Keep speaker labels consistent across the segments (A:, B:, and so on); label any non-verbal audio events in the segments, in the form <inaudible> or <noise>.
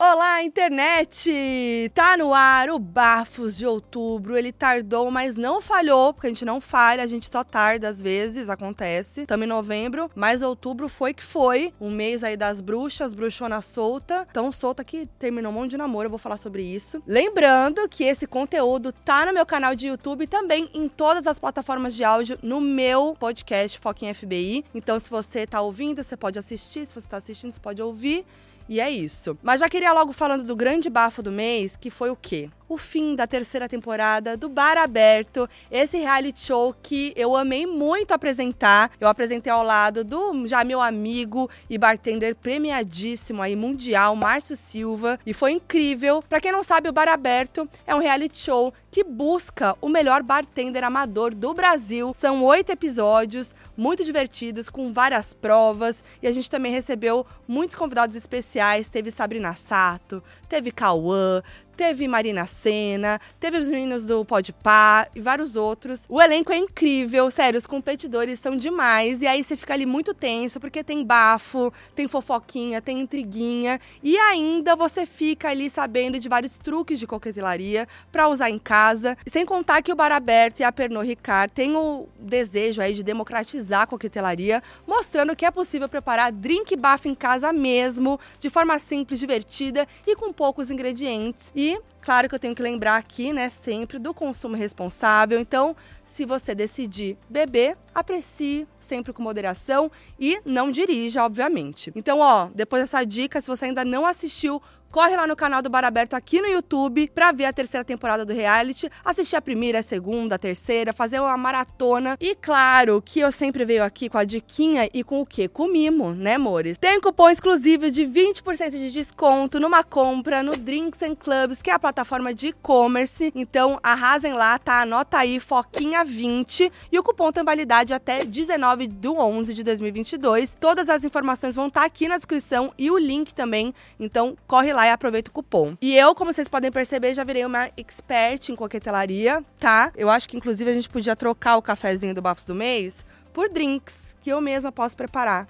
A: Olá, internet! Tá no ar o Bafos de Outubro. Ele tardou, mas não falhou, porque a gente não falha, a gente só tarda às vezes, acontece. Tamo em novembro, mas outubro foi que foi. Um mês aí das bruxas, bruxona solta. Tão solta que terminou um monte de namoro, eu vou falar sobre isso. Lembrando que esse conteúdo tá no meu canal de YouTube e também em todas as plataformas de áudio no meu podcast Foca em FBI. Então, se você tá ouvindo, você pode assistir, se você tá assistindo, você pode ouvir. E é isso. Mas já queria logo falando do grande bafo do mês, que foi o quê? O fim da terceira temporada do Bar Aberto, esse reality show que eu amei muito apresentar. Eu apresentei ao lado do já meu amigo e bartender premiadíssimo aí mundial, Márcio Silva, e foi incrível. Para quem não sabe, o Bar Aberto é um reality show que busca o melhor bartender amador do Brasil. São oito episódios, muito divertidos, com várias provas. E a gente também recebeu muitos convidados especiais. Teve Sabrina Sato, teve Cauã, teve Marina Senna, teve os meninos do Podpah e vários outros. O elenco é incrível, sério, os competidores são demais. E aí você fica ali muito tenso, porque tem bafo, tem fofoquinha, tem intriguinha. E ainda você fica ali sabendo de vários truques de coquetelaria para usar em casa. E sem contar que o Bar Aberto e a Pernod Ricard têm o desejo aí de democratizar a coquetelaria, mostrando que é possível preparar drink bafo em casa mesmo, de forma simples, divertida e com poucos ingredientes. E claro que eu tenho que lembrar aqui, né, sempre do consumo responsável. Então, se você decidir beber, aprecie sempre com moderação e não dirija, obviamente. Então, ó, depois dessa dica, se você ainda não assistiu, corre lá no canal do Bar Aberto aqui no YouTube para ver a terceira temporada do reality, assistir a primeira, a segunda, a terceira, fazer uma maratona. E claro que eu sempre venho aqui com a diquinha e com o quê? Com mimo, né, amores? Tem cupom exclusivo de 20% de desconto numa compra no Drinks and Clubs, que é a plataforma de e-commerce. Então, arrasem lá, tá? Anota aí, foquinha 20. E o cupom tem validade até 19 do 11 de 2022. Todas as informações vão estar tá aqui na descrição e o link também. Então, corre lá lá e aproveita o cupom. E eu, como vocês podem perceber, já virei uma expert em coquetelaria, tá? Eu acho que inclusive a gente podia trocar o cafezinho do Bafos do Mês por drinks que eu mesma posso preparar.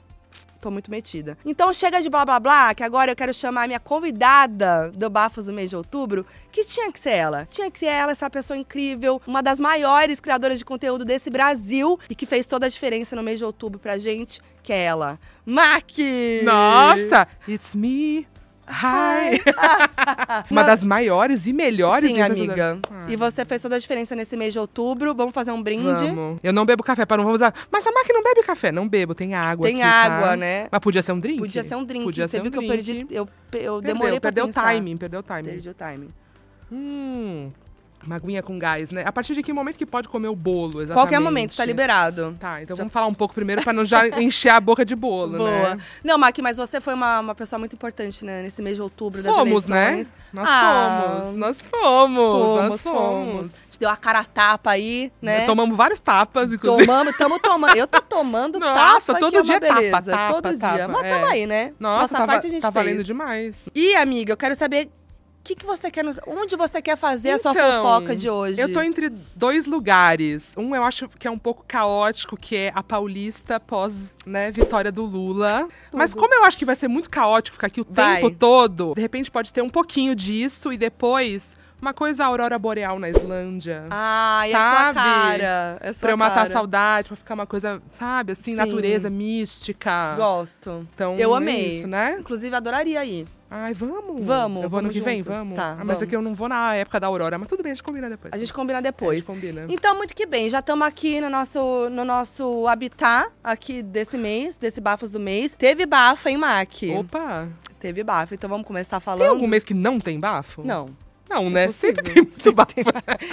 A: Tô muito metida. Então chega de blá blá blá, que agora eu quero chamar a minha convidada do Bafos do mês de outubro, que tinha que ser ela. Tinha que ser ela, essa pessoa incrível, uma das maiores criadoras de conteúdo desse Brasil e que fez toda a diferença no mês de outubro pra gente, que é ela. Mac!
B: Nossa! It's me! Hi!
A: <laughs>
B: Uma das maiores e melhores
A: Sim,
B: vendas
A: amiga.
B: da-
A: E você fez toda a diferença nesse mês de outubro. Vamos fazer um brinde?
B: Vamos. Eu não bebo café, para não vamos usar. Mas a máquina não bebe café, não bebo, tem água.
A: Tem
B: aqui, tá?
A: água, né?
B: Mas podia ser um drink?
A: Podia ser um drink.
B: Podia
A: você
B: ser um
A: viu que eu
B: drink.
A: perdi. Eu, eu
B: Perdeu,
A: demorei pra
B: perdeu o
A: pensar.
B: timing, perdeu o timing.
A: Perdi o timing.
B: Hum. Uma aguinha com gás, né? A partir de que momento que pode comer o bolo, exatamente?
A: Qualquer momento, tá liberado.
B: Tá, então vamos falar um pouco primeiro pra
A: <laughs>
B: não já encher a boca de bolo,
A: Boa.
B: né?
A: Não, Mac, mas você foi uma, uma pessoa muito importante né, nesse mês de outubro das
B: Fomos, né?
A: eleições.
B: Nós
A: Ah,
B: fomos, nós fomos,
A: Fomos,
B: nós fomos.
A: fomos. Te deu a cara a tapa aí, né?
B: Tomamos vários tapas, inclusive.
A: Tomamos, tamo tomando. Eu tô tomando
B: <laughs> Nossa,
A: tapa,
B: todo
A: que é uma
B: dia é tapa,
A: beleza.
B: tapa,
A: todo dia.
B: tapa,
A: Mas tamo
B: é.
A: aí, né?
B: Nossa,
A: Nossa
B: tá, va-
A: parte a gente
B: tá
A: fez.
B: valendo demais.
A: E, amiga, eu quero saber o que, que você quer nos... Onde você quer fazer a sua
B: Então,
A: fofoca de hoje?
B: Eu tô entre dois lugares. Um eu acho que é um pouco caótico, que é a paulista pós, né, vitória do Lula. Mas como eu acho que vai ser muito caótico ficar aqui o
A: Vai.
B: tempo todo, de repente pode ter um pouquinho disso e depois uma coisa a aurora boreal na Islândia.
A: Ai, é sua
B: Sabe?
A: cara. É sua
B: Pra eu matar a
A: cara.
B: saudade, pra ficar uma coisa, sabe, assim,
A: Sim.
B: natureza, mística.
A: Gosto.
B: Então,
A: Eu
B: é
A: amei.
B: Isso, né?
A: Inclusive, adoraria ir.
B: Ai, vamos.
A: Vamos,
B: Eu vou ano
A: vamos
B: que vem,
A: juntas.
B: vamos.
A: Tá,
B: ah, mas
A: vamos.
B: é que eu não vou na época da aurora, mas tudo bem, a gente combina depois.
A: A gente combina
B: É, a gente
A: depois.
B: combina.
A: Então, muito que bem, já estamos aqui no nosso, no nosso habitat aqui desse mês, desse Bafos do mês. Teve bafo, hein, Mac?
B: Opa!
A: Teve bafo, então vamos começar
B: Tem
A: falando.
B: algum mês que não tem bafo?
A: Não.
B: Não, né? <laughs> Sempre
A: possível.
B: tem muito bafo.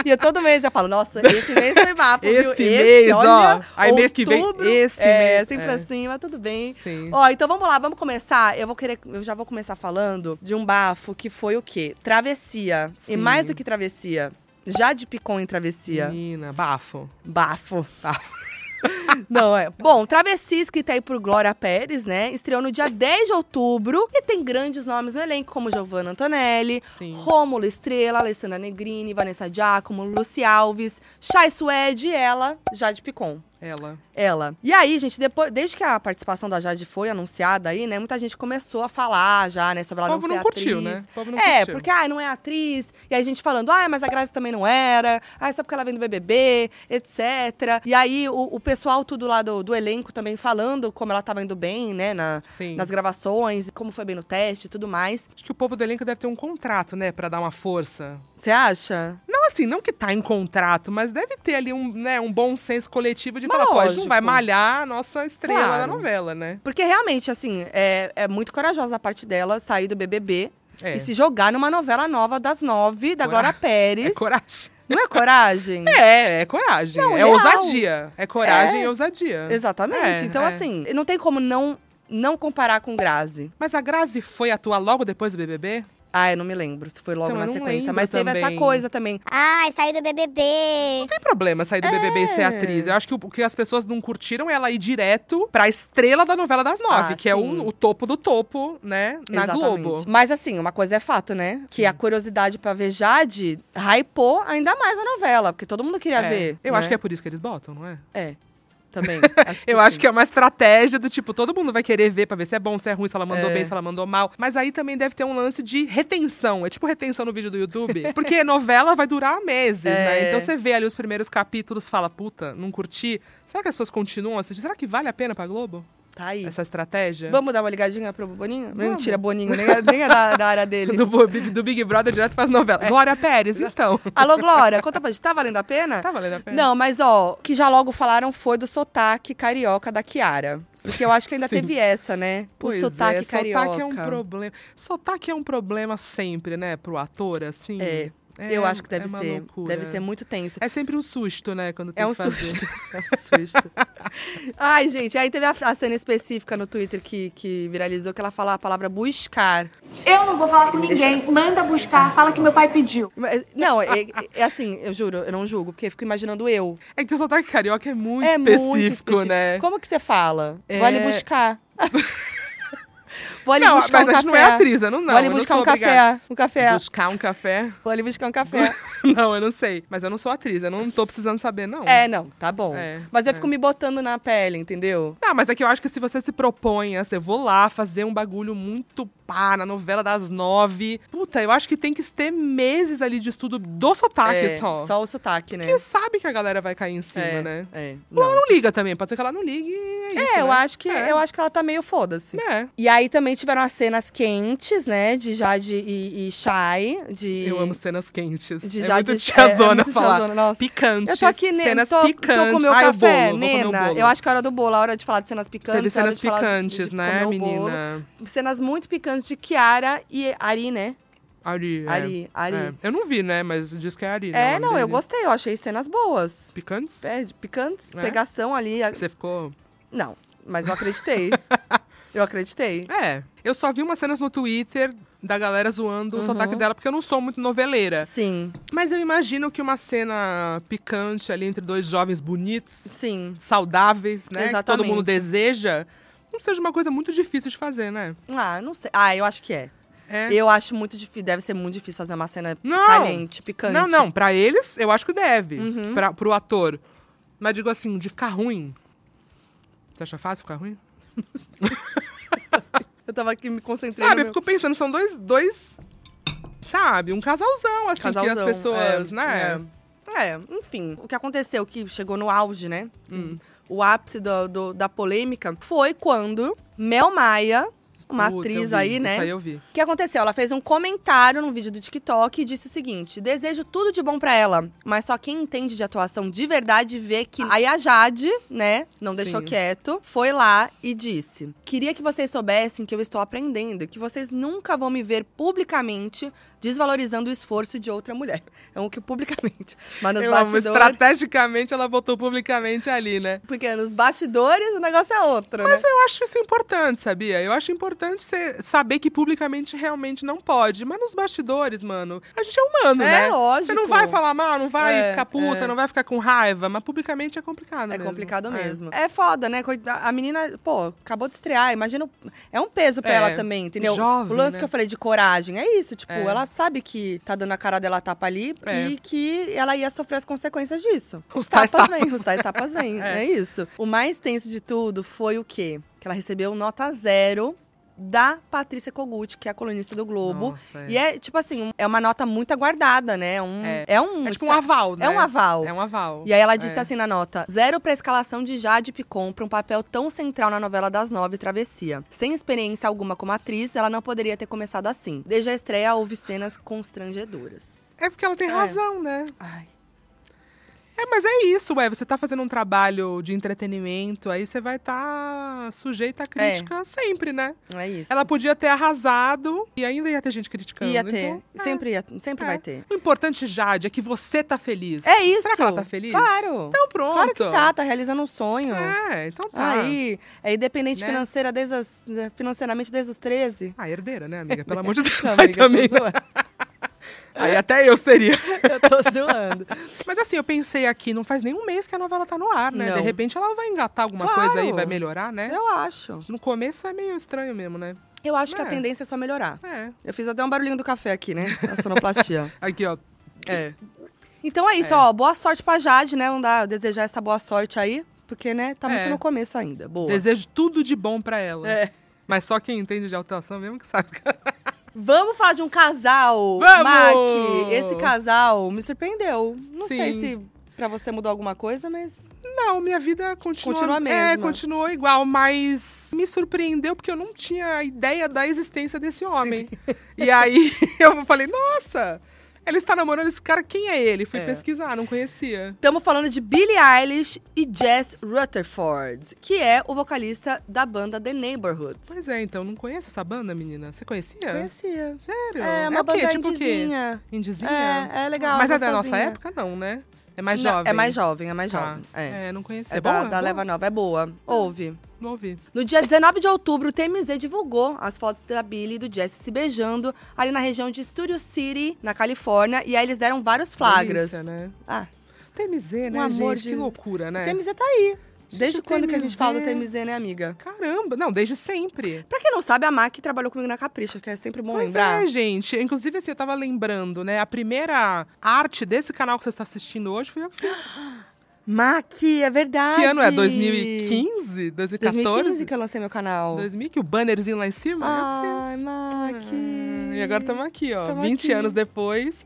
A: E eu todo mês eu falo, nossa, esse mês foi bafo, viu?
B: Esse mês, ó.
A: olha,
B: Aí mês que vem,
A: outubro,
B: esse
A: é,
B: mês,
A: sempre
B: é.
A: assim, mas tudo bem.
B: Sim.
A: Ó, então vamos lá, vamos começar. Eu vou querer, eu já vou começar falando de um bafo que foi o quê? Travessia. E
B: Sim.
A: mais do que travessia, já de picou em travessia.
B: Menina, bafo.
A: Bafo.
B: Tá.
A: <laughs> Não é. Bom, Travessia, escrita aí por Glória Pérez, né? Estreou no dia 10 de outubro e tem grandes nomes no elenco, como Giovanna Antonelli,
B: Sim.
A: Rômulo Estrela, Alessandra Negrini, Vanessa Giacomo, Lucy Alves, Chay Suede e ela, Jade Picon.
B: Ela.
A: Ela. E aí, gente, depois, desde que a participação da Jade foi anunciada aí, né? Muita gente começou a falar já, né? Sobre
B: O
A: ela
B: povo
A: não ser
B: não curtiu,
A: atriz.
B: né? O povo não
A: é,
B: curtiu.
A: porque, ah, não é atriz. E aí, gente falando, ah, mas a Grazi também não era. Ah, só porque ela vem do BBB, etc. E aí, o, o pessoal tudo lá do, do elenco também falando como ela tava indo bem, né? na-
B: Sim.
A: nas gravações, como foi bem no teste e tudo mais.
B: Acho que o povo do elenco deve ter um contrato, né? Pra dar uma força.
A: Você acha?
B: Não assim, não que tá em contrato, mas deve ter ali um, né, um bom senso coletivo de
A: Mas
B: falar, pô, a gente
A: lógico.
B: não vai malhar a nossa estrela da
A: Claro.
B: novela, né?
A: Porque realmente, assim, é, é muito corajosa da parte dela sair do BBB
B: É.
A: e se jogar numa novela nova das nove, da
B: Cora-
A: Glória Pérez.
B: <laughs> É
A: Não é
B: coragem.
A: coragem?
B: <laughs> É, é coragem.
A: Não,
B: é
A: real.
B: ousadia. É coragem
A: É.
B: e ousadia.
A: Exatamente.
B: É,
A: então,
B: é.
A: assim, não tem como não, não comparar com Grazi.
B: Mas a Grazi foi atuar logo depois do BBB?
A: Ah, eu não me lembro se foi logo
B: Então, eu
A: na
B: não
A: sequência.
B: lembro
A: Mas teve essa
B: também.
A: coisa também.
C: Ai, saiu do BBB.
B: Não tem problema sair do BBB e ser
A: É.
B: atriz. Eu acho que o o que as pessoas não curtiram é ela ir direto pra estrela da novela das nove,
A: Ah,
B: que é
A: sim.
B: o, o topo do topo, né? Na
A: Exatamente.
B: Globo.
A: Mas assim, uma coisa é fato, né? Que a curiosidade pra ver Jade hypou ainda mais a novela, porque todo mundo queria
B: É.
A: ver.
B: Eu
A: né?
B: acho que é por isso que eles botam, não é?
A: É, também.
B: <laughs> Eu acho que é uma estratégia do tipo, todo mundo vai querer ver pra ver se é bom, se é ruim, se ela mandou
A: É.
B: bem, se ela mandou mal. Mas aí também deve ter um lance de retenção. É tipo retenção no vídeo
A: <laughs>
B: do YouTube. Porque novela vai durar meses,
A: É.
B: né? Então você vê ali os primeiros capítulos, fala, puta, não curti. Será que as pessoas continuam assistindo? Será que vale a pena pra Globo
A: Tá aí.
B: é- essa estratégia?
A: Vamos dar uma ligadinha pro Boninho?
B: Vamos.
A: Mentira, Boninho, nem é, nem é da, da
B: <laughs>
A: área <laughs> dele.
B: Do, Bo- Big, do Big Brother direto pras novelas. Glória Pérez, então.
A: Alô, Glória, conta pra gente, tá valendo a pena?
B: <laughs> Tá valendo a pena?
A: Não, mas ó, o que já logo falaram foi do sotaque carioca da Kiara. Porque eu acho que ainda
B: Sim.
A: teve essa, né?
B: Pois
A: o sotaque
B: é,
A: carioca.
B: Sotaque é um problema. Sotaque é um problema sempre, né? Pro ator, assim.
A: É,
B: É,
A: eu acho que deve
B: é uma
A: ser.
B: loucura.
A: Deve ser muito tenso.
B: É sempre um susto, né? Quando tem
A: É um
B: que fazer. <laughs>
A: susto. É um susto. <laughs> Ai, gente, aí teve a, a cena específica no Twitter que, que viralizou que ela fala a palavra buscar.
D: Eu não vou falar com ninguém. Manda buscar. Fala que meu pai pediu.
A: Mas, Não, é, é assim, eu juro, eu não julgo, porque eu fico imaginando eu.
B: É que o sotaque carioca é muito
A: é
B: específico,
A: muito específico.
B: né?
A: Como que você fala?
B: É.
A: Vou ali
B: <laughs>
A: buscar. Vou ali
B: Não,
A: buscar
B: mas
A: um
B: a gente
A: café.
B: não é atriz, eu não, não.
A: Vou ali
B: eu não
A: buscar
B: sou
A: um
B: obrigada.
A: café. Um café.
B: Buscar um café?
A: Vou ali buscar um café.
B: <laughs> Não, eu não sei. Mas eu não sou atriz, eu não tô precisando saber, não.
A: É, não, tá bom.
B: É,
A: Mas eu
B: é.
A: fico me botando na pele, entendeu?
B: Não, mas é que eu acho que se você se propõe, assim, eu vou lá fazer um bagulho muito pá na novela das nove. Puta, eu acho que tem que ter meses ali de estudo do sotaque
A: é,
B: só.
A: o sotaque, né?
B: Porque sabe que a galera vai cair em cima,
A: é,
B: né?
A: É,
B: Ou ela
A: não.
B: não liga também, pode ser que ela não ligue. É, isso,
A: É, eu
B: né?
A: acho que
B: É.
A: eu acho que ela tá meio foda-se.
B: É.
A: E aí também tiveram as cenas quentes, né? De Jade e, e Shai. De,
B: Eu amo cenas quentes.
A: de
B: é
A: Jade
B: muito
A: é, é
B: tiazona
A: muito
B: falar.
A: tiazona, nossa.
B: Picantes.
A: Eu tô aqui, ne-
B: Cenas
A: tô,
B: picantes.
A: tô com o meu
B: Ai,
A: café,
B: o bolo, eu vou comer o
A: Nena.
B: bolo.
A: Eu acho que é a hora do bolo, a hora de falar de cenas picantes.
B: Teve
A: a hora
B: cenas
A: de falar de-
B: picantes,
A: de
B: né,
A: comer o bolo.
B: menina?
A: Cenas muito picantes de Kiara e Ari, né?
B: Ari. é.
A: Ari, Ari.
B: É. Eu não vi, né? Mas diz que é Ari.
A: É,
B: o nome
A: não, eu
B: dele.
A: gostei, eu achei cenas boas.
B: Picantes?
A: É, de picantes,
B: É?
A: pegação ali. a-
B: Você ficou.
A: Não, mas eu
B: <laughs>
A: acreditei. eu acreditei.
B: É. Eu só vi umas cenas no Twitter da galera zoando o
A: Uhum.
B: sotaque dela, porque eu não sou muito noveleira.
A: Sim,
B: Mas eu imagino que uma cena picante ali entre dois jovens bonitos,
A: sim.
B: saudáveis, né? Que todo
A: Exatamente.
B: mundo deseja, não seja uma coisa muito difícil de fazer, né?
A: Ah, não sei. Ah, eu acho que é.
B: É.
A: Eu acho muito difícil. Deve ser muito difícil fazer uma cena
B: Não!
A: caliente, picante. Uhum.
B: Não, não, pra eles eu acho que deve, pra, pro ator. Mas digo assim, de ficar ruim. Você acha fácil ficar ruim?
A: Eu tava aqui me concentrando.
B: Sabe, eu
A: no
B: fico pensando, são dois, dois, sabe, um casalzão, assim, que as
A: Casalzão,
B: pessoas,
A: é,
B: né?
A: É. É, enfim. O que aconteceu, que chegou no auge, né?
B: Hum.
A: O ápice do- do- da polêmica foi quando Mel Maia uma
B: Putz, eu
A: atriz
B: vi.
A: aí, né?
B: Isso aí eu vi.
A: O que aconteceu? Ela fez um comentário num vídeo do TikTok e disse o seguinte: desejo tudo de bom pra ela, mas só quem entende de atuação de verdade vê que. Aí a Jade, né, não deixou
B: Sim.
A: quieto, foi lá e disse: Queria que vocês soubessem que eu estou aprendendo, que vocês nunca vão me ver publicamente desvalorizando o esforço de outra mulher. É o que publicamente. Mas nos
B: Eu amo,
A: bastidores.
B: estrategicamente ela botou publicamente ali, né?
A: Porque nos bastidores o negócio é outro, né?
B: Eu acho isso importante, sabia? Eu acho importante você saber que publicamente realmente não pode. Mas nos bastidores, mano, a gente é humano,
A: é
B: né?
A: lógico.
B: Você não vai falar mal, não vai
A: É,
B: ficar puta, não vai ficar com raiva, mas publicamente é complicado
A: É
B: mesmo.
A: complicado
B: É.
A: mesmo. É foda, né? Coita- A menina, pô, acabou de estrear. Imagina. o- É um peso pra
B: É.
A: ela também, entendeu?
B: Jovem,
A: o lance
B: né?
A: que eu falei de coragem é isso. Tipo,
B: É.
A: ela sabe que tá dando a cara dela a tapa ali
B: É.
A: e que ela ia sofrer as consequências disso.
B: Os tais tapas.
A: vêm, os tais tapas
B: <laughs>
A: vêm.
B: É.
A: É. isso. O mais tenso de tudo foi o quê? Que ela recebeu nota zero da Patrícia Kogut, que é a colunista do Globo.
B: Nossa, é.
A: E é, tipo assim, é uma nota muito aguardada, né? É um,
B: É.
A: é. um,
B: É tipo um aval, né?
A: É um aval.
B: É um aval.
A: E aí ela disse
B: É.
A: assim na nota: zero pra escalação de Jade Picon pra um papel tão central na novela das nove Travessia. Sem experiência alguma como atriz, ela não poderia ter começado assim. Desde a estreia, houve cenas constrangedoras.
B: É porque ela tem
A: É.
B: razão, né?
A: Ai.
B: É, mas é isso, ué. Você tá fazendo um trabalho de entretenimento, aí você vai estar sujeita a crítica sempre, né?
A: É isso.
B: Ela podia ter arrasado e ainda ia ter gente criticando.
A: ia ter.
B: então, é.
A: sempre ia, sempre
B: É.
A: vai ter.
B: O importante, Jade, é que você tá feliz.
A: É isso.
B: Será que ela tá feliz?
A: Claro.
B: Então pronto.
A: Claro que tá, tá realizando um sonho.
B: É, então tá.
A: Aí, é independente
B: Né?
A: financeira desde as- né, financeiramente desde os 13.
B: Ah, herdeira, né, amiga? Pelo amor
A: <laughs>
B: de Deus.
A: Não,
B: vai
A: amiga, eu tô
B: também. né?
A: zoando.
B: Aí até eu seria.
A: Eu tô
B: <laughs>
A: zoando.
B: Mas assim, eu pensei aqui, não faz nem um mês que a novela tá no ar, né?
A: Não.
B: De repente ela vai engatar alguma
A: Claro.
B: coisa aí, vai melhorar, né?
A: Eu acho.
B: No começo é meio estranho mesmo, né?
A: Eu acho que a
B: É.
A: tendência é só melhorar.
B: É.
A: Eu fiz até um barulhinho do café aqui, né? A
B: <laughs>
A: sonoplastia.
B: Aqui, ó.
A: é. Então é isso, ó. Boa sorte pra Jade, né? Não dá desejar essa boa sorte aí, porque, né, tá
B: É.
A: muito no começo ainda. Boa.
B: Desejo tudo de bom pra ela.
A: É.
B: Mas só quem entende de atuação mesmo que sabe.
A: Vamos falar de um casal,
B: Vamos!
A: Mac. Esse casal me surpreendeu. Não
B: Sim.
A: sei se pra você mudou alguma coisa, mas.
B: Não, minha vida continua.
A: Continua a
B: É,
A: mesma.
B: continuou igual, mas me surpreendeu porque eu não tinha ideia da existência desse
A: <laughs>
B: homem. e aí <laughs> eu falei, nossa, ele está namorando esse cara, quem é ele? Fui
A: É.
B: pesquisar, não conhecia.
A: Estamos falando de Billie Eilish e Jess Rutherford, que é o vocalista da banda The Neighborhood.
B: Pois é, então, não conhece essa banda, menina? Você conhecia?
A: Conhecia.
B: Sério?
A: É, uma
B: o quê?
A: banda
B: Tipo o quê?
A: indizinha.
B: Indizinha?
A: É, é legal.
B: Mas é da nossa
A: gostosinha.
B: época, não, né? É mais
A: Não,
B: jovem.
A: É mais jovem, é mais
B: Tá.
A: jovem. É.
B: não conhecia.
A: É,
B: É
A: da,
B: boa? Hum.
A: da leva nova, é boa. Ouve.
B: Não ouvi.
A: No dia 19 de outubro, o TMZ divulgou as fotos da Billy e do Jesse se beijando ali na região de Studio City, na Califórnia, e aí eles deram vários flagras.
B: Delícia, né?
A: Ah,
B: TMZ, né,
A: Um amor
B: gente?
A: de-
B: Que loucura, né?
A: o TMZ tá aí. Desde
B: o
A: quando que a gente
B: TMZ?
A: fala do TMZ, né, amiga?
B: Caramba! Não, desde sempre.
A: Pra quem não sabe, a Mac trabalhou comigo na Capricha, que é sempre bom
B: pois
A: lembrar.
B: é, gente. Inclusive, assim, eu tava lembrando, né? A primeira arte desse canal que você está assistindo hoje foi eu que fiz.
A: Mac, é verdade.
B: Que ano é? 2015? 2014?
A: 2015 que eu lancei meu canal.
B: 2000, que o bannerzinho lá em cima? eu fiz.
A: Ai, Mac.
B: Ah, E agora estamos aqui, ó.
A: Tamo
B: 20
A: aqui. Ah.
B: anos depois.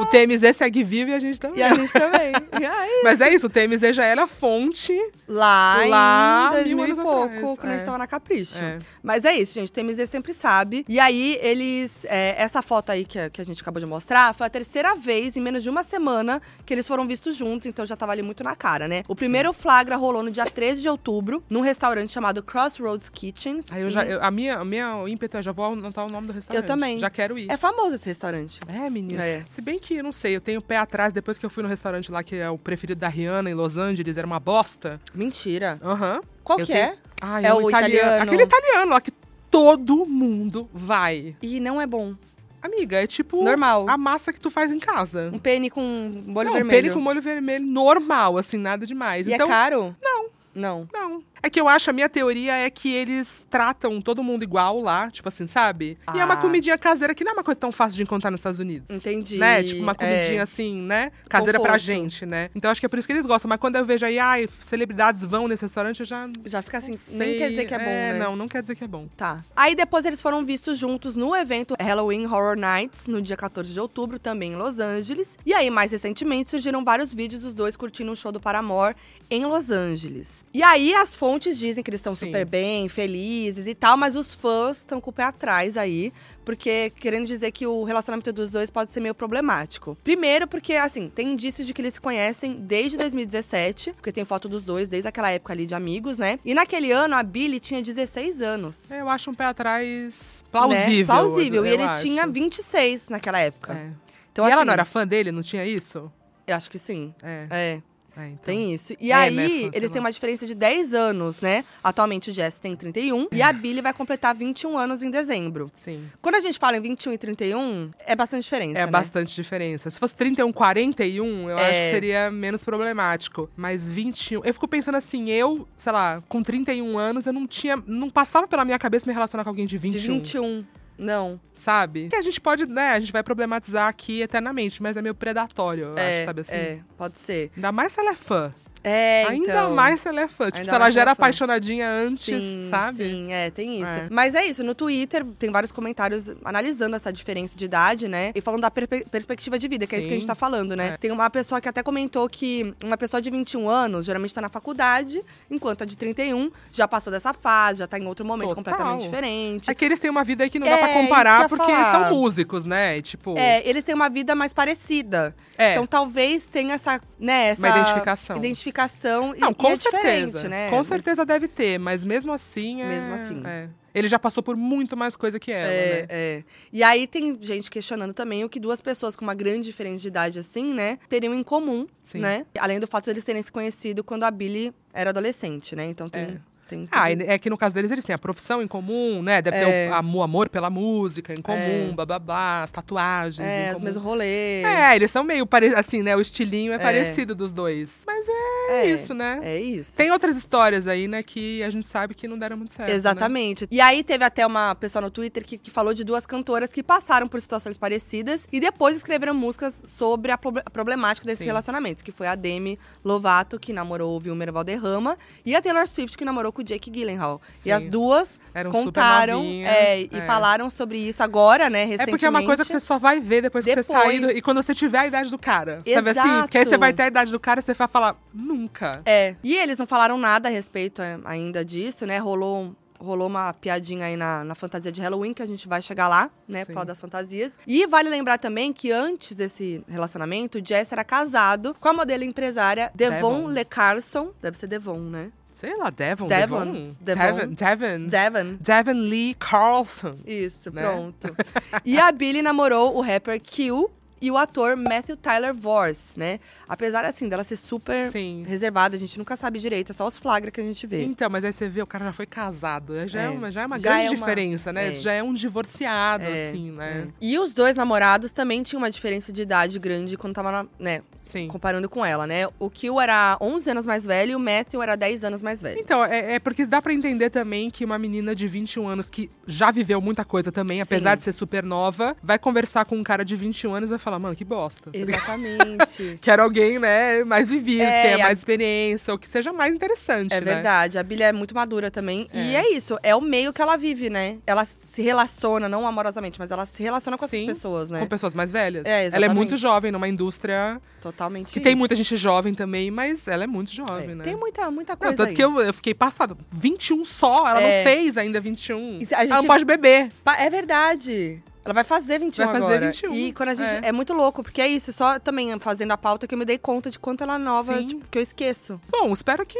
B: O TMZ segue vivo e a gente também.
A: E a gente também. E aí?
B: <laughs> Mas é isso, o TMZ já era fonte.
A: Lá,
B: Lá,
A: em 2000
B: mil
A: e
B: anos
A: pouco,
B: atrás,
A: quando a
B: é.
A: gente tava na Capricho.
B: É.
A: Mas é isso, gente. O TMZ sempre sabe. E aí, eles. é, essa foto aí que, a- que a gente acabou de mostrar foi a terceira vez em menos de uma semana que eles foram vistos juntos, então já tava ali muito na cara, né? O primeiro flagra rolou no dia 13 de outubro, num restaurante chamado Crossroads Kitchens.
B: Aí eu já, eu- a minha, a minha ímpeto é já vou anotar o nome do restaurante.
A: também.
B: Já quero ir.
A: É famoso esse restaurante.
B: É, menina.
A: É.
B: Se bem que, eu não sei, eu tenho o pé atrás depois que eu fui no restaurante lá, que é o preferido da Rihanna, em Los Angeles, era uma bosta.
A: Mentira.
B: Aham.
A: Qual
B: Eu
A: que
B: tenho-
A: é?
B: Ai,
A: É
B: um
A: o italiano.
B: Aquele italiano lá que todo mundo vai.
A: E não é bom.
B: Amiga, é tipo
A: Normal.
B: a massa que tu faz em casa.
A: Um pene com molho
B: não,
A: vermelho.
B: pene com molho vermelho normal, assim, nada demais.
A: E
B: então,
A: é caro? Não. Não.
B: Não. É que eu acho, a minha teoria é que eles tratam todo mundo igual lá, tipo assim, sabe? E é uma
A: Ah.
B: comidinha caseira que não é uma coisa tão fácil de encontrar nos Estados Unidos.
A: Entendi.
B: Né? Tipo, uma
A: É.
B: comidinha assim, né? Caseira pra
A: Conforto.
B: gente, né? Então acho que é por isso que eles gostam. Mas quando eu vejo aí, ai, celebridades vão nesse restaurante, eu já.
A: Já fica assim,
B: não
A: nem
B: sei.
A: quer dizer que é bom,
B: é,
A: né?
B: Não, não quer dizer que é bom.
A: Tá. Aí depois eles foram vistos juntos no evento Halloween Horror Nights, no dia 14 de outubro, também em Los Angeles. E aí, mais recentemente, surgiram vários vídeos dos dois curtindo um show do Paramore em Los Angeles. E aí, as fontes dizem que eles estão
B: Sim.
A: super bem, felizes e tal, mas os fãs estão com o pé atrás aí, porque querendo dizer que o relacionamento dos dois pode ser meio problemático. Primeiro, porque, assim, tem indícios de que eles se conhecem desde 2017, porque tem foto dos dois desde aquela época ali de amigos, né? E naquele ano a Billy tinha 16 anos.
B: Eu acho um pé atrás
A: né?
B: plausível.
A: Plausível.
B: eu
A: e ele
B: acho.
A: tinha 26 naquela época.
B: É.
A: Então,
B: e
A: assim,
B: ela não era fã dele? Não tinha isso?
A: Eu acho que sim.
B: É.
A: É.
B: é, então.
A: Tem isso. E
B: É,
A: aí,
B: né, fã, sei
A: eles têm
B: lá.
A: uma diferença de 10 anos, né? Atualmente o Jess tem 31
B: É.
A: e a Billy vai completar 21 anos em dezembro.
B: Sim.
A: Quando a gente fala em 21 e 31, é bastante diferença.
B: É
A: né?
B: bastante diferença. Se fosse 31, 41, eu acho
A: É.
B: que seria menos problemático. Mas 21. Eu fico pensando assim, eu, sei lá, com 31 anos, eu não tinha. Não passava pela minha cabeça me relacionar com alguém de 21.
A: né? De 21. Não.
B: Sabe? Que a gente pode, né? A gente vai problematizar aqui eternamente, mas é meio predatório, eu
A: é,
B: acho, sabe assim?
A: é, pode ser.
B: Ainda mais se ela é fã.
A: É,
B: Ainda
A: então,
B: mais se ela é fã.
A: Ainda
B: Tipo, se ela
A: mais se
B: já
A: ela
B: era
A: é fã.
B: apaixonadinha antes,
A: Sim,
B: sabe?
A: Sim, é, tem isso.
B: É.
A: Mas é isso, no Twitter tem vários comentários analisando essa diferença de idade, né? E falando da perpe- perspectiva de vida, que é isso que a gente
B: Sim.
A: tá falando, né?
B: É.
A: Tem uma pessoa que até comentou que uma pessoa de 21 anos geralmente tá na faculdade, enquanto a de 31 já passou dessa fase, já tá em outro momento
B: Total.
A: completamente diferente.
B: É que eles têm uma vida aí que não
A: É,
B: dá pra
A: isso que eu ia
B: comparar, porque
A: falar.
B: são músicos, né? E, Tipo,
A: É, eles têm uma vida mais parecida.
B: é.
A: Então talvez tenha essa, né, essa
B: Uma identificação.
A: identificação e-
B: Não,
A: e
B: com
A: é diferente,
B: certeza.
A: né?
B: Com
A: Mas-
B: certeza deve ter, mas mesmo assim. É,
A: Mesmo assim.
B: é. Ele já passou por muito mais coisa que ela,
A: É,
B: né?
A: é. E aí tem gente questionando também o que duas pessoas com uma grande diferença de idade assim, né, teriam em comum,
B: Sim.
A: né? Além do fato de eles terem se conhecido quando a Billy era adolescente, né? Então tem.
B: É.
A: tem
B: Ah, e é que no caso deles, eles têm a profissão em comum, né? Deve
A: É.
B: ter o, am- o amor pela música em comum, bababá, as tatuagens.
A: é,
B: em
A: os
B: comum.
A: mesmos rolês.
B: É, eles são meio parecidos, assim, né? O estilinho é,
A: É.
B: parecido dos dois. Mas é,
A: É,
B: isso, né?
A: É isso.
B: Tem outras histórias aí, né, que a gente sabe que não deram muito certo. né?
A: Exatamente. E aí teve até uma pessoa no Twitter que, que falou de duas cantoras que passaram por situações parecidas e depois escreveram músicas sobre a, prob- a problemática desses
B: Sim.
A: relacionamentos, que foi a Demi Lovato, que namorou o Wilmer Valderrama, e a Taylor Swift, que namorou com o Jake Gyllenhaal. E
B: Sim.
A: as duas
B: Eram super
A: contaram
B: novinhas,
A: é, e
B: é.
A: falaram sobre isso agora, né,
B: É
A: recentemente.
B: porque é uma coisa que você só vai ver depois, que você
A: Depois.
B: sair do- e quando você tiver a idade do cara. Sabe assim?
A: Exato.
B: Porque aí você vai ter a idade do cara e você vai falar, nunca.
A: É. E eles não falaram nada a respeito é, ainda disso, né? Rolou um- Rolou uma piadinha aí na, na fantasia de Halloween, que a gente vai chegar lá, né? Pra
B: Sim.
A: falar das fantasias. E vale lembrar também que antes desse relacionamento, o Jess era casado com a modelo e empresária Devon,
B: Devon.
A: Le Carlson. Deve ser Devon, né?
B: Sei lá, Devon.
A: Devon.
B: Devon.
A: Devon.
B: Devon. Devon.
A: Devon.
B: Devon Lee Carlson.
A: Isso,
B: Né?
A: pronto. e a Billy namorou o rapper Kill e o ator Matthew Tyler Vorse, né? Apesar, assim, dela ser super
B: Sim.
A: reservada, a gente nunca sabe direito, é só os flagra que a gente vê.
B: Então, mas aí você vê, o cara já foi casado. né? Já é,
A: É.
B: uma, já é uma
A: Já
B: grande
A: é uma-
B: diferença, né?
A: é.
B: Já é um divorciado,
A: É,
B: assim, né?
A: E os dois namorados também tinham uma diferença de idade grande quando tava, na- né,
B: Sim.
A: comparando com ela, né? O Kill era 11 anos mais velho e o Matthew era 10 anos mais velho.
B: Então, é, é porque dá pra entender também que uma menina de 21 anos que já viveu muita coisa também, apesar
A: Sim.
B: de ser super nova, vai conversar com um cara de 21 anos e vai falar, mano, que bosta.
A: <laughs> Exatamente.
B: Quero alguém, né, mais vivido,
A: É,
B: que
A: e
B: tenha
A: a-
B: mais experiência, ou que seja mais interessante,
A: É
B: né?
A: verdade, a Billy é muito madura também. E é isso, é o meio que ela vive, né? Ela se relaciona, não amorosamente, mas ela se relaciona com essas
B: Sim,
A: pessoas, né?
B: Com pessoas mais velhas.
A: É,
B: ela é
A: exatamente.
B: muito jovem numa indústria
A: Totalmente.
B: que tem
A: isso.
B: muita gente jovem também, mas ela é muito
A: É,
B: jovem, né?
A: Tem muita, muita
B: Não,
A: coisa.
B: tanto
A: aí.
B: que eu, eu fiquei passada. 21 só, ela
A: É.
B: não fez ainda 21.
A: E se a
B: Ela
A: gente-
B: não pode beber.
A: Pa- É verdade. Ela vai fazer 21
B: Vai fazer
A: agora.
B: 21,
A: E quando a gente. É.
B: é.
A: muito louco, porque é isso, só também fazendo a pauta que eu me dei conta de quanto ela é nova,
B: Sim.
A: tipo, que eu esqueço.
B: Bom, espero que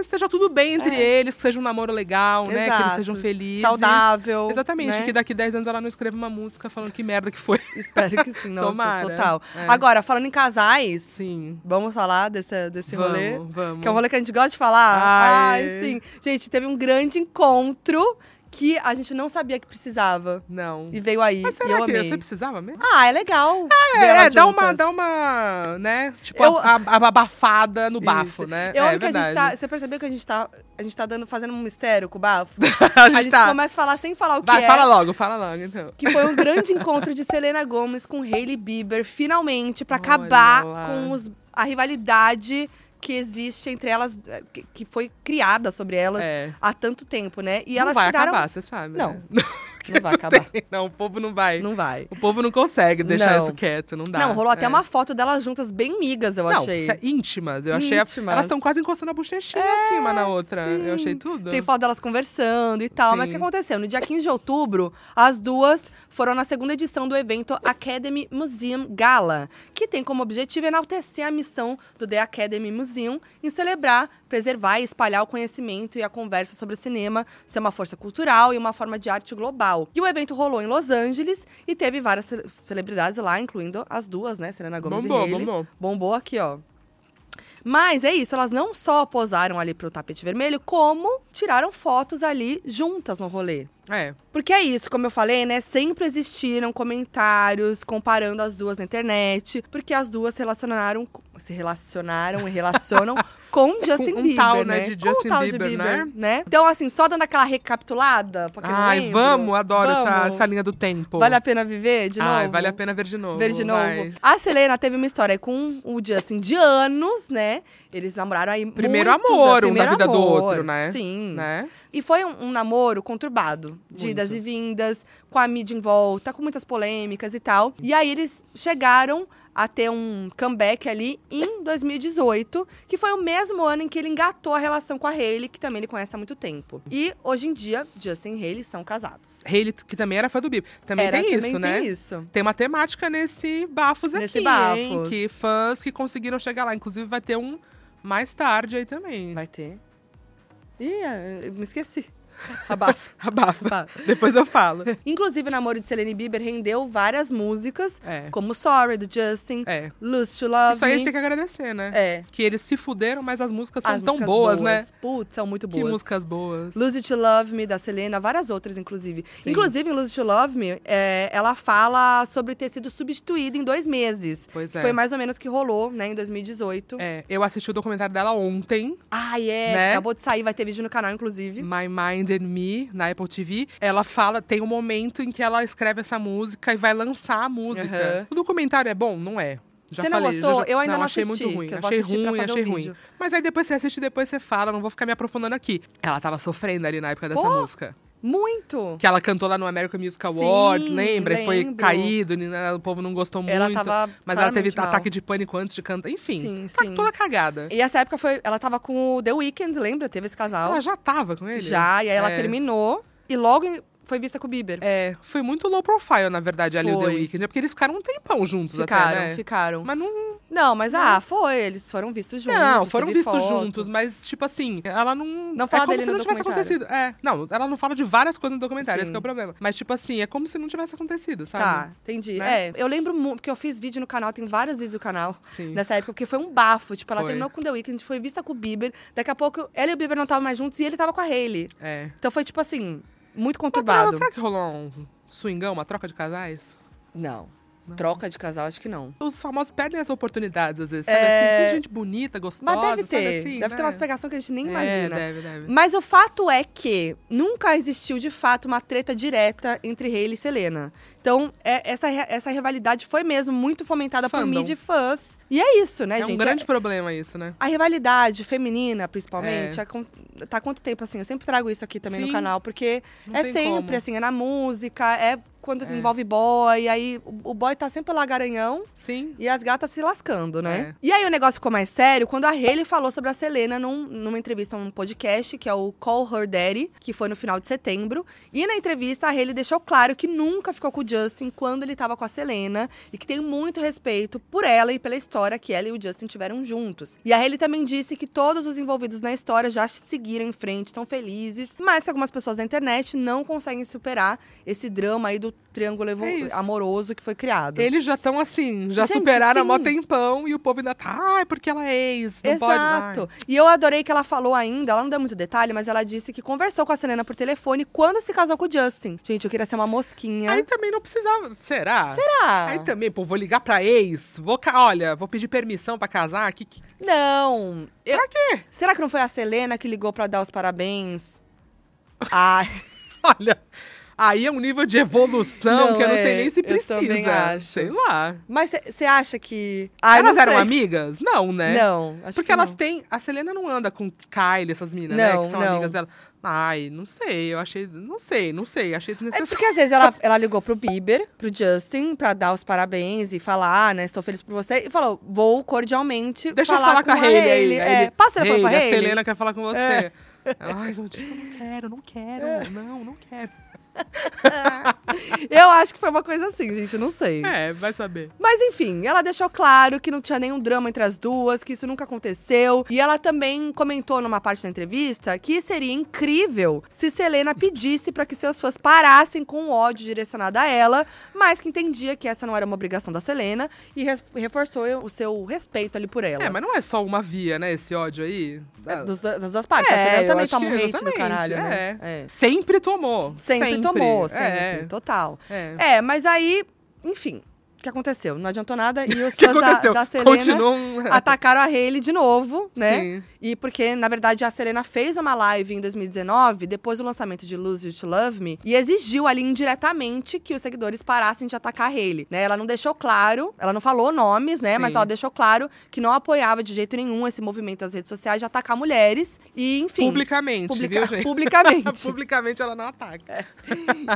B: esteja tudo bem entre eles, que seja um namoro legal, né? Que eles
A: É. Exato.
B: sejam felizes.
A: Saudável.
B: Exatamente,
A: né?
B: que daqui 10 anos ela não escreva uma música falando que merda que foi.
A: <laughs> Espero que sim, nossa,
B: Tomara.
A: total.
B: É.
A: Agora, falando em casais,
B: Sim.
A: vamos falar desse, desse rolê?
B: Vamos, vamos.
A: Que é um rolê que a gente gosta de falar?
B: Ai.
A: Ai, sim. Gente, teve um grande encontro que a gente não sabia que precisava.
B: Não.
A: E veio aí.
B: Mas
A: e eu
B: será que
A: amei.
B: você precisava mesmo?
A: Ah, é legal. ver
B: É,
A: elas
B: dá uma,
A: juntas.
B: dá uma, né? Tipo,
A: Eu-
B: a, a- a abafada no bafo,
A: Isso.
B: né?
A: Eu
B: é,
A: amo que a gente tá.
B: verdade.
A: Você percebeu que a gente tá, a gente tá dando, fazendo um mistério com o bafo?
B: <laughs> a gente, tá...
A: começa a falar sem falar o que
B: Vai,
A: é.
B: fala logo, fala logo, então.
A: Que foi um grande encontro de Selena Gomes com Hailey Bieber, finalmente, pra
B: Olha
A: acabar
B: lá.
A: com os- a rivalidade que existe entre elas, eh, que, que foi criada sobre elas
B: É.
A: há tanto tempo, né? E
B: não
A: elas
B: vai
A: tiraram.
B: acabar, você sabe,
A: Não.
B: né?
A: <laughs> Não vai acabar.
B: <laughs> Não, o povo não vai.
A: Não vai.
B: O povo não consegue deixar
A: Não.
B: isso quieto, não dá.
A: não, rolou até
B: É.
A: uma foto delas juntas bem migas, eu
B: não,
A: achei.
B: isso é íntimas. Eu achei. a-
A: Íntimas. É,
B: Elas estão quase encostando a bochechinha assim uma na outra.
A: sim.
B: Eu achei tudo.
A: Tem foto delas conversando e tal. Mas o que
B: Sim.
A: aconteceu? No dia 15 de outubro, as duas foram na segunda edição do evento Academy Museum Gala, que tem como objetivo enaltecer a missão do The Academy Museum em celebrar, preservar e espalhar o conhecimento e a conversa sobre o cinema, ser uma força cultural e uma forma de arte global. E o evento rolou em Los Angeles e teve várias ce- celebridades lá, incluindo as duas, né? Serena Gomes e
B: Bombou,
A: Hailey.
B: bombou.
A: Bombou aqui, ó. Mas é isso, elas não só posaram ali pro tapete vermelho, como tiraram fotos ali juntas no rolê.
B: É.
A: Porque é isso, como eu falei, né? Sempre existiram comentários comparando as duas na internet, porque as duas se relacionaram, co- se relacionaram e
B: <laughs>
A: relacionam com Justin
B: um
A: Bieber,
B: tal, né, de
A: com
B: Justin
A: o tal
B: Bieber,
A: de Bieber,
B: né?
A: Então, assim, só dando aquela recapitulada, pra quem não
B: Ai,
A: lembra.
B: vamos, adoro Essa,
A: Vamos.
B: essa linha do tempo.
A: Vale a pena viver de novo?
B: Ai, vale a pena ver de novo.
A: Ver de novo.
B: vai.
A: A Selena teve uma história com o Justin de anos, né? Eles namoraram aí
B: Primeiro
A: muitos
B: amor,
A: anos-
B: um da vida do
A: amor,
B: outro, né?
A: Sim.
B: Né?
A: E foi um, um namoro conturbado. De
B: Muito.
A: idas e vindas, com a mídia em volta, com muitas polêmicas e tal. E aí eles chegaram a ter um comeback ali em 2018, que foi o mesmo ano em que ele engatou a relação com a Hailey, que também ele conhece há muito tempo. E hoje em dia, Justin e Hailey são casados.
B: Hailey, que também era fã do Bieber. Também
A: Era,
B: tem isso,
A: também
B: né?
A: Tem isso.
B: Tem uma temática nesse Bafos
A: Nesse
B: aqui, hein?
A: Bafos.
B: Que fãs que conseguiram chegar lá. Inclusive, vai ter um mais tarde aí também.
A: Vai ter. Ih, é, eu me
B: <laughs>
A: esqueci. Abafa.
B: Abafa.
A: abafa.
B: <laughs> Depois
A: <laughs>
B: eu falo.
A: Inclusive, o namoro de Selene Bieber rendeu várias músicas,
B: É.
A: como Sorry, do Justin,
B: É.
A: Lose to Love
B: Isso aí a gente tem
A: Me.
B: que agradecer, né?
A: É.
B: Que eles se fuderam, mas as músicas são
A: as
B: tão
A: músicas
B: boas, né?
A: Putz, são muito
B: Que
A: boas.
B: músicas boas.
A: Lose It to Love Me, da Selena, várias outras, inclusive.
B: Sim.
A: Inclusive, em Lose It to Love Me, é, ela fala sobre ter sido substituída em dois meses.
B: Pois é.
A: Foi mais ou menos o que rolou, né, em 2018.
B: É, eu assisti o documentário dela ontem,
A: Ai, é,
B: Né? Hum.
A: acabou de sair, vai ter vídeo no canal, inclusive.
B: My Mind and Me, na Apple TV. Ela fala, tem um momento em que ela escreve essa música e vai lançar a música.
A: Aham.
B: O documentário é bom? Não é. Já
A: Você não
B: falei,
A: gostou?
B: já-
A: Eu ainda não
B: achei
A: assisti,
B: muito ruim.
A: que eu vou
B: achei
A: assistir pra
B: ruim,
A: fazer o
B: achei ruim.
A: vídeo.
B: Mas aí depois você assiste, depois você fala, não vou ficar me aprofundando aqui. Ela tava sofrendo ali na época dessa
A: Pô!
B: música.
A: Muito!
B: Que ela cantou lá no American Music Awards,
A: Sim,
B: lembra? E foi
A: lembro.
B: caído, né, o povo não gostou
A: Ela
B: muito.
A: tava
B: mas ela teve
A: claramente mal.
B: ataque de pânico antes de cantar. Enfim,
A: Sim,
B: tá
A: sim.
B: toda cagada.
A: E essa época foi. Ela tava com o The Weeknd, lembra? Teve esse casal.
B: Ela Ah, já tava com ele?
A: Já, e aí ela
B: É.
A: terminou. E logo em- foi vista com o Bieber.
B: É, foi muito low profile, na verdade, ali o The
A: Foi.
B: Weeknd. É porque eles ficaram um tempão juntos
A: Ficaram,
B: até, né?
A: ficaram.
B: Mas não,
A: Não, mas ah, foi. Eles foram vistos juntos.
B: não foram
A: teve
B: vistos
A: foto.
B: juntos, mas, tipo assim, ela não.
A: Não fala
B: é como
A: dele
B: se
A: no
B: não tivesse
A: documentário.
B: acontecido. É, não, ela não fala de várias coisas no documentário, esse
A: Sim.
B: que é o problema. Mas, tipo assim, é como se não tivesse acontecido, sabe?
A: Tá, entendi.
B: Né?
A: É, eu lembro muito, porque eu fiz vídeo no canal, tem vários vídeos do canal.
B: Sim.
A: Nessa época, porque foi um bafo. Tipo, ela
B: Foi.
A: terminou com o The Weeknd, foi vista com o Bieber. Daqui a pouco, ela e o Bieber não estavam mais juntos e ele tava com a Hailey.
B: É.
A: Então foi, tipo assim, muito
B: Mas, Paula,
A: conturbado.
B: será que rolou um swingão, uma troca de casais?
A: Não. Troca de casal, acho que não.
B: Os famosos perdem as oportunidades, às vezes. Sabe assim, tanta gente bonita, gostosa.
A: Mas deve
B: sabe
A: ter.
B: assim,
A: deve ter
B: né?
A: umas pegação que a gente nem
B: É,
A: imagina.
B: Deve, deve.
A: Mas o fato é que nunca existiu, de fato, uma treta direta entre Hailey e Selena. Então, é- essa, re- essa rivalidade foi mesmo muito fomentada por
B: Fandom.
A: mídia e fãs. E é isso, né,
B: É,
A: gente?
B: um grande problema isso, né?
A: A rivalidade feminina, principalmente,
B: É.
A: é com- tá há quanto tempo assim? Eu sempre trago isso aqui também no
B: Sim.
A: canal, porque
B: Não
A: é
B: tem
A: sempre
B: como.
A: assim, é na música, é quando envolve boy, aí o o boy tá sempre lá garanhão
B: Sim.
A: e as gatas se lascando, né?
B: É.
A: E aí o negócio ficou mais sério quando a Hailey falou sobre a Selena num- numa entrevista num podcast, que é o Call Her Daddy, que foi no final de setembro. E na entrevista, a Hailey deixou claro que nunca ficou com o Justin quando ele tava com a Selena e que tem muito respeito por ela e pela história que ela e o Justin tiveram juntos. E a Hailey também disse que todos os envolvidos na história já se seguiram em frente, estão felizes, mas que algumas pessoas da internet não conseguem superar esse drama aí do triângulo evo-
B: É isso. É
A: amoroso que foi criado.
B: Eles já estão assim, já
A: Né? Gente,
B: superaram
A: sim.
B: há mó tempão e o povo ainda tá. Ah, é porque ela é ex, não pode.
A: Exato.
B: Ai.
A: E eu adorei que ela falou ainda, ela não deu muito detalhe, mas ela disse que conversou com a Selena por telefone quando se casou com o Justin. Gente, eu queria ser uma mosquinha.
B: Aí também não precisava. Será?
A: É. Será?
B: Aí também, pô, vou ligar pra ex. Vou, ca- olha, vou pedir permissão pra casar. Que, <laughs> que-
A: Não. Eu-
B: Pra quê?
A: Será que não foi a Selena que ligou pra dar os parabéns? Ai,
B: Olha. Aí é um nível de evolução
A: Não,
B: que eu não
A: é,
B: sei nem se
A: eu
B: precisa.
A: também acho.
B: Sei lá.
A: mas você acha que. Ai,
B: elas
A: não
B: eram
A: sei.
B: amigas? Não, né?
A: Não, acho
B: Porque
A: que
B: elas
A: não.
B: têm. A Selena não anda com Kylie, essas minas, né?
A: Não,
B: Que são
A: não.
B: amigas dela. Ai, não sei, eu achei. Não sei, não sei, achei
A: É
B: desnecessário.
A: porque às vezes ela, ela ligou pro Bieber, pro Justin, pra dar os parabéns e falar, né? Estou feliz por você. E falou: vou cordialmente.
B: <laughs> Deixa eu
A: falar
B: falar com, a Hailey aí.
A: Hailey.
B: Aí
A: É,
B: ele,
A: passa o telefone pra É.
B: Hailey,
A: Hailey.
B: A Selena quer falar com você. <laughs> Ai, meu Deus, É. eu não quero, não quero. Não, não quero.
A: <laughs> Eu acho que foi uma coisa assim, gente, não sei.
B: É, vai saber.
A: Mas enfim, ela deixou claro que não tinha nenhum drama entre as duas, que isso nunca aconteceu. E ela também comentou numa parte da entrevista que seria incrível se Selena pedisse pra que seus fãs parassem com o ódio direcionado a ela, mas que entendia que essa não era uma obrigação da Selena e res- reforçou o seu respeito ali por ela.
B: É, mas não é só uma via, né, esse ódio aí.
A: É, dos- das duas partes. a Selena
B: eu
A: também
B: acho
A: toma um
B: que-
A: hate do
B: exatamente,
A: caralho, né?
B: é.
A: É.
B: Sempre tomou.
A: Sempre, tomou, sempre,
B: É,
A: total.
B: é.
A: É, mas aí, enfim, o que aconteceu? Não adiantou nada
B: <laughs>
A: e os
B: O que
A: fãs da,
B: aconteceu?
A: da Selena <laughs>
B: Continuam.
A: atacaram a Hailey de novo, né?
B: Sim.
A: E porque, na verdade, a Selena fez uma live em 2019, depois do lançamento de Lose You to Love Me, e exigiu ali indiretamente que os seguidores parassem de atacar a Hailey, né? Ela não deixou claro, ela não falou nomes, né? Mas
B: Sim.
A: ela deixou claro que não apoiava de jeito nenhum esse movimento das redes sociais de atacar mulheres e, enfim,
B: Publicamente,
A: publica-
B: viu, gente?
A: publicamente.
B: <laughs>
A: É.
B: Publicamente ela não ataca.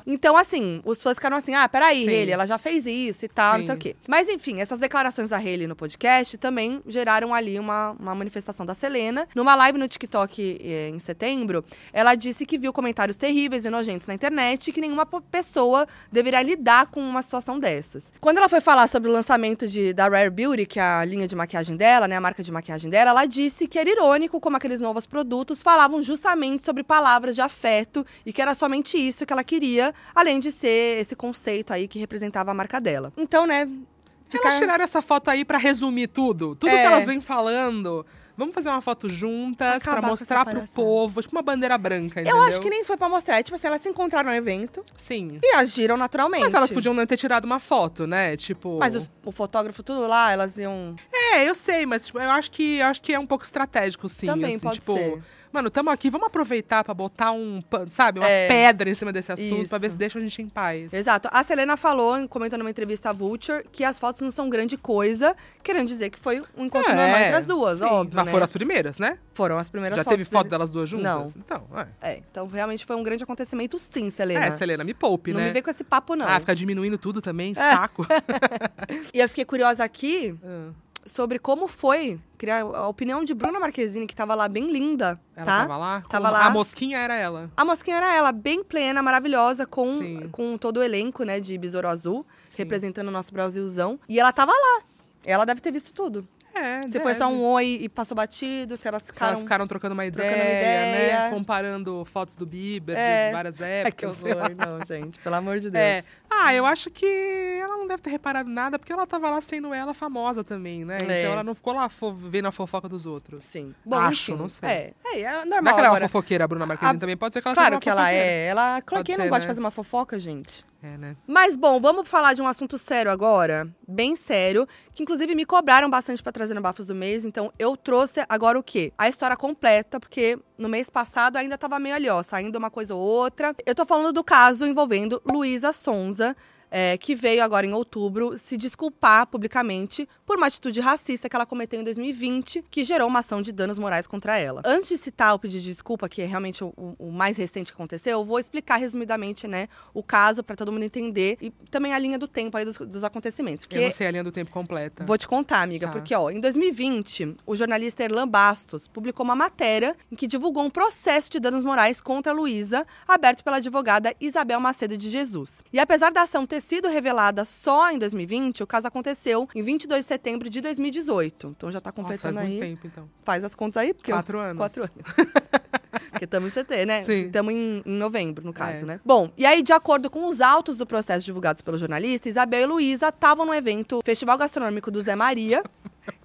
A: Então, assim, os fãs ficaram assim: ah, peraí,
B: Sim.
A: Hailey, ela já fez isso e tal, não sei o
B: Sim.
A: quê. Mas, enfim, essas declarações da Hailey no podcast também geraram ali uma, uma manifestação da Selena. Numa live no TikTok eh, em setembro, ela disse que viu comentários terríveis e nojentos na internet e que nenhuma po- pessoa deveria lidar com uma situação dessas. Quando ela foi falar Ah, sobre o lançamento de, da Rare Beauty, que é a linha de maquiagem dela, né, a marca de maquiagem dela, ela disse que era irônico como aqueles novos produtos falavam justamente sobre palavras de afeto e que era somente isso que ela queria, além de ser esse conceito aí que representava a marca dela. Então, né,
B: Elas
A: ficar...
B: tiraram essa foto aí pra resumir tudo. Tudo
A: É.
B: que elas vêm falando. Vamos fazer uma foto juntas
A: Acabar
B: pra
A: com
B: mostrar
A: essa
B: pro
A: palhaçada.
B: povo. Tipo uma bandeira branca, entendeu?
A: Eu acho que nem foi pra mostrar, é tipo assim, elas se encontraram no evento
B: Sim.
A: e agiram naturalmente.
B: Mas elas podiam não ter tirado uma foto, né? Tipo.
A: Mas os- o fotógrafo tudo lá, elas iam...
B: É, eu sei, mas tipo, eu acho que eu acho que é um pouco estratégico, sim.
A: Também
B: assim,
A: pode
B: tipo,
A: ser.
B: mano, tamo aqui, vamos aproveitar pra botar um, pan- sabe, uma
A: É.
B: pedra em cima desse assunto pra ver
A: Isso.
B: se deixa a gente em paz.
A: Exato. A Selena falou, comentou numa entrevista à Vulture, que as fotos não são grande coisa, querendo dizer que foi um encontro normal entre as duas,
B: É, sim.
A: óbvio,
B: Mas
A: né?
B: foram as primeiras, né?
A: Foram as primeiras
B: Já
A: fotos.
B: teve foto
A: dele.
B: delas duas
A: Não.
B: juntas? Então, é.
A: É, então realmente foi um grande acontecimento sim, Selena.
B: É, Selena, me poupe,
A: não
B: né?
A: me vê com esse papo, não. É.
B: Ah, fica diminuindo tudo
A: <laughs>
B: também, saco.
A: E eu fiquei curiosa aqui
B: Ah,
A: sobre como foi criar a opinião de Bruna Marquezine, que tava lá bem linda,
B: ela
A: tá?
B: tava lá?
A: Tava
B: Como-
A: lá.
B: A mosquinha era ela.
A: A mosquinha era ela, bem plena, maravilhosa, com,
B: Sim.
A: com todo o elenco, né, de Besouro Azul,
B: Sim.
A: representando o nosso Brasilzão. E ela tava lá. Ela deve ter visto tudo.
B: É,
A: Se foi
B: deve.
A: só um oi e passou batido, se elas
B: Se elas
A: ficaram...
B: ficaram trocando uma ideia,
A: trocando uma ideia.
B: né? Comparando fotos do Bieber,
A: É.
B: de várias
A: Ai, que
B: épocas.
A: horror, não, gente. Pelo amor de Deus.
B: É. Ah, eu acho que ela não deve ter reparado nada, porque ela tava lá sendo ela famosa também, né?
A: É.
B: Então ela não ficou lá fo- vendo a fofoca dos outros.
A: Sim.
B: Acho,
A: enfim,
B: não sei.
A: É, é, é
B: Não é
A: normal
B: que ela é uma
A: agora.
B: fofoqueira, a Bruna Marquezine
A: A-
B: também pode ser que ela seja
A: Claro
B: uma
A: que ela
B: fofoqueira.
A: é. Ela, claro,
B: Pode
A: quem não
B: ser,
A: gosta de
B: né?
A: fazer uma fofoca, gente?
B: É, né?
A: Mas bom, vamos falar de um assunto sério agora, bem sério, que inclusive me cobraram bastante pra trazer no Bafos do Mês, então eu trouxe agora o quê? A história completa, porque no mês passado ainda tava meio ali, ó, saindo uma coisa ou outra. Eu tô falando do caso envolvendo Luísa Sonza, é, que veio agora em outubro se desculpar publicamente por uma atitude racista que ela cometeu em 2020, que gerou uma ação de danos morais contra ela. Antes de citar o pedido de desculpa, que é realmente o, o- o mais recente que aconteceu, eu vou explicar resumidamente, né, o caso pra todo mundo entender e também a linha do tempo aí dos, dos acontecimentos.
B: Eu
A: Porque
B: não sei a linha do tempo completa.
A: Vou te contar, amiga,
B: Tá.
A: porque ó, em 2020, o jornalista Erlan Bastos publicou uma matéria em que divulgou um processo de danos morais contra a Luísa, aberto pela advogada Isabel Macedo de Jesus. E apesar da ação ter sido revelada só em 2020, o caso aconteceu em 22 de setembro de 2018. Então já tá
B: Nossa, faz
A: completando
B: muito
A: aí.
B: tempo, então.
A: Faz as contas aí, porque eu-
B: Quatro anos.
A: Quatro anos.
B: <laughs>
A: Porque estamos em CT, né?
B: Sim.
A: Estamos em, em novembro, no caso,
B: É.
A: né? Bom, e aí, de acordo com os autos do processo divulgados pelo jornalista, Isabel e Luísa estavam no evento Festival Gastronômico do Zé
B: <laughs>
A: Maria,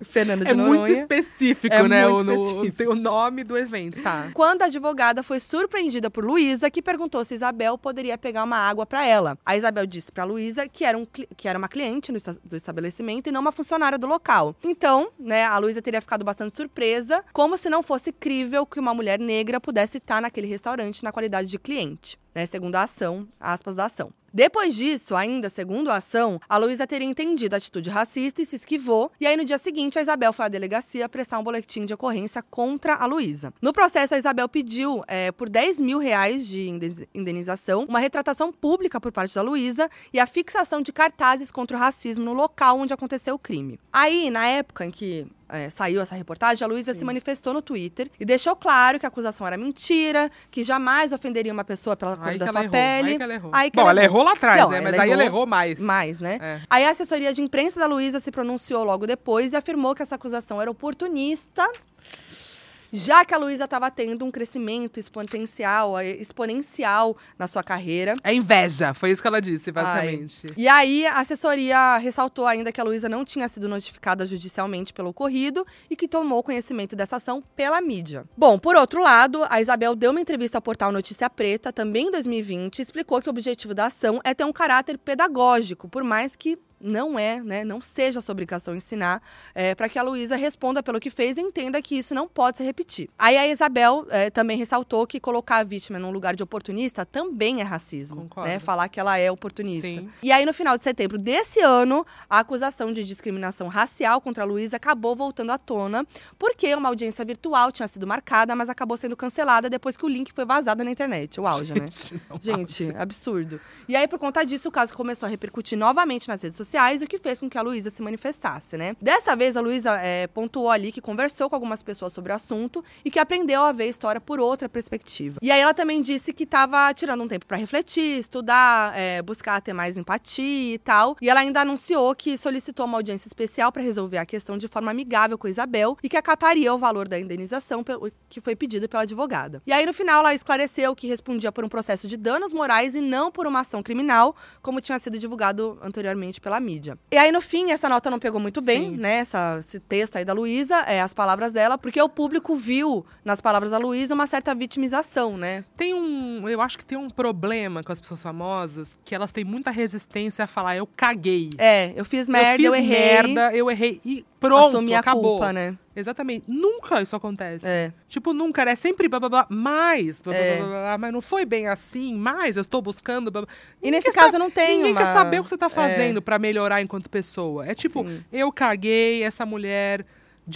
A: em Fernando de
B: É muito
A: Noronha.
B: específico,
A: É
B: né?
A: muito
B: o, no-
A: específico.
B: tem o nome do evento, tá.
A: Quando a advogada foi surpreendida por Luísa, que perguntou se Isabel poderia pegar uma água para ela. A Isabel disse para Luísa que, era um cli- que era uma cliente no esta- do estabelecimento e não uma funcionária do local. Então, né, a Luísa teria ficado bastante surpresa, como se não fosse crível que uma mulher negra pudesse estar naquele restaurante na qualidade de cliente, né, segundo a ação, aspas da ação. Depois disso, ainda segundo a ação, a Luísa teria entendido a atitude racista e se esquivou. E aí, no dia seguinte, a Isabel foi à delegacia prestar um boletim de ocorrência contra a Luísa. No processo, a Isabel pediu eh, por 10 mil reais de inden- indenização, uma retratação pública por parte da Luísa e a fixação de cartazes contra o racismo no local onde aconteceu o crime. Aí, na época em que é, saiu essa reportagem, a Luísa se manifestou no Twitter e deixou claro que a acusação era mentira, que jamais ofenderia uma pessoa pela cor
B: Aí que
A: da
B: ela
A: sua
B: errou.
A: pele.
B: Aí que ela errou.
A: Aí que
B: Bom,
A: ela
B: ela
A: errou.
B: errou lá atrás,
A: Não,
B: né?
A: ela
B: Mas aí ela
A: errou
B: errou mais.
A: Mais, né?
B: É.
A: Aí a assessoria de imprensa da Luísa se pronunciou logo depois e afirmou que essa acusação era oportunista, já que a Luísa estava tendo um crescimento exponencial, eh, exponencial na sua carreira.
B: É inveja, foi isso que ela disse, basicamente.
A: E aí, a assessoria ressaltou ainda que a Luísa não tinha sido notificada judicialmente pelo ocorrido e que tomou conhecimento dessa ação pela mídia. Bom, por outro lado, a Isabel deu uma entrevista ao portal Notícia Preta, também em 2020, e explicou que o objetivo da ação é ter um caráter pedagógico, por mais que não é, né, não seja sua obrigação ensinar, para que a Luísa responda pelo que fez e entenda que isso não pode se repetir. Aí a Isabel é, também ressaltou que colocar a vítima num lugar de oportunista também é racismo,
B: Concordo.
A: né? Falar que ela é oportunista.
B: Sim.
A: E aí, no final de setembro desse ano, a acusação de discriminação racial contra a Luísa acabou voltando à tona, porque uma audiência virtual tinha sido marcada, mas acabou sendo cancelada depois que o link foi vazado na internet. O auge,
B: <laughs>
A: né? <laughs>
B: não
A: Gente,
B: acho.
A: absurdo. E aí, por conta disso, o caso começou a repercutir novamente nas redes sociais, o que fez com que a Luísa se manifestasse, né? Dessa vez, a Luísa eh, pontuou ali que conversou com algumas pessoas sobre o assunto e que aprendeu a ver a história por outra perspectiva. E aí, ela também disse que estava tirando um tempo para refletir, estudar, eh, buscar ter mais empatia e tal. E ela ainda anunciou que solicitou uma audiência especial para resolver a questão de forma amigável com a Isabel e que acataria o valor da indenização pelo- que foi pedido pela advogada. E aí, no final, ela esclareceu que respondia por um processo de danos morais e não por uma ação criminal, como tinha sido divulgado anteriormente pela mídia. E aí, no fim, essa nota não pegou muito bem,
B: Sim.
A: né? Essa, esse texto aí da Luísa, é, as palavras dela, porque o público viu nas palavras da Luísa uma certa vitimização, né?
B: Tem um. Eu acho que tem um problema com as pessoas famosas que elas têm muita resistência a falar, eu caguei.
A: É, eu fiz merda, eu,
B: eu fiz
A: errei.
B: merda, eu errei e pronto,
A: assumi a
B: acabou.
A: culpa, né?
B: Exatamente. Nunca isso acontece.
A: É.
B: Tipo, nunca, né? Sempre blá blá blá, mas, blá, blá,
A: É.
B: blá, blá, blá, mas não foi bem assim, mas eu estou buscando. Blá, blá.
A: E
B: Ninguém
A: nesse
B: quer
A: caso
B: sa-
A: não tem
B: Ninguém quer
A: uma- É.
B: saber o que você tá fazendo pra melhorar enquanto pessoa. É tipo,
A: Sim.
B: eu caguei, essa mulher,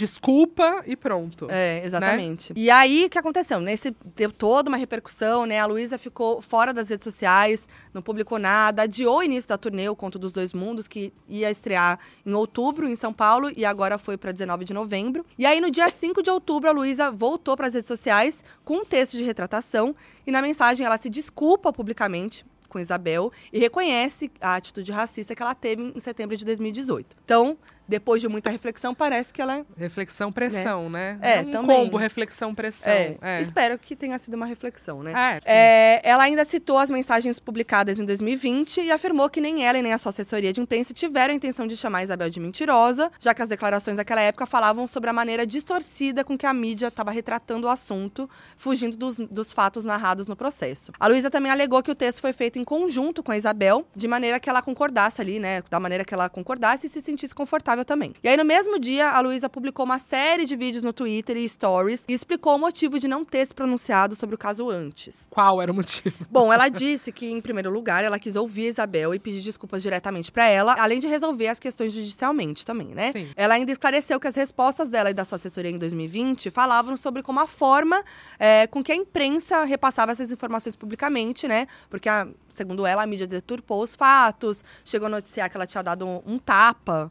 B: desculpa e pronto.
A: É, exatamente. E aí, o que aconteceu? Nesse, deu toda uma repercussão, né? A Luísa ficou fora das redes sociais, não publicou nada, adiou o início da turnê, o Conto dos Dois Mundos, que ia estrear em outubro em São Paulo e agora foi para 19 de novembro. E aí, no dia 5 de outubro, a Luísa voltou para as redes sociais com um texto de retratação e na mensagem ela se desculpa publicamente com Isabel e reconhece a atitude racista que ela teve em setembro de 2018. Então, depois de muita reflexão, parece que ela
B: Reflexão, pressão, né?
A: É,
B: um
A: também.
B: combo, reflexão, pressão.
A: É,
B: É. é. Ah,
A: Espero que tenha sido uma reflexão, né?
B: sim.
A: É, ela ainda citou as mensagens publicadas em 2020 e afirmou que nem ela e nem a sua assessoria de imprensa tiveram a intenção de chamar a Isabel de mentirosa, já que as declarações daquela época falavam sobre a maneira distorcida com que a mídia estava retratando o assunto, fugindo dos, dos fatos narrados no processo. A Luísa também alegou que o texto foi feito em conjunto com a Isabel, de maneira que ela concordasse ali, né? Da maneira que ela concordasse e se sentisse confortável também. E aí, no mesmo dia, a Luísa publicou uma série de vídeos no Twitter e stories e explicou o motivo de não ter se pronunciado sobre o caso antes.
B: Qual era o motivo?
A: Bom, ela disse que, em primeiro lugar, ela quis ouvir a Isabel e pedir desculpas diretamente pra ela, além de resolver as questões judicialmente também, né?
B: Sim.
A: Ela ainda esclareceu que as respostas dela e da sua assessoria em 2020 falavam sobre como a forma eh, com que a imprensa repassava essas informações publicamente, né? Porque, a- segundo ela, a mídia deturpou os fatos, chegou a noticiar que ela tinha dado um, um tapa.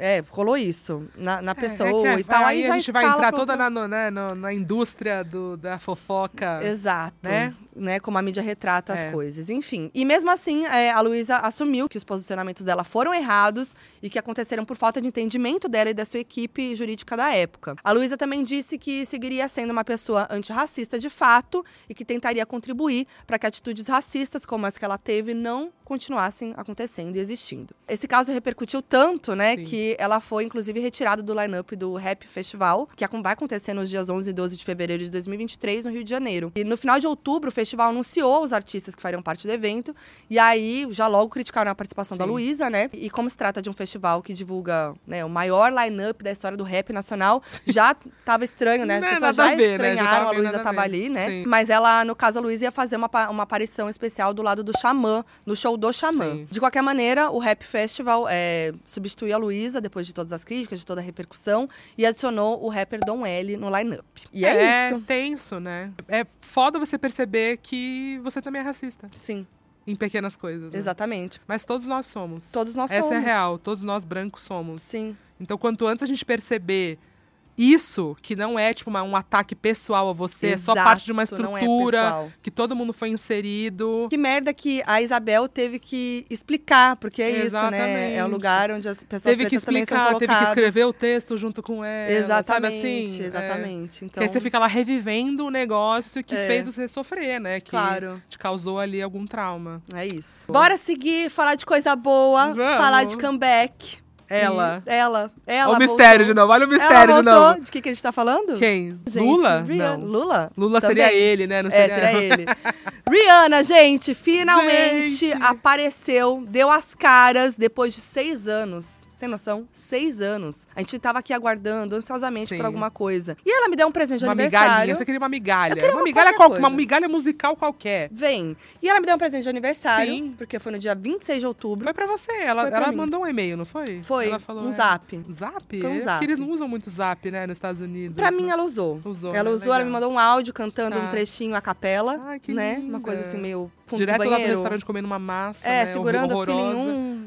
A: É, rolou isso na, na pessoa
B: É, é que
A: e tal.
B: Aí,
A: já
B: a gente vai
A: escala
B: entrar
A: pra
B: toda
A: outra-
B: na, no- né, no- na indústria do- da fofoca.
A: Exato. Né?
B: né?
A: Como a mídia retrata as
B: É.
A: coisas. Enfim. E mesmo assim, é, a Luísa assumiu que os posicionamentos dela foram errados e que aconteceram por falta de entendimento dela e da sua equipe jurídica da época. A Luísa também disse que seguiria sendo uma pessoa antirracista de fato e que tentaria contribuir para que atitudes racistas como as que ela teve não continuassem acontecendo e existindo. Esse caso repercutiu tanto, né,
B: Sim.
A: que ela foi inclusive retirada do line-up do Rap Festival, que acon- vai acontecer nos dias 11 e 12 de fevereiro de 2023 no Rio de Janeiro. E no final de outubro, o festival festival anunciou os artistas que fariam parte do evento. E aí, já logo criticaram a participação da
B: Sim.
A: Luísa, né? E como se trata de um festival que divulga né, o maior line-up da história do rap nacional, já tava estranho, né? As
B: Não é
A: pessoas
B: nada
A: já
B: a ver, né? Já
A: estranharam
B: tava
A: a
B: bem
A: Luísa
B: nada a
A: tava
B: ver.
A: ali, né?
B: Sim.
A: Mas ela, no caso, a Luísa ia fazer uma, pa- uma aparição especial do lado do Xamã, no show do Xamã.
B: Sim.
A: De qualquer maneira, o Rap Festival é, substituiu a Luísa, depois de todas as críticas, de toda a repercussão, e adicionou o rapper Dom L no line-up. E é, isso.
B: tenso, né? É foda você perceber que você também é racista
A: Sim,
B: em pequenas coisas. né?
A: exatamente.
B: Mas todos nós somos.
A: Todos nós
B: Essa é
A: somos.
B: real, todos nós brancos somos.
A: Sim,
B: Então, quanto antes a gente perceber isso, que não é tipo uma- um ataque pessoal a você, é só
A: Exato,
B: parte de uma
A: não é
B: estrutura,
A: pessoal.
B: que todo mundo foi inserido.
A: Que merda que a Isabel teve que explicar, porque é isso, né? É um
B: Exatamente.
A: lugar onde as pessoas
B: Teve que
A: pretas também são
B: explicar, teve que
A: colocadas.
B: escrever o texto junto com ela.
A: Exatamente,
B: sabe assim? É.
A: exatamente.
B: Que aí
A: Então,
B: você fica lá revivendo o negócio que
A: É.
B: fez você sofrer, né? Que
A: Claro.
B: te causou ali algum trauma.
A: é isso. Bora seguir, falar de coisa boa,
B: Vamos.
A: falar de comeback.
B: Ela.
A: E ela, ela.
B: Olha o mistério de
A: voltou.
B: novo, olha o
A: Ela
B: mistério de
A: voltou.
B: novo.
A: De que que a gente tá falando?
B: Quem?
A: Gente,
B: Lula?
A: Rihanna.
B: Não.
A: Lula?
B: Lula
A: Também.
B: seria ele, né? Não
A: É,
B: seria
A: seria ele. Rihanna, gente, finalmente
B: Gente.
A: apareceu, deu as caras depois de seis anos. Você Tem noção? Seis anos. A gente tava aqui aguardando ansiosamente
B: Sim.
A: por alguma coisa. E ela me deu um presente de
B: Uma migalhinha,
A: aniversário.
B: você queria uma migalha.
A: Eu queria
B: uma,
A: uma
B: migalha
A: qualquer
B: qual- uma
A: coisa.
B: migalha musical qualquer.
A: Vem. E ela me deu um presente de aniversário,
B: Sim.
A: porque foi no dia 26 de outubro.
B: Foi pra você. Ela,
A: Foi pra
B: ela
A: mim.
B: mandou um e-mail, não foi?
A: Foi,
B: Ela falou,
A: um
B: é.
A: zap.
B: Zap?
A: Foi um
B: É,
A: zap.
B: Porque eles não usam muito zap, né, nos Estados Unidos.
A: Pra mim, ela usou.
B: Usou,
A: ela
B: né?
A: usou, ela
B: Legal.
A: me mandou um áudio cantando
B: Tá.
A: um trechinho a capela.
B: Ai, que
A: né?
B: linda.
A: Uma coisa assim, meio fundo
B: Direto
A: de
B: lá do
A: banheiro.
B: restaurante comendo uma massa.
A: É,
B: né,
A: segurando o filho
B: horrorosa.
A: em um,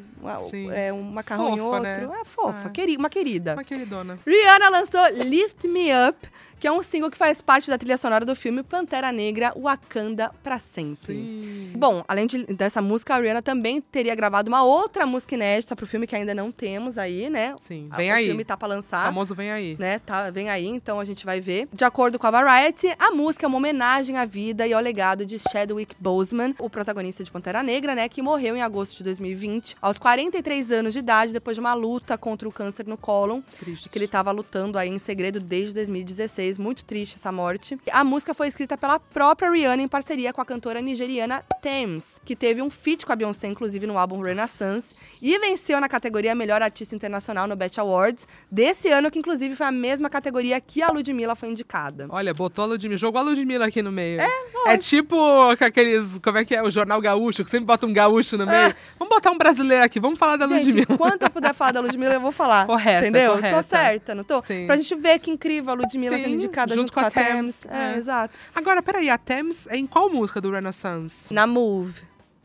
B: Sim.
A: uma, é, um macarrão em
B: Fofa,
A: outro.
B: né?
A: É fofa,
B: Ah.
A: queri- uma querida.
B: Uma queridona.
A: Rihanna lançou Lift Me Up, que é um single que faz parte da trilha sonora do filme Pantera Negra Wakanda pra sempre.
B: Sim.
A: Bom, além de- dessa música, a Rihanna também teria gravado uma outra música inédita pro filme que ainda não temos aí, né?
B: Sim,
A: A-
B: vem
A: o
B: aí.
A: filme tá pra lançar.
B: Famoso vem aí.
A: Né, tá, vem aí, então a gente vai ver. De acordo com a Variety, a música é uma homenagem à vida e ao legado de Chadwick Boseman, o protagonista de Pantera Negra, né, que morreu em agosto de 2020, aos 43 anos de idade, depois de uma luta contra o câncer no cólon,
B: Triste.
A: que ele tava lutando aí em segredo desde 2016. Muito triste essa morte. A música foi escrita pela própria Rihanna em parceria com a cantora nigeriana Thames, que teve um feat com a Beyoncé, inclusive, no álbum Renaissance, e venceu na categoria Melhor Artista Internacional no BET Awards desse ano, que inclusive foi a mesma categoria que a Ludmilla foi indicada.
B: Olha, botou a Ludmilla, jogou a Ludmilla aqui no meio. É, tipo com aqueles, como é que é, o Jornal Gaúcho, que sempre bota um gaúcho no meio. Vamos botar um brasileiro aqui, vamos falar da
A: É. Gente,
B: Ludmilla.
A: enquanto eu puder falar da Ludmilla, eu vou falar.
B: Correta,
A: Entendeu? Tô
B: correta.
A: certa, não tô?
B: Sim.
A: Pra gente ver que incrível a Ludmilla
B: Sim,
A: sendo indicada junto, com a Thames. É,
B: é.
A: exato.
B: <laughs> Agora, peraí, a Thames é em qual música do Renaissance?
A: Na Move.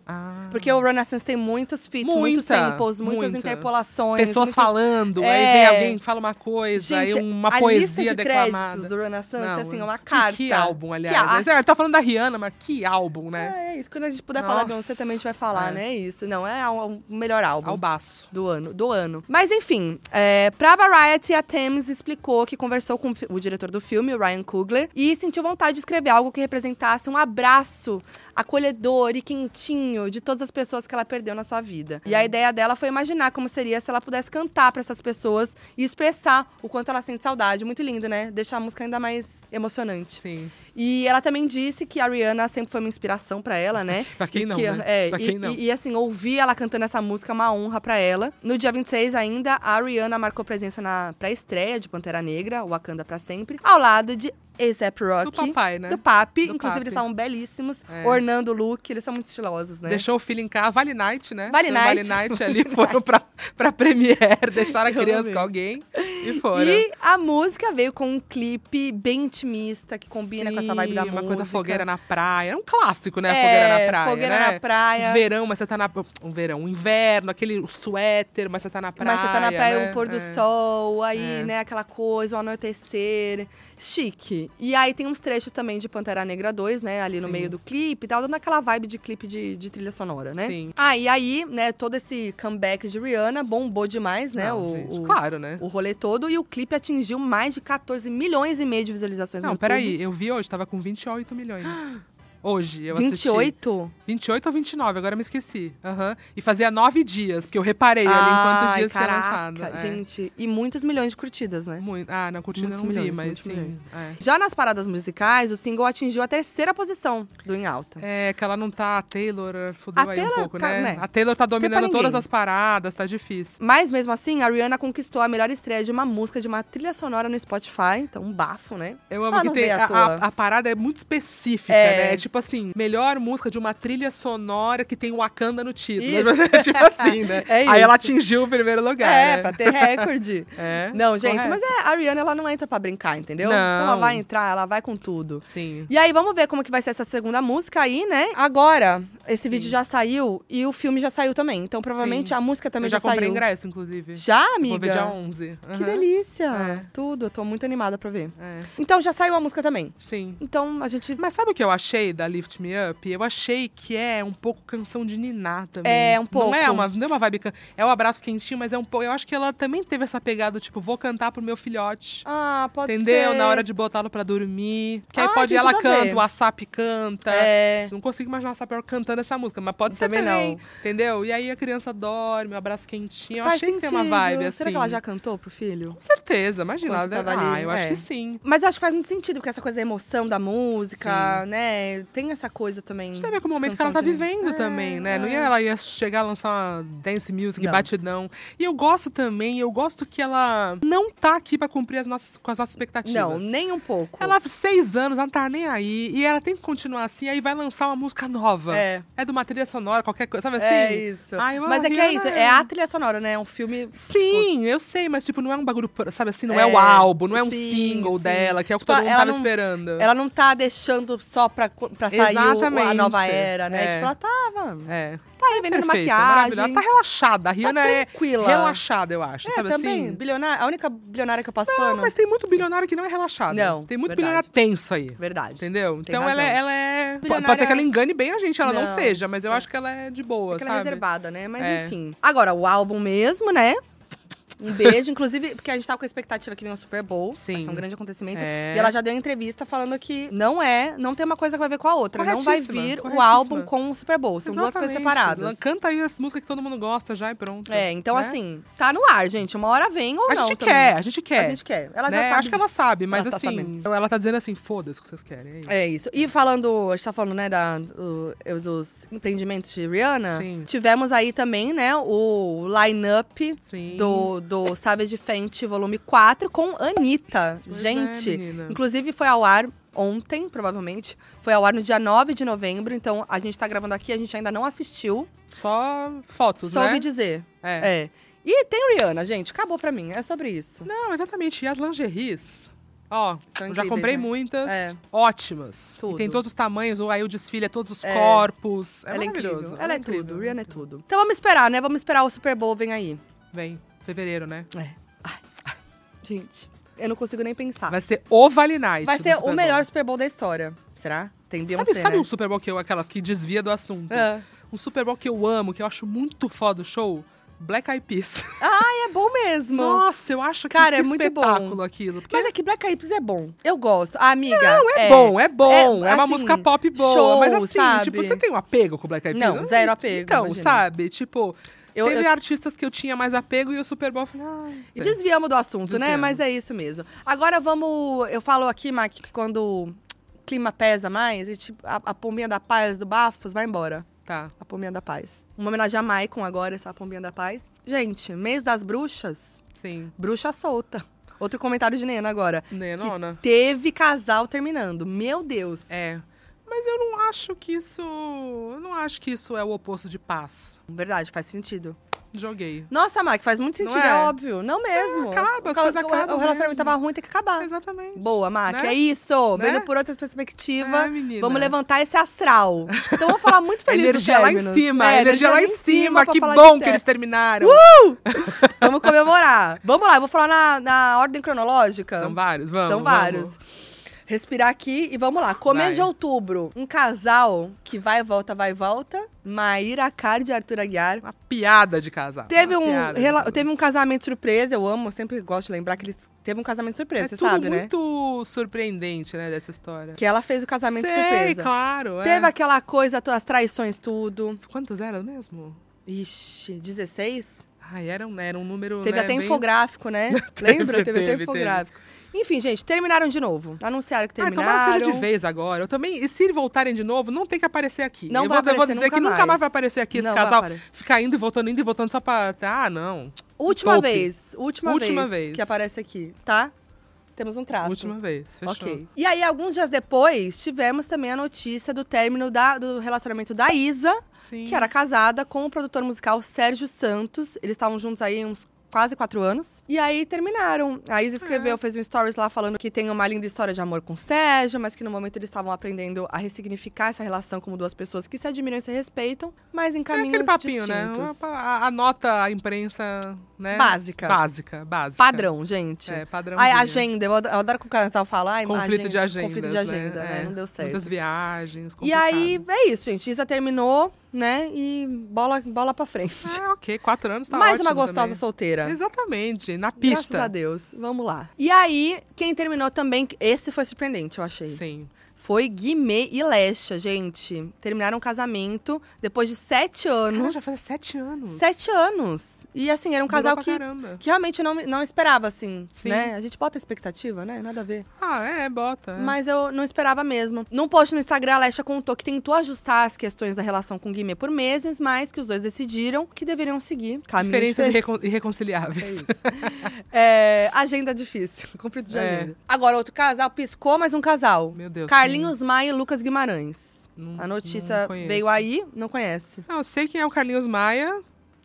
B: Ah.
A: Porque o Renaissance tem muitos feats, muitos
B: Muita,
A: samples, muitas
B: muita.
A: interpolações.
B: Pessoas
A: muitas-
B: falando,
A: É.
B: aí vem alguém que fala uma coisa,
A: Gente,
B: aí uma
A: a
B: poesia
A: lista de
B: declamada.
A: créditos do Renaissance é assim,
B: é
A: uma
B: que-
A: carta.
B: Que, álbum, aliás.
A: a-
B: Mas, é, tá falando da Rihanna, mas que álbum, né?
A: É, é isso. Quando a gente puder falar da Beyoncé,
B: Nossa.
A: também a gente vai falar,
B: É.
A: né? Isso. Não, é o o melhor álbum.
B: Albaço.
A: Do ano, do ano. Mas enfim, é, pra Variety, a Thames explicou que conversou com o fi- o diretor do filme, o Ryan Coogler, e sentiu vontade de escrever algo que representasse um abraço acolhedor e quentinho de todas as pessoas que ela perdeu na sua vida. E a ideia dela foi imaginar como seria se ela pudesse cantar pra essas pessoas e expressar o quanto ela sente saudade. Muito lindo, né? Deixar a música ainda mais emocionante.
B: Sim.
A: E ela também disse que a Rihanna sempre foi uma inspiração pra ela, né?
B: <laughs> Pra quem
A: E
B: não,
A: que-
B: né?
A: é,
B: Pra
A: e,
B: quem não.
A: e- e, assim, ouvir ela cantando essa música é uma honra pra ela. No dia 26 ainda, a Rihanna marcou presença na pré-estreia de Pantera Negra, Wakanda pra sempre, ao lado de A$AP Rocky.
B: Do papai, né?
A: do Papi.
B: Do
A: Inclusive,
B: Papi.
A: eles estavam belíssimos,
B: É.
A: ornando o look. Eles são muito estilosos, né?
B: Deixou o filho em casa. Vale Night, né?
A: Vale
B: Então,
A: Night.
B: Vale Night ali foram pra, pra Premiere, deixaram a
A: Eu
B: criança
A: amei.
B: com alguém e foram.
A: E a música veio com um clipe bem intimista, que combina com essa vibe da
B: Sim,
A: música.
B: Uma coisa fogueira na praia. É um clássico, né?
A: É,
B: fogueira na praia.
A: fogueira
B: né?
A: na praia.
B: Verão, mas você tá na. Um verão, um inverno, aquele suéter, mas você tá na praia.
A: Mas você tá na praia,
B: né?
A: um pôr do
B: É.
A: sol, aí,
B: É.
A: né, aquela coisa, o anoitecer. Chique. E aí tem uns trechos também de Pantera Negra 2, né, ali no
B: Sim.
A: meio do clipe e tal, dando aquela vibe de clipe de, de trilha sonora, né?
B: Sim.
A: Ah, e aí, né, todo esse comeback de Rihanna bombou demais, né?
B: Não,
A: o,
B: gente,
A: o,
B: claro, né?
A: o rolê todo. E o clipe atingiu mais de 14 milhões e meio de visualizações no
B: Não,
A: YouTube.
B: <gasps> peraí, eu vi hoje, tava com 28 milhões. Hoje eu assisti.
A: 28?
B: 28 ou 29, agora eu me esqueci. Aham. E fazia nove dias, porque eu reparei ali quantos
A: Ai,
B: dias
A: caraca,
B: tinha lançado. É.
A: Gente, e muitos milhões de curtidas, né?
B: Muito. Ah, na curtida eu
A: Muitos
B: não vi,
A: milhões,
B: mas
A: muitos
B: sim.
A: milhões.
B: É.
A: Já nas paradas musicais, o single atingiu a terceira posição do Em Alta.
B: É, que ela não tá, a Taylor fudeu
A: A
B: aí
A: Taylor,
B: um pouco,
A: ca-
B: né?
A: né?
B: A Taylor tá dominando todas
A: ninguém.
B: as paradas, tá difícil.
A: Mas mesmo assim, a Rihanna conquistou a melhor estreia de uma música de uma trilha sonora no Spotify, então um bafo, né?
B: Eu amo
A: Ah,
B: que
A: não
B: tem
A: veio à
B: a, a-
A: toa.
B: a parada é muito específica,
A: É.
B: né? É tipo assim, melhor música de uma trilha sonora que tem Wakanda no título. <laughs>
A: Isso.
B: tipo assim, né?
A: <laughs> É
B: Aí ela
A: isso.
B: atingiu o primeiro lugar.
A: é,
B: né?
A: pra ter recorde.
B: <laughs> É.
A: Não, gente,
B: Correto.
A: mas é, a Rihanna ela não entra pra brincar, entendeu? Se
B: Não.
A: ela vai entrar, ela vai com tudo.
B: Sim.
A: E aí, vamos ver como que vai ser essa segunda música aí, né? Agora, esse vídeo já saiu e o filme já saiu também. Então, provavelmente,
B: Sim.
A: a música também
B: Eu já
A: já
B: comprei
A: saiu.
B: ingresso, inclusive.
A: Já, amiga?
B: Vou ver dia 11.
A: Que
B: Aham.
A: delícia!
B: É.
A: Tudo, eu tô muito animada pra ver.
B: É,
A: Então, já saiu a música também.
B: sim.
A: Então, a gente...
B: Mas sabe o que eu achei da Lift Me Up? Eu achei que é um pouco canção de Niná também.
A: É, um pouco.
B: Não é uma, não é uma vibe... can- É um abraço quentinho, mas é um pouco... Eu acho que ela também teve essa pegada, tipo, vou cantar pro meu filhote.
A: Ah, pode
B: Entendeu?
A: ser.
B: Na hora de botá-lo pra dormir. Porque aí
A: Ai,
B: pode
A: tem
B: ela
A: tudo a ver.
B: canta, o ASAP canta.
A: É.
B: Não consigo imaginar a ASAP cantando essa música, mas pode
A: Também
B: ser
A: não.
B: também. Entendeu? E aí a criança dorme, um abraço quentinho. eu
A: Faz
B: achei que tem uma
A: sentido.
B: vibe assim.
A: Será que ela já cantou pro filho?
B: Com certeza, imagina.
A: Quando
B: ela-
A: tava
B: Ah,
A: ali,
B: eu
A: é.
B: acho que sim.
A: Mas eu acho que faz muito sentido, porque essa coisa da emoção da música, né? Tem essa coisa também.
B: Você vê com o momento que
A: Canção
B: ela tá
A: de-
B: vivendo
A: É,
B: também, né? Não
A: é.
B: ia ela ia chegar a lançar uma dance music,
A: Não.
B: batidão. E eu gosto também, eu gosto que ela não tá aqui pra cumprir as nossas, com as nossas expectativas.
A: Não, nem um pouco.
B: Ela seis anos, ela não tá nem aí. E ela tem que continuar assim, aí vai lançar uma música nova.
A: É.
B: de uma trilha sonora, qualquer coisa, sabe assim?
A: É isso.
B: Ai, eu
A: Mas é que é
B: Rihanna
A: isso,
B: é-
A: é a trilha sonora, né? É um filme.
B: Sim, eu sei, mas tipo, não é um bagulho, pro- sabe assim, não é,
A: É,
B: o álbum, não é um
A: sim,
B: single
A: sim.
B: dela, que é o que
A: Tipo,
B: todo mundo
A: ela
B: tava
A: não-
B: esperando.
A: Ela não tá deixando só pra, co- pra sair o- a
B: Exatamente.
A: nova era, né?
B: É.
A: Tipo, ela tava.
B: É.
A: Tá revendendo
B: Perfeita,
A: maquiagem.
B: maravilhosa. Ela tá relaxada. A Rihanna
A: Tá tranquila.
B: é relaxada, eu acho,
A: É,
B: sabe
A: também.
B: assim?
A: Bilionária, a única bilionária que eu passo
B: Não,
A: pano.
B: mas tem muito bilionário que não é relaxado.
A: Não,
B: Tem muito
A: verdade.
B: bilionário tenso aí.
A: Verdade.
B: Entendeu?
A: Tem
B: então ela, é-
A: razão.
B: ela é. po- Pode
A: Bilionária-
B: ser que ela engane bem a gente, ela não,
A: Não.
B: seja, mas eu acho que ela é de boa,
A: Porque ela é
B: sabe?
A: reservada, né? Mas
B: É.
A: enfim. Agora, o álbum mesmo, né? Um beijo, inclusive, porque a gente tava com a expectativa que vinha o Super Bowl.
B: Sim.
A: Vai ser um grande acontecimento.
B: É.
A: E ela já deu entrevista falando que não é, não tem uma coisa que vai ver com a outra. Não vai
B: Corretíssima,
A: vir o
B: corretíssima.
A: álbum com o Super Bowl. São duas coisas
B: Exatamente. Lan-
A: separadas.
B: Canta aí as músicas que todo mundo gosta já e pronto.
A: É, então
B: né?
A: assim, tá no ar, gente. Uma hora vem ou
B: A
A: não.
B: gente
A: também.
B: quer, a gente quer.
A: A gente quer. Ela já
B: né?
A: sabe.
B: Acho que ela sabe, mas
A: Ela tá
B: assim,
A: sabendo.
B: ela tá dizendo assim, foda-se o que vocês querem. É isso.
A: É isso. E falando, a gente tá falando, né, da, do- eu- dos empreendimentos de Rihanna.
B: Sim.
A: Tivemos aí também, né, o line-up
B: Sim.
A: do, do Savage Fenty Volume 4 com Anitta.
B: Pois é,
A: gente,
B: menina.
A: inclusive foi ao ar ontem, provavelmente. Foi ao ar no dia 9 de novembro, então a gente tá gravando aqui, a gente ainda não assistiu.
B: Só fotos,
A: só
B: né?
A: ouvi dizer.
B: É.
A: É. E tem Rihanna, gente. Acabou pra mim. É sobre isso.
B: Não, exatamente. E as lingeries? Ó,
A: São
B: eu já
A: incríveis,
B: comprei
A: né?
B: muitas,
A: É.
B: ótimas. E
A: Tudo.
B: tem todos os tamanhos, ou aí o desfile é todos os
A: É.
B: corpos. É
A: ela é
B: maravilhoso.
A: incrível. Ela é
B: incrível.
A: tudo. Rihanna é tudo. Então vamos esperar, né? Vamos esperar o Super Bowl vem aí. É.
B: Vem, fevereiro, né?
A: Gente, eu não consigo nem pensar.
B: Vai ser o Vale Night.
A: Vai
B: do
A: ser
B: Super
A: o
B: Bowl.
A: melhor Super Bowl da história. Será? Tem Beyoncé,
B: Sabe, sabe
A: né?
B: um Super Bowl que eu, aquelas que desvia do assunto?
A: É.
B: Um Super Bowl que eu amo, que eu acho muito foda o show? Black Eyed Peas.
A: Ai, é bom mesmo.
B: Nossa, eu acho que,
A: Cara,
B: que
A: é muito
B: espetáculo
A: bom.
B: aquilo. Porque
A: Mas é que Black Eyed Peas é bom. Eu gosto. A amiga... Não,
B: é, bom, é bom. É, uma
A: assim,
B: música pop boa.
A: show,
B: mas assim,
A: sabe?
B: tipo, você tem um apego com Black Eyed Peas?
A: Não,
B: Eu
A: zero apego,
B: Então,
A: imagina.
B: sabe? Tipo,
A: Eu-
B: teve
A: eu-
B: artistas que eu tinha mais apego e o Super Bowl eu falei, ai,
A: E desviamos do assunto, né?
B: Desviamos.
A: Mas é isso mesmo. Agora vamos... Eu falo aqui, Mac, que quando o clima pesa mais, a, gente- a, a pombinha da paz do Bafos vai embora.
B: tá.
A: A pombinha da paz. Uma homenagem a Maicon agora, essa pombinha da paz. Gente, mês das bruxas,
B: Sim.
A: bruxa solta. Outro comentário de Nena agora.
B: Né,
A: que
B: nona?
A: teve casal terminando. Meu Deus.
B: É. Mas eu não acho que isso. Eu não acho que isso é o oposto de paz.
A: Verdade, faz sentido.
B: Joguei.
A: Nossa, Mike, faz muito
B: Não
A: sentido, é?
B: é?
A: óbvio. Não mesmo. o,
B: acaba, as
A: ca-
B: coisas
A: o-
B: acabam
A: o relacionamento
B: mesmo.
A: tava ruim, tem que acabar.
B: Exatamente.
A: Ah, Boa, Mac.
B: Né?
A: É isso.
B: Né?
A: Vendo por outra perspectiva,
B: É, menina.
A: vamos levantar esse astral. Então vamos falar muito
B: A
A: feliz dos
B: energia lá em
A: gêmeos.
B: cima,
A: É,
B: a energia lá em cima.
A: pra
B: Que
A: falar
B: bom
A: de
B: que eles
A: término.
B: terminaram.
A: <laughs> Vamos comemorar. Vamos lá, eu vou falar na, na ordem cronológica.
B: São vários, vamos.
A: São vários.
B: vamos.
A: Respirar aqui e vamos lá. Começo
B: Vai.
A: de outubro. Um casal que vai e volta, vai e volta. Maíra Cardi e Arthur Aguiar.
B: Uma piada de casar.
A: Teve
B: Uma
A: um,
B: piada de
A: rela-
B: casar.
A: teve um casamento surpresa, eu amo, eu sempre gosto de lembrar que eles teve um casamento surpresa,
B: É
A: você
B: tudo
A: sabe, né?
B: muito surpreendente, né, dessa história.
A: Que ela fez o casamento
B: Sei,
A: surpresa.
B: claro. é.
A: Teve aquela coisa, tu- as traições, tudo.
B: Quantos eram mesmo?
A: Ixi, 16?
B: Ai, era um, era um número.
A: Teve
B: né,
A: até
B: bem-
A: infográfico, né? Lembra? Teve, até
B: <laughs> teve,
A: infográfico. Enfim, gente, terminaram de novo. Anunciaram que
B: Ah,
A: terminaram.
B: tomara que seja de vez agora. Eu também, e se voltarem de novo, não tem que aparecer aqui.
A: Não
B: eu
A: vai
B: vou, eu vou
A: aparecer
B: dizer
A: nunca
B: que nunca
A: mais.
B: mais vai aparecer aqui
A: Não
B: esse
A: vai
B: casal
A: aparecer.
B: ficar indo e voltando, indo e voltando só pra. Ah, não.
A: Última
B: Top.
A: vez. Última,
B: Última
A: vez,
B: vez.
A: que aparece aqui, tá? Temos um trato.
B: Última vez. Fechou.
A: Ok. E aí, alguns dias depois, tivemos também a notícia do término da- do relacionamento da Isa,
B: Sim.
A: que era casada com o produtor musical Sérgio Santos. Eles estavam juntos aí uns quase quatro anos. E aí terminaram. A
B: Ah.
A: Isa escreveu, fez um stories lá falando que tem uma linda história de amor com o Sérgio, mas que no momento eles estavam aprendendo a ressignificar essa relação como duas pessoas que se admiram e se respeitam, mas em
B: É
A: caminhos
B: aquele papinho,
A: distintos.
B: né? A, a nota a imprensa, né?
A: Básica.
B: Básica, básica.
A: Padrão, gente.
B: É, padrão.
A: Ai, agenda. Eu adoro, eu adoro que o casal fala. Ai,
B: Conflito de agenda.
A: Conflito de agenda, né?
B: É,
A: Não deu certo.
B: Muitas viagens.
A: E
B: complicado.
A: aí, é isso, gente. Isa terminou, né? E bola, bola pra <laughs> frente.
B: Ah, ok. Quatro anos tá
A: Mais uma
B: ótimo
A: gostosa
B: também.
A: solteira.
B: Exatamente. Na
A: Graças
B: pista.
A: a Deus. Vamos lá. E aí, quem terminou também, esse foi surpreendente, eu achei.
B: Sim.
A: Foi Guimê e Lesha, gente. Terminaram o casamento depois de sete
B: Cara,
A: anos.
B: Ah, já faz sete anos.
A: Sete anos. E assim, era é um
B: Durou
A: casal
B: pra
A: que,
B: caramba.
A: que realmente não, não esperava, assim,
B: Sim.
A: né? A gente bota expectativa, né? Nada a ver.
B: Ah, é, bota. é.
A: Mas eu não esperava mesmo. Num post no Instagram, a Lesha contou que tentou ajustar as questões da relação com o Guimê por meses, mas que os dois decidiram que deveriam seguir caminhos
B: Diferenças
A: diferentes.
B: irrecon-
A: É
B: irreconciliáveis.
A: isso. É, agenda difícil. <laughs> Conflito de
B: É.
A: agenda. Agora, outro casal piscou mais um casal.
B: Meu Deus.
A: Carlinhos Maia e Lucas Guimarães.
B: Não-
A: A
B: não
A: notícia
B: conheço.
A: veio aí, não conhece.
B: Não, eu sei quem é o Carlinhos Maia.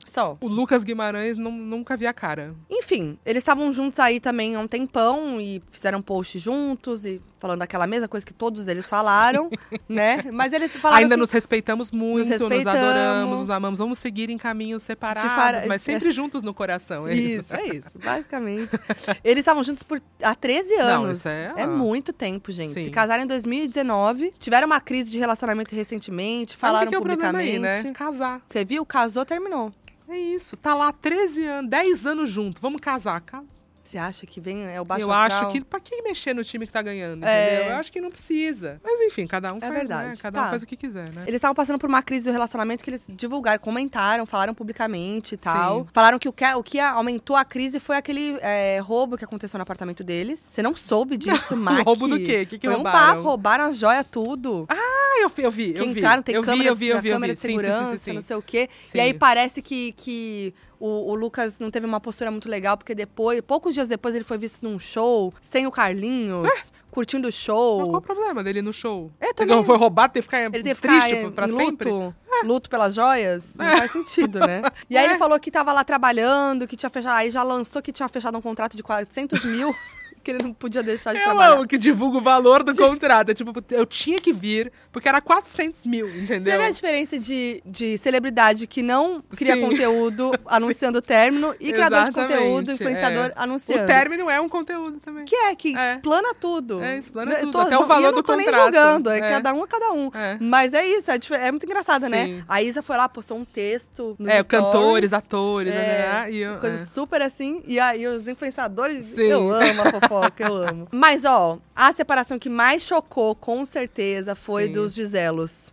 A: Só.
B: O Lucas Guimarães não- nunca vi a cara.
A: Enfim, eles estavam juntos aí também há um tempão e fizeram post juntos e falando daquela mesma coisa que todos eles
B: <laughs>
A: falaram, né? Mas eles falaram
B: Ainda
A: que-
B: nos respeitamos muito, nos,
A: respeitamos.
B: adoramos, nos amamos. Vamos seguir em caminhos separados,
A: fara-
B: mas
A: <laughs>
B: sempre juntos no coração. É isso.
A: Isso, é
B: <laughs>
A: isso, basicamente. Eles estavam juntos por há 13 anos.
B: isso é-
A: muito tempo, gente. Se
B: Sim.
A: casaram em 2019, tiveram uma crise de relacionamento recentemente,
B: Sabe o
A: falaram
B: que que é o problema
A: publicamente.
B: aí, né? Casar.
A: Você viu? Casou, terminou.
B: É isso. Tá lá 13 anos, 10 anos junto. Vamos casar, cara.
A: Você acha que vem é o baixo
B: eu
A: astral?
B: acho que pra quem mexer no time que tá ganhando,
A: É.
B: entendeu? Eu acho que não precisa. Mas enfim, cada um faz, né?
A: verdade.
B: Cada
A: Tá.
B: um faz o que quiser, né?
A: Eles estavam passando por uma crise do relacionamento que eles divulgaram, comentaram, falaram publicamente e tal.
B: Sim.
A: Falaram que o que, o que aumentou a crise foi aquele é, roubo que aconteceu no apartamento deles. Você não soube
B: <laughs>
A: disso, Mac?
B: roubo do quê? O que que
A: foi um
B: roubaram?
A: papo, roubaram as joias, tudo.
B: Ah, eu vi, eu vi,
A: que
B: eu vi.
A: entraram, tá, tem
B: eu
A: câmera,
B: vi, eu vi, eu
A: na
B: vi, eu
A: câmera
B: vi.
A: de segurança, não sei o quê.
B: Sim.
A: E aí parece que, que o, o Lucas não teve uma postura muito legal, porque depois, poucos dias depois, ele foi visto num show, sem o Carlinhos,
B: É.
A: curtindo o
B: Mas qual o
A: show.
B: problema dele no show?
A: É,
B: Ele
A: também-
B: não foi roubado, teve que ficar
A: Ele teve que
B: triste
A: ficar, é,
B: pra
A: em
B: sempre? É.
A: Luto, luto pelas joias? Não faz sentido,
B: <laughs>
A: né? E aí ele falou que tava lá trabalhando, que tinha fechado. Aí já lançou que tinha fechado um contrato de 400 mil, <laughs> que ele não podia deixar de
B: Eu
A: trabalhar.
B: amo que divulga o valor do contrato. É Tipo, eu tinha que vir, porque era 400 mil,
A: Você
B: entendeu?
A: vê a diferença de, de celebridade que não cria
B: <laughs> Sim.
A: conteúdo anunciando o término e criador de
B: Exatamente,
A: conteúdo, influenciador
B: é.
A: anunciando?
B: O término é um conteúdo também.
A: Que é, que
B: É.
A: explana tudo.
B: É, explana
A: Eu
B: tudo, até o
A: não- e
B: valor
A: eu não
B: do
A: tô nem
B: contrato.
A: julgando, é,
B: É.
A: cada um é cada um.
B: É.
A: Mas é isso, é, dif- é muito engraçado, né?
B: Sim.
A: A Isa foi lá, postou um texto nos
B: é,
A: stories,
B: cantores, atores,
A: é,
B: né, né, e eu-
A: coisa
B: é.
A: super assim. E aí os influenciadores,
B: Sim.
A: eu amo a fofoca, eu
B: <laughs>
A: amo. Mas, ó, a separação que mais chocou, com certeza, foi
B: Sim.
A: dos
B: <laughs>
A: Giselos.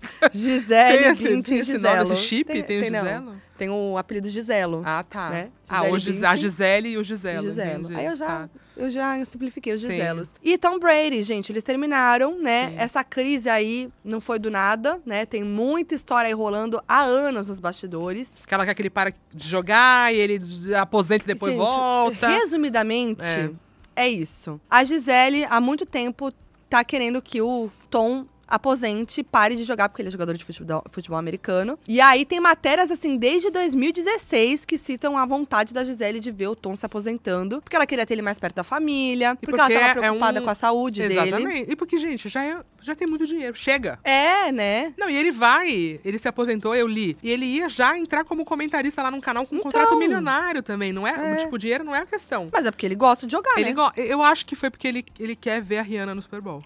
B: Tem
A: Gisele,
B: esse,
A: Bündchen
B: tem
A: e
B: esse nome,
A: Giselo.
B: esse chip? Tem, o
A: não.
B: Giselo?
A: Tem o apelido Giselo.
B: Ah, tá.
A: Né?
B: Ah,
A: Gisele
B: o Gis- a
A: Bündchen.
B: Gisele e o Giselo.
A: Giselo.
B: entendi.
A: Aí eu já,
B: Tá.
A: eu já simplifiquei os
B: Sim.
A: Giselos. E Tom Brady, gente, eles terminaram, né?
B: Sim.
A: Essa crise aí não foi do nada, né? Tem muita história aí rolando há anos nos bastidores.
B: Aquela que aquele para de jogar e ele aposenta e depois
A: Gente,
B: volta.
A: Resumidamente, é.
B: É.
A: isso. A Gisele, há muito tempo, tá querendo que o Tom aposente, pare de jogar, porque ele é jogador de futebol, futebol americano. E aí tem matérias, assim, desde 2016 que citam a vontade da Gisele de ver o Tom se aposentando, porque ela queria ter ele mais perto da família,
B: E
A: porque, ela
B: porque
A: tava
B: é um-
A: preocupada com a saúde dele.
B: Exatamente. E porque, gente, já, é- já tem muito dinheiro. Chega.
A: É, né?
B: Não, e ele vai, ele se aposentou, eu li. E ele ia já entrar como comentarista lá num canal com um
A: Então.
B: contrato milionário também, não é?
A: É.
B: O tipo, dinheiro não é a questão.
A: Mas é porque ele gosta de jogar,
B: Ele
A: né?
B: go- eu acho que foi porque ele, ele quer ver a Rihanna no Super
A: <laughs>
B: Bowl.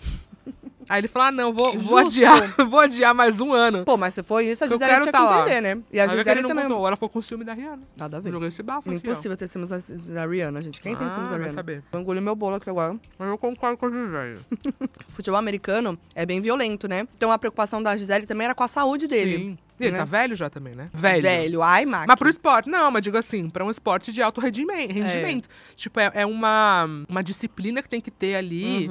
B: Aí ele falou: ah, não, vou, vou
A: Justo.
B: adiar, <laughs> vou adiar mais um ano.
A: Pô, mas se for isso, a
B: Eu
A: Gisele
B: quero
A: tinha que
B: tá lá.
A: entender, né? E a
B: Aí vai que ele
A: Gisele
B: não
A: também.
B: mudou. Ela ficou com o ciúme da Rihanna.
A: Nada a ver.
B: Jogou esse bafo aqui, ó.
A: Impossível ter ciúmes da- da Rihanna, gente. Quem tem
B: Ah,
A: ciúmes da
B: vai
A: Rihanna?
B: saber.
A: Eu engoli meu bolo aqui agora.
B: Mas eu concordo com a Gisele.
A: Futebol americano é bem violento, né? Então a preocupação da Gisele também era com a saúde dele.
B: Sim. E ele
A: né?
B: tá velho já também, né? Velho.
A: Velho, ai, Mac. É
B: Mas pro esporte, não, mas digo assim, pra um esporte de alto rendime- rendimento. Tipo, é, é uma, uma disciplina que tem que ter ali,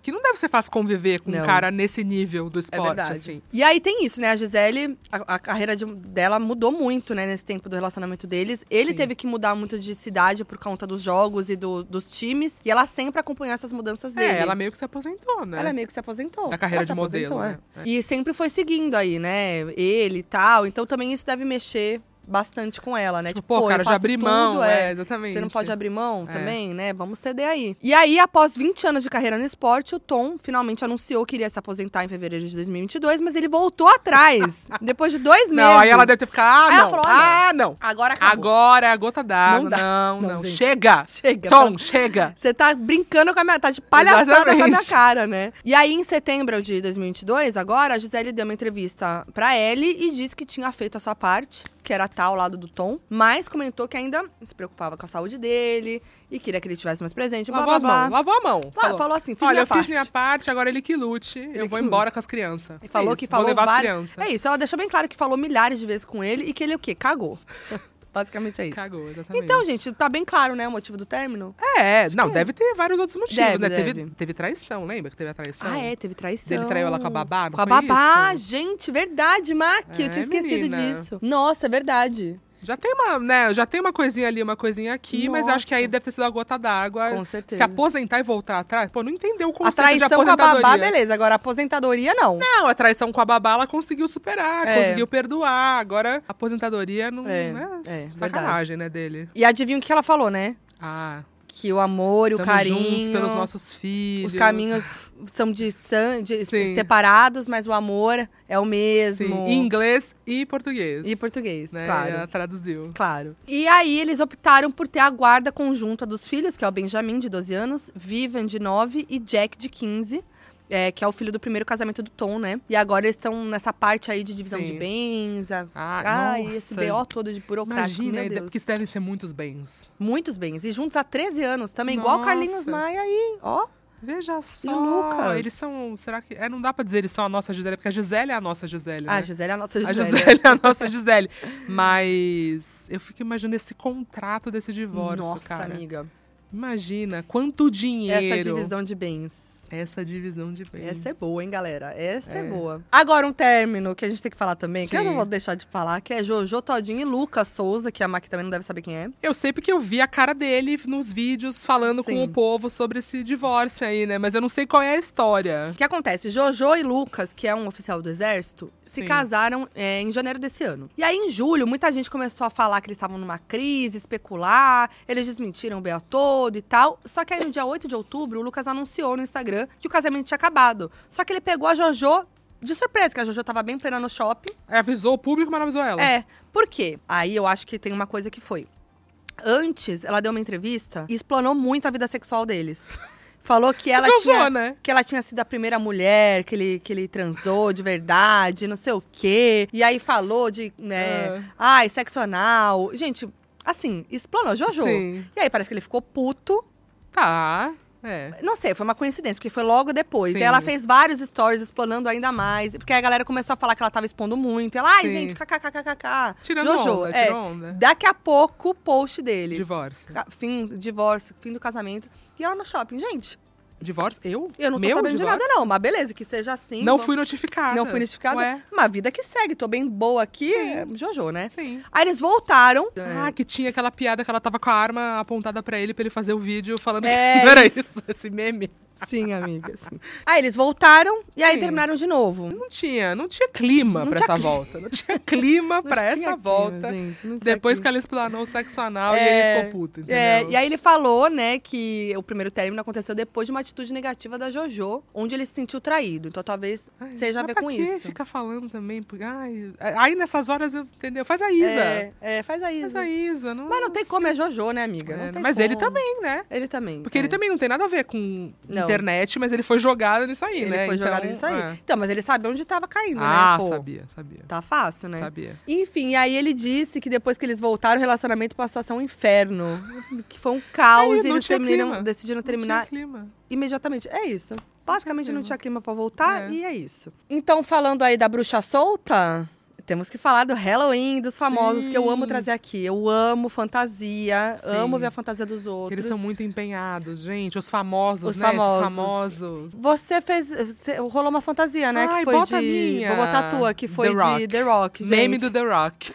B: que não deve ser fácil conviver com
A: Uhum. Não.
B: um cara nesse nível do
A: É
B: esporte,
A: verdade.
B: assim.
A: E aí tem isso, né? A Gisele, a, a carreira de- dela mudou muito, né? Nesse tempo do relacionamento deles. Ele
B: Sim.
A: teve que mudar muito de cidade por conta dos jogos e do- dos times. E ela sempre acompanhou essas mudanças dele.
B: É, ela meio que se aposentou, né?
A: Ela é meio que se aposentou.
B: Da carreira
A: Ela se
B: de modelo,
A: aposentou,
B: né?
A: é. E sempre foi seguindo aí, né? Ele e tal. Então também isso deve mexer bastante com ela, né?
B: Tipo, pô,
A: eu
B: cara, já
A: faço
B: abri
A: tudo,
B: mão,
A: é.
B: é, exatamente.
A: Você não pode abrir mão
B: É.
A: também, né? Vamos ceder aí. E aí, após 20 anos de carreira no esporte, o Tom finalmente anunciou que iria se aposentar em fevereiro de 2022, mas ele voltou
B: <laughs>
A: atrás. depois de dois meses.
B: Não, aí ela deve ter ficado,
A: Aí
B: ah,
A: ela
B: não,
A: falou, ah,
B: ah, não.
A: Agora acabou.
B: Agora é a gota d'água,
A: Não
B: não,
A: dá.
B: não.
A: Não, gente.
B: Chega,
A: Chega,
B: Tom, chega.
A: Você tá brincando com a minha. Tá de palhaçada com a minha
B: Exatamente.
A: cara, né? E aí, em setembro de 2022, agora, a Gisele deu uma entrevista pra Ellie e disse que tinha feito a sua parte, que era tal ao lado do Tom, mas comentou que ainda se preocupava com a saúde dele e queria que ele tivesse mais presente. Blá,
B: Lavou
A: blá,
B: as
A: blá.
B: mãos, lavou a mão.
A: Ah, falou assim, fiz
B: Olha,
A: minha
B: eu
A: parte.
B: fiz minha parte, agora ele que lute. eu vou
A: que
B: embora com as crianças.
A: E falou
B: É isso,
A: que falou
B: Vou levar as
A: várias-
B: crianças.
A: É isso, ela deixou bem claro que falou milhares de vezes com ele e que ele o quê?
B: <laughs>
A: Cagou. Basicamente é isso.
B: Cagou, exatamente.
A: Então, gente, tá bem claro, né, o motivo do término?
B: É, não, deve ter vários outros motivos,
A: Deve,
B: né?
A: deve.
B: Teve, teve traição, lembra que teve a traição?
A: Ah, é, teve traição.
B: Ele traiu ela com a babá, não
A: Com a
B: foi
A: babá,
B: isso?
A: gente, verdade, Mac, eu
B: É,
A: tinha esquecido
B: menina.
A: disso. Nossa, é verdade.
B: Já tem uma, né? Já tem uma coisinha ali, uma coisinha aqui, mas
A: Nossa.
B: acho que aí deve ter sido a gota d'água.
A: Com certeza.
B: Se aposentar e voltar atrás, pô, não entendeu o
A: A
B: conceito
A: traição
B: de
A: com a
B: aposentadoria.
A: babá, né? beleza, agora a aposentadoria não.
B: Não, a traição com a babá ela conseguiu superar,
A: É.
B: conseguiu perdoar. Agora, a aposentadoria não
A: É,
B: é,
A: é,
B: sacanagem, né, dele.
A: E adivinha o que ela falou, né?
B: Ah,
A: Que o amor e o
B: estamos
A: carinho,
B: juntos pelos nossos filhos.
A: os caminhos são de, san- de-
B: Sim.
A: separados, mas o amor é o
B: Sim,
A: mesmo.
B: em inglês e português.
A: E português,
B: né?
A: claro.
B: Ela traduziu.
A: Claro. E aí eles optaram por ter a guarda conjunta dos filhos, que é o Benjamin, de 12 anos, Vivian, de 9 e Jack, de 15. é, que é o filho do primeiro casamento do Tom, né? E agora eles estão nessa parte aí de divisão
B: Sim.
A: de bens. A...
B: Ah,
A: Ah, e
B: nossa.
A: esse BO todo de burocrático,
B: Imagina, é
A: meu
B: de-
A: Deus.
B: porque isso devem ser muitos bens.
A: Muitos bens. E juntos há 13 anos também, igual
B: Nossa.
A: Carlinhos Maia e, ó,
B: Veja só.
A: Lucas?
B: Eles são. Será que. É, não dá pra dizer eles são a nossa Gisele, porque a Gisele é a nossa Gisele.
A: a
B: né?
A: Gisele é a nossa
B: A
A: Gisele.
B: Gisele é a nossa Gisele. Mas eu fico imaginando esse contrato desse divórcio,
A: nossa,
B: cara.
A: amiga.
B: Imagina quanto dinheiro.
A: Essa divisão de bens.
B: Essa divisão de bens.
A: Essa é boa, hein, galera? Essa é,
B: É.
A: boa. Agora, um término que a gente tem que falar também, que eu
B: Sim.
A: não vou deixar de falar, que é Jojo Todinho e Lucas Souza, que a Mac também não deve saber quem é.
B: Eu sei porque eu vi a cara dele nos vídeos falando
A: Sim.
B: com o povo sobre esse divórcio aí, né? Mas eu não sei qual é a história.
A: O que acontece? Jojo e Lucas, que é um oficial do exército, se
B: Sim.
A: casaram é, em janeiro desse ano. E aí, em julho, muita gente começou a falar que eles estavam numa crise, especular, eles desmentiram o BO todo e tal. Só que aí, no dia 8 de outubro, o Lucas anunciou no Instagram que o casamento tinha acabado. Só que ele pegou a Jojo de surpresa, que a Jojo tava bem plena no shopping.
B: É, Avisou o público, mas não avisou ela.
A: É, por quê? Aí eu acho que tem uma coisa que foi. Antes, ela deu uma entrevista e explanou muito a vida sexual
B: <laughs>
A: deles. Falou que ela
B: Jojô,
A: tinha.
B: né?
A: Que ela tinha sido a primeira mulher que ele, que ele transou de verdade, não sei o quê. E aí falou de, né?
B: É.
A: Ai, sexo anal. Gente, assim, explanou Jojo.
B: Sim.
A: E aí parece que ele ficou puto.
B: Tá. É.
A: Não sei, foi uma coincidência, porque foi logo depois.
B: Sim.
A: E ela fez vários stories explanando ainda mais. Porque aí a galera começou a falar que ela tava expondo muito. Ela, ai,
B: Sim.
A: gente, kkkkk.
B: Tirando
A: Jojo,
B: onda,
A: é.
B: tirou onda.
A: Daqui a pouco, o post dele.
B: Divórcio.
A: Ca- Fim, divórcio, fim do casamento. E ela no shopping. Gente,
B: Divórcio? Eu?
A: eu não tô
B: Meu
A: sabendo de
B: divórcio?
A: nada, não. Mas beleza, que seja assim.
B: Não
A: vamos-
B: fui notificada.
A: Não fui notificada.
B: Ué,
A: Uma vida que segue, tô bem boa aqui. é Jojo, né?
B: sim.
A: Aí eles
B: <laughs>
A: voltaram.
B: Ah, que tinha <laughs> aquela piada que ela tava com a arma apontada pra ele, pra ele fazer o vídeo falando
A: É,
B: que não era isso, esse meme.
A: Sim, amigas. Aí eles voltaram e aí
B: Sim.
A: terminaram de novo.
B: Não tinha, não tinha clima
A: Não
B: pra
A: tinha
B: essa
A: cli-
B: volta. Não tinha
A: <laughs>
B: clima
A: Não
B: pra
A: tinha
B: essa
A: clima,
B: volta.
A: gente, não tinha
B: Depois
A: clima.
B: que ela explanou o sexo anal e
A: É,
B: ele ficou puto, entendeu?
A: É, e aí ele falou, né, que o primeiro término aconteceu depois de uma atitude negativa da Jojo, onde ele se sentiu traído. Então talvez
B: Ai,
A: seja a
B: mas
A: ver
B: pra
A: com
B: que
A: isso.
B: Ficar falando também. porque, ai, aí nessas horas, eu- entendeu? Faz a Isa.
A: É, é, faz a
B: Faz
A: Isa.
B: a Isa. Não,
A: Mas não tem como, é Jojo, né, amiga? Não
B: É,
A: tem
B: mas ele
A: como.
B: também, né?
A: Ele também.
B: Porque ele
A: é.
B: também não tem nada a ver com
A: Não.
B: internet, mas ele foi jogado nisso aí,
A: Ele
B: né?
A: foi jogado
B: Então,
A: nisso aí.
B: é.
A: Então, mas ele sabe onde tava caindo,
B: Ah,
A: né? pô?
B: sabia, sabia.
A: Tá fácil, né?
B: Sabia.
A: Enfim, e aí ele disse que depois que eles voltaram, o relacionamento passou a ser um inferno. Que foi um caos
B: Aí,
A: e
B: não
A: eles
B: tinha
A: terminaram-
B: clima.
A: decidiram
B: Não tinha
A: terminar
B: clima.
A: imediatamente. É isso. Basicamente não
B: clima.
A: tinha clima pra voltar
B: É.
A: e é isso. Então, falando aí da bruxa solta, temos que falar do Halloween, dos famosos, que eu amo
B: Sim.
A: trazer aqui. Eu amo fantasia,
B: Sim.
A: amo ver a fantasia dos
B: Porque
A: outros.
B: eles são muito empenhados, gente. Os famosos,
A: Os
B: né? Esses
A: famosos.
B: famosos.
A: Você fez. você- rolou uma fantasia, né?
B: Ai,
A: que foi
B: bota a
A: de.
B: minha.
A: Vou botar a tua, que foi
B: The Rock.
A: de The Rock.
B: Meme
A: gente.
B: do The Rock.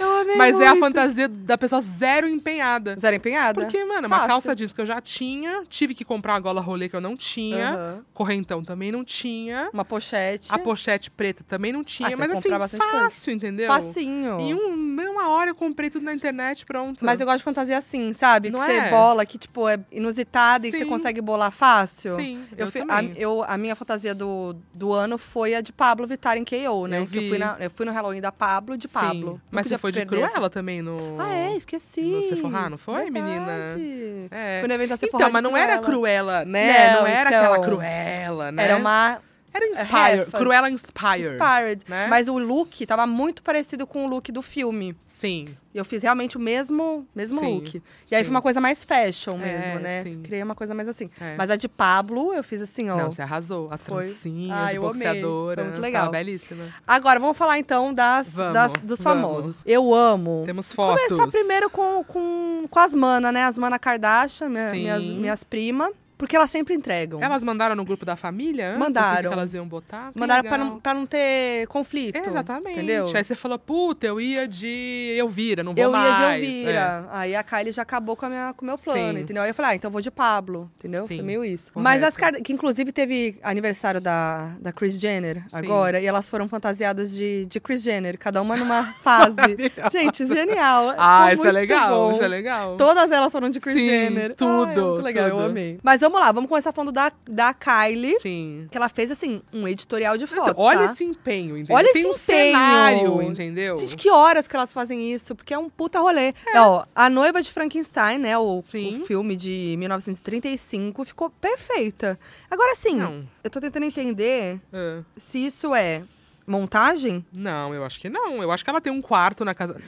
A: Eu amei
B: Mas é a
A: muito.
B: fantasia da pessoa zero empenhada.
A: Zero empenhada?
B: Porque, mano, uma
A: Fácil.
B: calça jeans que eu já tinha, tive que comprar a gola rolê que eu não tinha,
A: Aham.
B: correntão também não tinha,
A: Uma pochete.
B: a pochete preta também não tinha,
A: tem que
B: mas assim,
A: comprar bastante
B: fácil,
A: coisa.
B: entendeu?
A: Facinho.
B: Em um- em uma hora eu comprei tudo na internet, pronto.
A: Mas eu gosto de fantasia assim, sabe?
B: Não
A: que você
B: é?
A: bola, que tipo, é inusitada e que você
B: Sim.
A: consegue bolar fácil.
B: Sim,
A: Eu,
B: eu,
A: fi- a,
B: também.
A: eu- a minha fantasia do, do ano foi a de Pablo Vittar em KO, né?
B: Eu
A: que eu
B: vi.
A: fui, na- eu fui no Halloween da Pablo de
B: Sim.
A: Pablo. Não
B: Mas
A: podia
B: você foi de
A: perder essa-
B: Cruella também no...
A: Ah, é, esqueci.
B: no Sephora, não foi, menina?
A: menina?
B: É.
A: Foi no evento da Sephora.
B: Então,
A: de
B: mas não era
A: Cruella.
B: Cruella, né? Não,
A: Não,
B: era
A: então.
B: aquela Cruella, né?
A: Era um uma
B: Era Inspire.
A: Refas.
B: Cruella Inspire.
A: Inspired.
B: né?
A: Mas o look tava muito parecido com o look do filme.
B: Sim.
A: E eu fiz realmente o mesmo, mesmo
B: Sim,
A: look. E aí foi
B: sim.
A: uma coisa mais fashion
B: É,
A: mesmo, né?
B: sim.
A: Criei uma coisa mais assim.
B: É.
A: Mas a de Pablo, eu fiz assim, ó.
B: Não, você arrasou. As
A: Foi.
B: trancinhas,
A: Ah,
B: de
A: eu amei. Foi
B: boxeadora.
A: muito
B: tava
A: legal.
B: belíssima.
A: Agora, vamos falar então das,
B: Vamos,
A: das- dos
B: vamos.
A: famosos. Eu amo.
B: Temos fotos.
A: Começar primeiro com, com, com as manas, né? As mana Kardashian, minha-
B: Sim. é
A: minhas, minhas primas. Porque elas sempre entregam.
B: Elas mandaram no grupo da família? antes,
A: Mandaram.
B: o que que elas iam botar? Que
A: Mandaram pra
B: legal.
A: não, pra não ter conflito.
B: É, Exatamente.
A: Entendeu?
B: Aí você falou, puta, eu ia de Elvira, não vou
A: Eu
B: mais. É.
A: ia de Elvira. Aí a Kylie já acabou com, a minha, com o meu plano,
B: Sim.
A: entendeu? Aí eu falei, ah, então eu vou de Pablo, entendeu?
B: Sim,
A: Foi meio isso.
B: correto.
A: Mas as Kard- que inclusive teve aniversário da, da Kris Jenner agora, e elas foram fantasiadas de, de Kris Jenner, cada uma numa
B: <laughs>
A: fase. Gente, é genial.
B: Ah,
A: Ficou
B: isso é
A: muito
B: legal,
A: bom.
B: isso é legal.
A: Todas elas foram de Kris
B: Sim,
A: Jenner. Ai, é
B: tudo,
A: muito legal, eu
B: tudo.
A: amei. Mas vamos lá, vamos começar falando da, da Kylie,
B: Sim.
A: que ela fez, assim, um editorial de
B: Então,
A: fotos,
B: olha
A: tá?
B: esse empenho, entendeu?
A: Olha
B: Tem
A: esse
B: um
A: empenho.
B: cenário, entendeu?
A: Gente, que horas que elas fazem isso? Porque é um puta rolê. É, ó, a noiva de Frankenstein, né? O,
B: Sim.
A: o filme de 1935 ficou perfeita. Agora sim,
B: Não.
A: eu tô tentando entender
B: Ah,
A: se isso é montagem?
B: não, eu acho que não. Eu acho que ela tem um quarto na casa.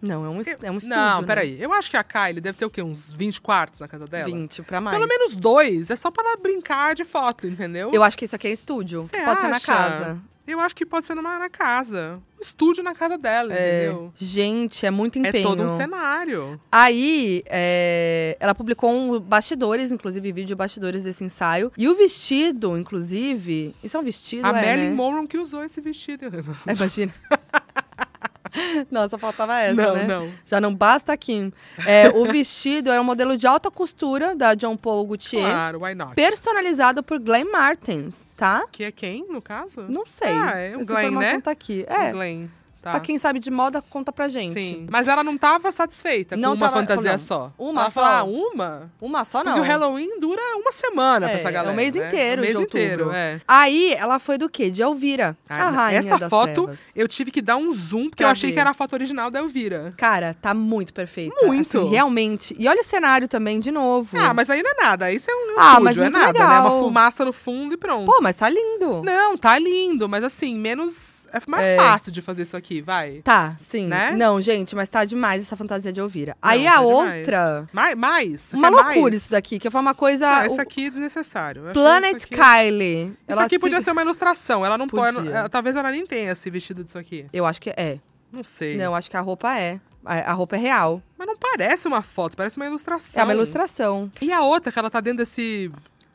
A: Não, é um, es- é um estúdio.
B: não,
A: né?
B: peraí. Eu acho que a Kylie deve ter o quê? Uns 20 quartos na casa dela?
A: 20 pra mais.
B: Pelo menos dois. É só pra ela brincar de foto, entendeu?
A: Eu acho que isso aqui é estúdio.
B: Cê
A: que pode ser na
B: acha?
A: casa.
B: Eu acho que pode ser numa, na casa. Um estúdio na casa dela, entendeu?
A: Gente, é muito É. empenho.
B: É todo um cenário.
A: Aí, é, ela publicou um bastidores, inclusive vídeo bastidores desse ensaio. E o vestido, inclusive, isso é um vestido,
B: a
A: é,
B: Marilyn
A: né?
B: Monroe que usou esse vestido. <laughs>
A: É, imagina. <laughs> não, só faltava essa,
B: não,
A: né?
B: não.
A: Já não basta a Kim. É, o vestido era um modelo de alta costura da John Paul Gaultier,
B: Claro, why not?
A: personalizado por Glenn Martins, tá?
B: Que é quem, no caso?
A: Não sei.
B: Ah, é o
A: Essa
B: Glenn,
A: informação
B: né?
A: tá aqui. É,
B: O Glenn. Tá.
A: pra quem sabe de moda, conta pra gente.
B: Sim. Mas ela não tava satisfeita
A: Não
B: com uma
A: tava-
B: fantasia
A: não.
B: só.
A: Uma
B: ela
A: só?
B: Falou, ah, uma?
A: Uma só não.
B: Porque o Halloween dura uma semana
A: É,
B: pra essa
A: é o
B: galera.
A: mês
B: né?
A: inteiro
B: O mês
A: de outubro.
B: inteiro, é.
A: Aí, ela foi do quê? De Elvira,
B: Ah,
A: a rainha
B: essa
A: das
B: foto
A: trevas.
B: eu tive que dar um zoom, porque
A: Pra
B: eu achei
A: ver.
B: que era a foto original da Elvira.
A: Cara, tá muito perfeita.
B: Muito.
A: Assim, realmente. E olha o cenário também, de novo.
B: Ah, mas aí não é nada. Isso é um
A: Ah,
B: estúdio,
A: mas
B: é
A: muito
B: nada, né?
A: legal.
B: Uma fumaça no fundo e pronto.
A: Pô, mas tá lindo.
B: Não, tá lindo, mas assim, menos. É mais fácil de fazer isso aqui, vai.
A: Tá, sim.
B: Né?
A: Não, gente, mas tá demais essa fantasia de Elvira.
B: Não,
A: Aí
B: tá
A: a
B: demais.
A: outra.
B: Mais? mais? Você
A: Uma
B: quer mais?
A: loucura isso daqui, que foi uma coisa.
B: Não, isso
A: o
B: aqui é desnecessário. Eu achei
A: Planet
B: isso aqui...
A: Kylie.
B: Isso aqui podia ser uma ilustração. Ela não pode.
A: Podia.
B: ela- talvez ela nem tenha esse vestido disso aqui.
A: Eu acho que é.
B: Não sei.
A: Não, eu acho que a roupa é. A a roupa é real.
B: Mas não parece uma foto, parece uma ilustração.
A: É uma ilustração.
B: E a outra, que ela tá dentro desse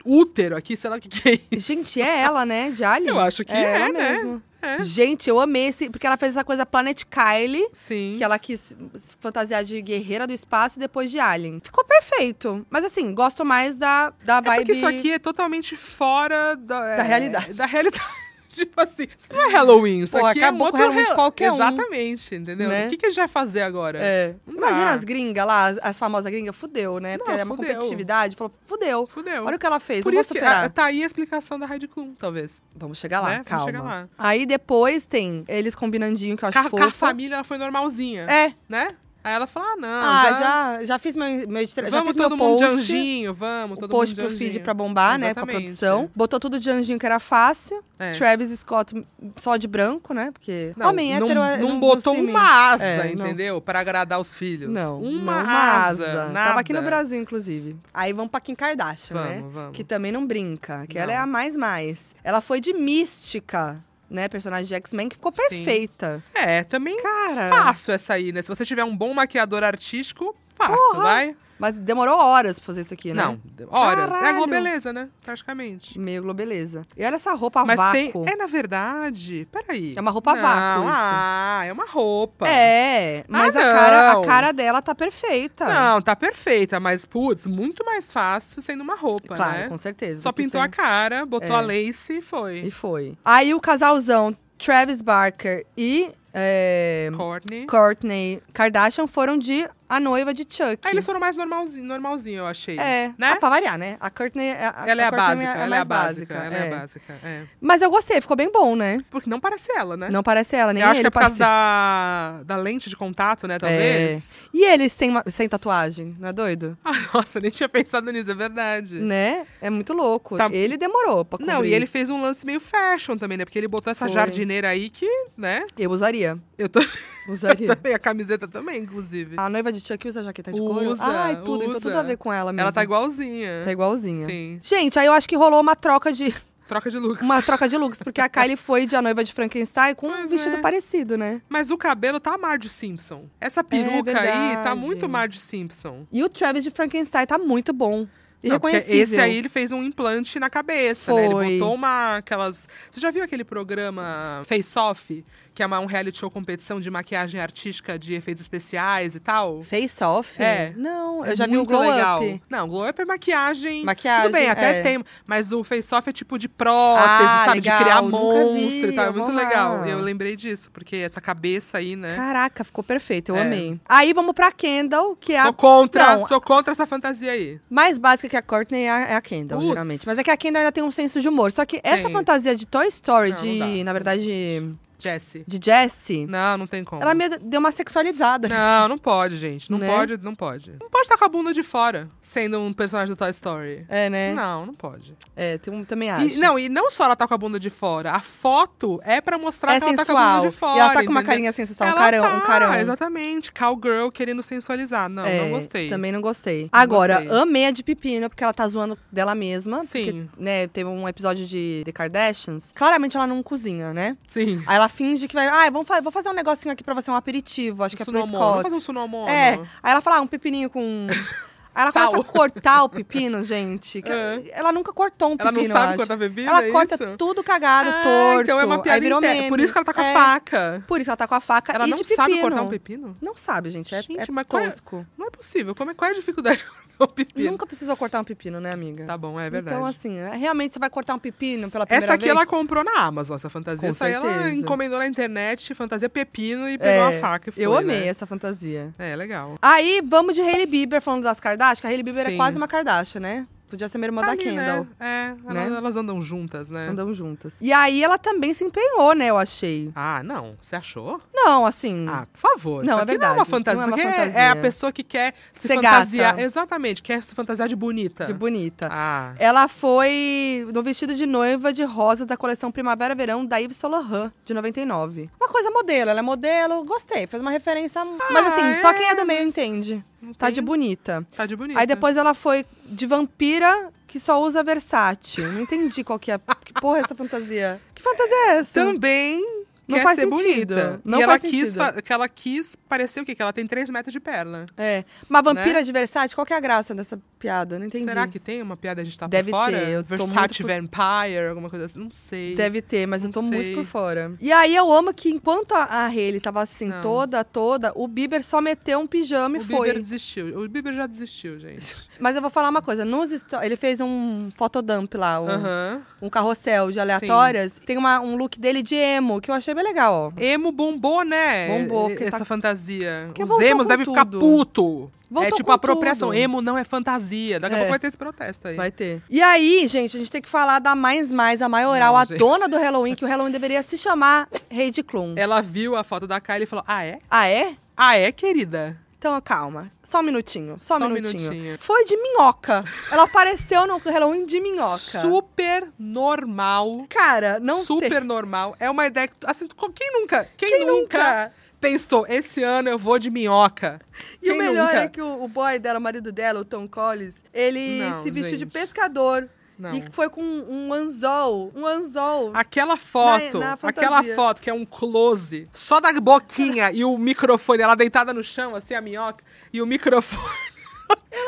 B: útero aqui, sei lá o <laughs> que, que é isso.
A: <laughs> Gente, é ela, né? De Alien?
B: Eu acho que é,
A: ela
B: né?
A: mesmo.
B: É.
A: Gente, eu amei esse. Porque ela fez essa coisa Planet Kylie,
B: Sim.
A: que é ela quis se fantasiar de guerreira do espaço e depois de Alien. Ficou perfeito. Mas assim, gosto mais da, da
B: É
A: vibe.
B: porque isso aqui é totalmente fora da, é,
A: Da realidade.
B: Da realidade. <laughs> Tipo assim, isso não é Halloween, isso
A: Pô,
B: aqui
A: acabou
B: é um
A: com o
B: outro
A: Halloween de
B: Hall-
A: qualquer um.
B: Exatamente, entendeu?
A: Né?
B: O que, que a gente vai fazer agora?
A: É.
B: Não
A: Imagina
B: dá.
A: as gringas lá, as, as famosas gringas, fudeu, né? Porque
B: Não,
A: é uma
B: fudeu.
A: competitividade. Falou, fudeu.
B: Fudeu.
A: Olha o que ela fez,
B: Por
A: eu vou
B: isso que
A: superar.
B: ah, tá aí a explicação da Heidi Klum, talvez.
A: Vamos chegar lá,
B: né? Vamos
A: calma.
B: chegar lá.
A: Aí depois tem eles combinandinho, que eu acho
B: Car,
A: fofo.
B: car família, ela foi normalzinha,
A: É.
B: né? Aí ela fala, ah, não,
A: Ah,
B: já,
A: já, já fiz meu, meu editor- já
B: vamos
A: fiz
B: todo
A: meu
B: mundo de
A: post.
B: anjinho, vamos,
A: o
B: todo
A: post
B: mundo de
A: pro feed
B: anjinho.
A: pra bombar, né? Com a
B: Exatamente.
A: produção. Botou tudo de anjinho que era fácil.
B: É.
A: Travis Scott só de branco, né? Porque
B: Não,
A: homem
B: não,
A: hétero é-
B: não, botou um
A: se mente.
B: uma asa,
A: É, não.
B: entendeu? Pra agradar os filhos.
A: Não,
B: uma,
A: não, uma
B: asa.
A: Tava aqui no
B: nada.
A: Brasil, inclusive. Aí vamos pra Kim Kardashian, né?
B: Vamos, vamos.
A: Que também não brinca, que ela é
B: Não.
A: a mais mais. Ela foi de mística, né? Personagem de X-Men, que ficou
B: Sim.
A: perfeita.
B: É, também
A: Cara.
B: fácil essa aí, né? Se você tiver um bom maquiador artístico, fácil, vai?
A: Mas demorou horas pra fazer isso aqui, né?
B: Não, horas. É a
A: Caralho.
B: Globeleza, né? Praticamente.
A: Meio globeleza. E olha essa roupa
B: Mas
A: vácuo.
B: tem. É, na verdade. Peraí.
A: É uma roupa
B: Não,
A: vácuo isso.
B: Ah, é uma roupa.
A: É, mas
B: Ah,
A: a, cara,
B: não.
A: a cara dela tá perfeita.
B: Não, tá perfeita, mas, putz, muito mais fácil sendo uma roupa,
A: Claro,
B: né?
A: com certeza.
B: Só
A: Porque
B: pintou
A: sem-
B: a cara,
A: É.
B: botou a lace e foi.
A: E foi. Aí o casalzão Travis Barker e é,
B: Courtney.
A: Courtney Kardashian foram de a noiva de Chuck.
B: Aí Ah, eles foram mais normalzinho, normalzinho eu achei.
A: É,
B: Né?
A: ah, pra variar, né? A Courtney a- a,
B: Ela é a
A: Kourtney
B: básica, ela é
A: mais
B: a básica, ela é
A: é.
B: a básica, é.
A: Mas eu gostei, ficou bem bom, né?
B: Porque não parece ela, né?
A: Não parece ela, nem
B: Eu acho que
A: ele
B: é por causa
A: parece. É.
B: da, da lente de contato, né? Talvez. <laughs>
A: E ele sem, ma- sem tatuagem, não é doido?
B: Ah, nossa, nem tinha pensado nisso, é verdade.
A: Né? É muito louco.
B: Tá-
A: Ele demorou pra
B: Não,
A: cobrir
B: e ele
A: isso.
B: fez um lance meio fashion também, né? Porque ele botou essa
A: Foi.
B: jardineira aí que, né?
A: Eu usaria.
B: Eu, tô, <laughs> eu
A: Usaria.
B: também, a camiseta também, inclusive.
A: a noiva de Chuck usa jaqueta de couro?
B: Usa,
A: Ai, tudo. Então
B: usa.
A: tudo a ver com ela mesmo.
B: Ela tá igualzinha.
A: Tá igualzinha.
B: Sim.
A: Gente, aí eu acho que rolou uma troca de
B: Troca de looks.
A: uma troca de looks, porque a Kylie foi de a noiva de Frankenstein com um
B: Pois
A: vestido
B: é.
A: parecido, né?
B: Mas o cabelo tá Marge Simpson. Essa peruca aí tá
A: É verdade.
B: muito Marge Simpson.
A: E o Travis de Frankenstein tá muito bom. E
B: Não, porque
A: reconhecível.
B: esse aí ele fez um implante na cabeça, né?
A: Foi.
B: Ele botou uma aquelas. Você já viu aquele programa Face Off, que é uma- um reality show competição de maquiagem artística de efeitos especiais e tal?
A: Face off?
B: É.
A: Não, eu
B: É
A: já vi o
B: muito
A: glow
B: legal.
A: up.
B: Não, glow up é maquiagem.
A: Maquiagem,
B: Tudo bem, até
A: é.
B: tem. Mas o face off é tipo de prótese,
A: Ah,
B: sabe?
A: legal,
B: De criar
A: nunca
B: monstro
A: vi,
B: e tal. É
A: eu vou
B: muito
A: lá.
B: legal. Eu lembrei disso, porque essa cabeça aí, né?
A: Caraca, ficou perfeito, eu
B: É.
A: amei. Aí vamos pra Kendall, que é
B: Sou
A: a
B: contra,
A: Não.
B: sou contra essa fantasia aí.
A: mais básica que a Courtney é a, é a Kendall,
B: Putz.
A: geralmente. Mas é que a Kendall ainda tem um senso de humor. Só que essa
B: Tem.
A: fantasia de Toy Story,
B: Não,
A: de,
B: não dá.
A: na verdade,
B: Jessie.
A: de Jessie,
B: Não, não tem como.
A: ela meio deu uma sexualizada.
B: Não, não pode, gente. Não
A: Né?
B: pode, não pode. Não pode estar com a bunda de fora, sendo um personagem do Toy Story.
A: É, né?
B: Não, não pode.
A: É, tem um, também acho.
B: E, não, e não só ela tá com a bunda de fora. A foto é pra mostrar
A: é
B: que ela tá com a
A: sensual.
B: bunda de fora.
A: e ela tá com uma
B: entendeu?
A: carinha sensual, um
B: Ela
A: carão,
B: tá,
A: um carão.
B: Exatamente. Cowgirl querendo sensualizar. Não,
A: É,
B: não gostei.
A: Também não gostei. Agora,
B: gostei.
A: amei a de Pepino, porque ela tá zoando dela mesma.
B: Sim.
A: Porque, né, teve um episódio de The Kardashians. Claramente ela não cozinha, né?
B: Sim.
A: Aí ela finge que vai. Ah, vamos fa- vou fazer um negocinho aqui pra você, um aperitivo. Acho que é pro
B: Sunomono.
A: Scott.
B: Vamos fazer um sunomono?
A: É. Aí ela fala, ah, um pepininho
B: <laughs>
A: com. Aí ela
B: Sal.
A: começa a cortar o pepino, gente. que-
B: É.
A: Ela nunca cortou um
B: Ela
A: pepino.
B: não
A: eu
B: sabe
A: acho.
B: cortar bebida?
A: Ela
B: é
A: corta
B: isso?
A: tudo cagado,
B: Ah,
A: torto.
B: Então é uma piada
A: aí virou
B: interna.
A: meme.
B: Por isso que ela tá com
A: É,
B: a faca.
A: Por isso ela tá com a faca
B: Ela
A: e
B: não
A: de
B: sabe
A: pepino.
B: cortar um pepino?
A: Não sabe, gente. É,
B: Gente,
A: é
B: mas qual é-
A: tosco.
B: Não é possível. Como é, qual é a dificuldade <laughs> de cortar um pepino?
A: Nunca precisou cortar um pepino, né, amiga?
B: Tá bom, é verdade.
A: Então, assim, é- realmente você vai cortar um pepino pela primeira
B: Essa aqui
A: vez?
B: ela comprou na Amazon, essa fantasia.
A: Com
B: essa aí ela
A: certeza.
B: encomendou na internet, fantasia pepino e pegou
A: É,
B: uma faca e foi,
A: Eu amei
B: né?
A: essa fantasia.
B: É, legal.
A: Aí, vamos de Hailey Bieber falando das Kardashian. que A Hailey Bieber é
B: Sim.
A: quase uma Kardashian, né? Podia ser minha irmã
B: Tá
A: da
B: ali,
A: Kendall.
B: Né? É, ela-
A: né?
B: elas andam juntas, né?
A: Andam juntas. E aí ela também se empenhou, né? Eu achei.
B: Ah, não. Você achou?
A: Não, assim.
B: Ah, por
A: Não,
B: favor. isso
A: é
B: aqui
A: verdade,
B: Não é uma
A: não
B: fantasia.
A: é uma
B: que é-
A: fantasia.
B: É a pessoa que quer se
A: Ser
B: fantasiar.
A: gata.
B: Exatamente, quer se fantasiar de bonita.
A: de bonita.
B: Ah.
A: Ela foi no vestido de noiva de rosa da coleção Primavera-Verão da Yves Saint Laurent, de 99. Uma coisa modelo, ela é modelo, gostei, fez uma referência. mas assim, só quem é do meio entende.
B: não
A: Tá
B: tem-
A: de bonita.
B: Tá de bonita.
A: Aí depois ela foi de vampira que só usa <laughs> Versace. Não entendi qual que é. Que porra é essa fantasia? Que fantasia é essa?
B: Também
A: Não
B: quer
A: faz
B: ser
A: sentido.
B: bonita.
A: Não
B: e
A: faz
B: ela quis,
A: sentido.
B: fa- que ela quis parecer o quê? Que ela tem 3 metros de perna.
A: É. Uma vampira de Versace, qual que é a graça dessa piada? Eu Não entendi.
B: Será que tem uma piada a gente tá
A: Deve
B: por fora?
A: ter, eu tô muito
B: Versace
A: por-
B: Vampire, alguma coisa assim. Não sei.
A: Deve ter, mas eu
B: Não
A: tô muito
B: sei.
A: por fora. E aí eu amo que enquanto a, a Hailey tava assim,
B: Não.
A: toda, toda, o Bieber só meteu um pijama
B: o
A: e foi.
B: Bieber desistiu. O Bieber já desistiu, gente.
A: Mas eu vou falar uma coisa. Nos histó- ele fez um fotodump lá, um,
B: Aham.
A: um carrossel de aleatórias. Tem uma- um look dele de emo, que eu achei bem legal, ó.
B: Emo bombou, né?
A: Bombou, porque
B: Essa
A: tá-
B: fantasia.
A: Porque
B: Os
A: voltou
B: emos
A: com
B: devem ficar
A: tudo.
B: puto.
A: Voltou
B: é tipo
A: com
B: apropriação.
A: tudo.
B: Emo não é fantasia. Daqui a
A: É.
B: pouco vai ter esse protesto aí.
A: Vai ter. E aí, gente, a gente tem que falar da Mais Mais, a maioral,
B: Não,
A: a
B: gente.
A: dona do Halloween, que o Halloween deveria se chamar Heidi Klum.
B: Ela viu a foto da Kylie e falou: Ah, é?
A: Ah, é?
B: Ah, é, querida?
A: Então, calma. Só um minutinho. Só,
B: Só
A: um
B: um
A: minutinho.
B: minutinho.
A: Foi de minhoca. Ela apareceu no Halloween de minhoca.
B: Super normal.
A: Cara, não
B: super
A: tem.
B: normal. É uma ideia que. tu- Assim, tu- quem nunca? Quem,
A: Quem
B: nunca,
A: nunca?
B: pensou, esse ano eu vou de minhoca?
A: E o
B: Quem
A: melhor
B: nunca?
A: é que o, o boy dela, o marido dela, o Tom Collins, ele
B: Não,
A: se vestiu de
B: gente.
A: pescador.
B: Não.
A: E foi com um anzol. Um anzol.
B: Aquela foto,
A: na fantasia.
B: aquela foto que é um close, só da boquinha e o microfone, ela deitada no chão, assim, a minhoca, e o microfone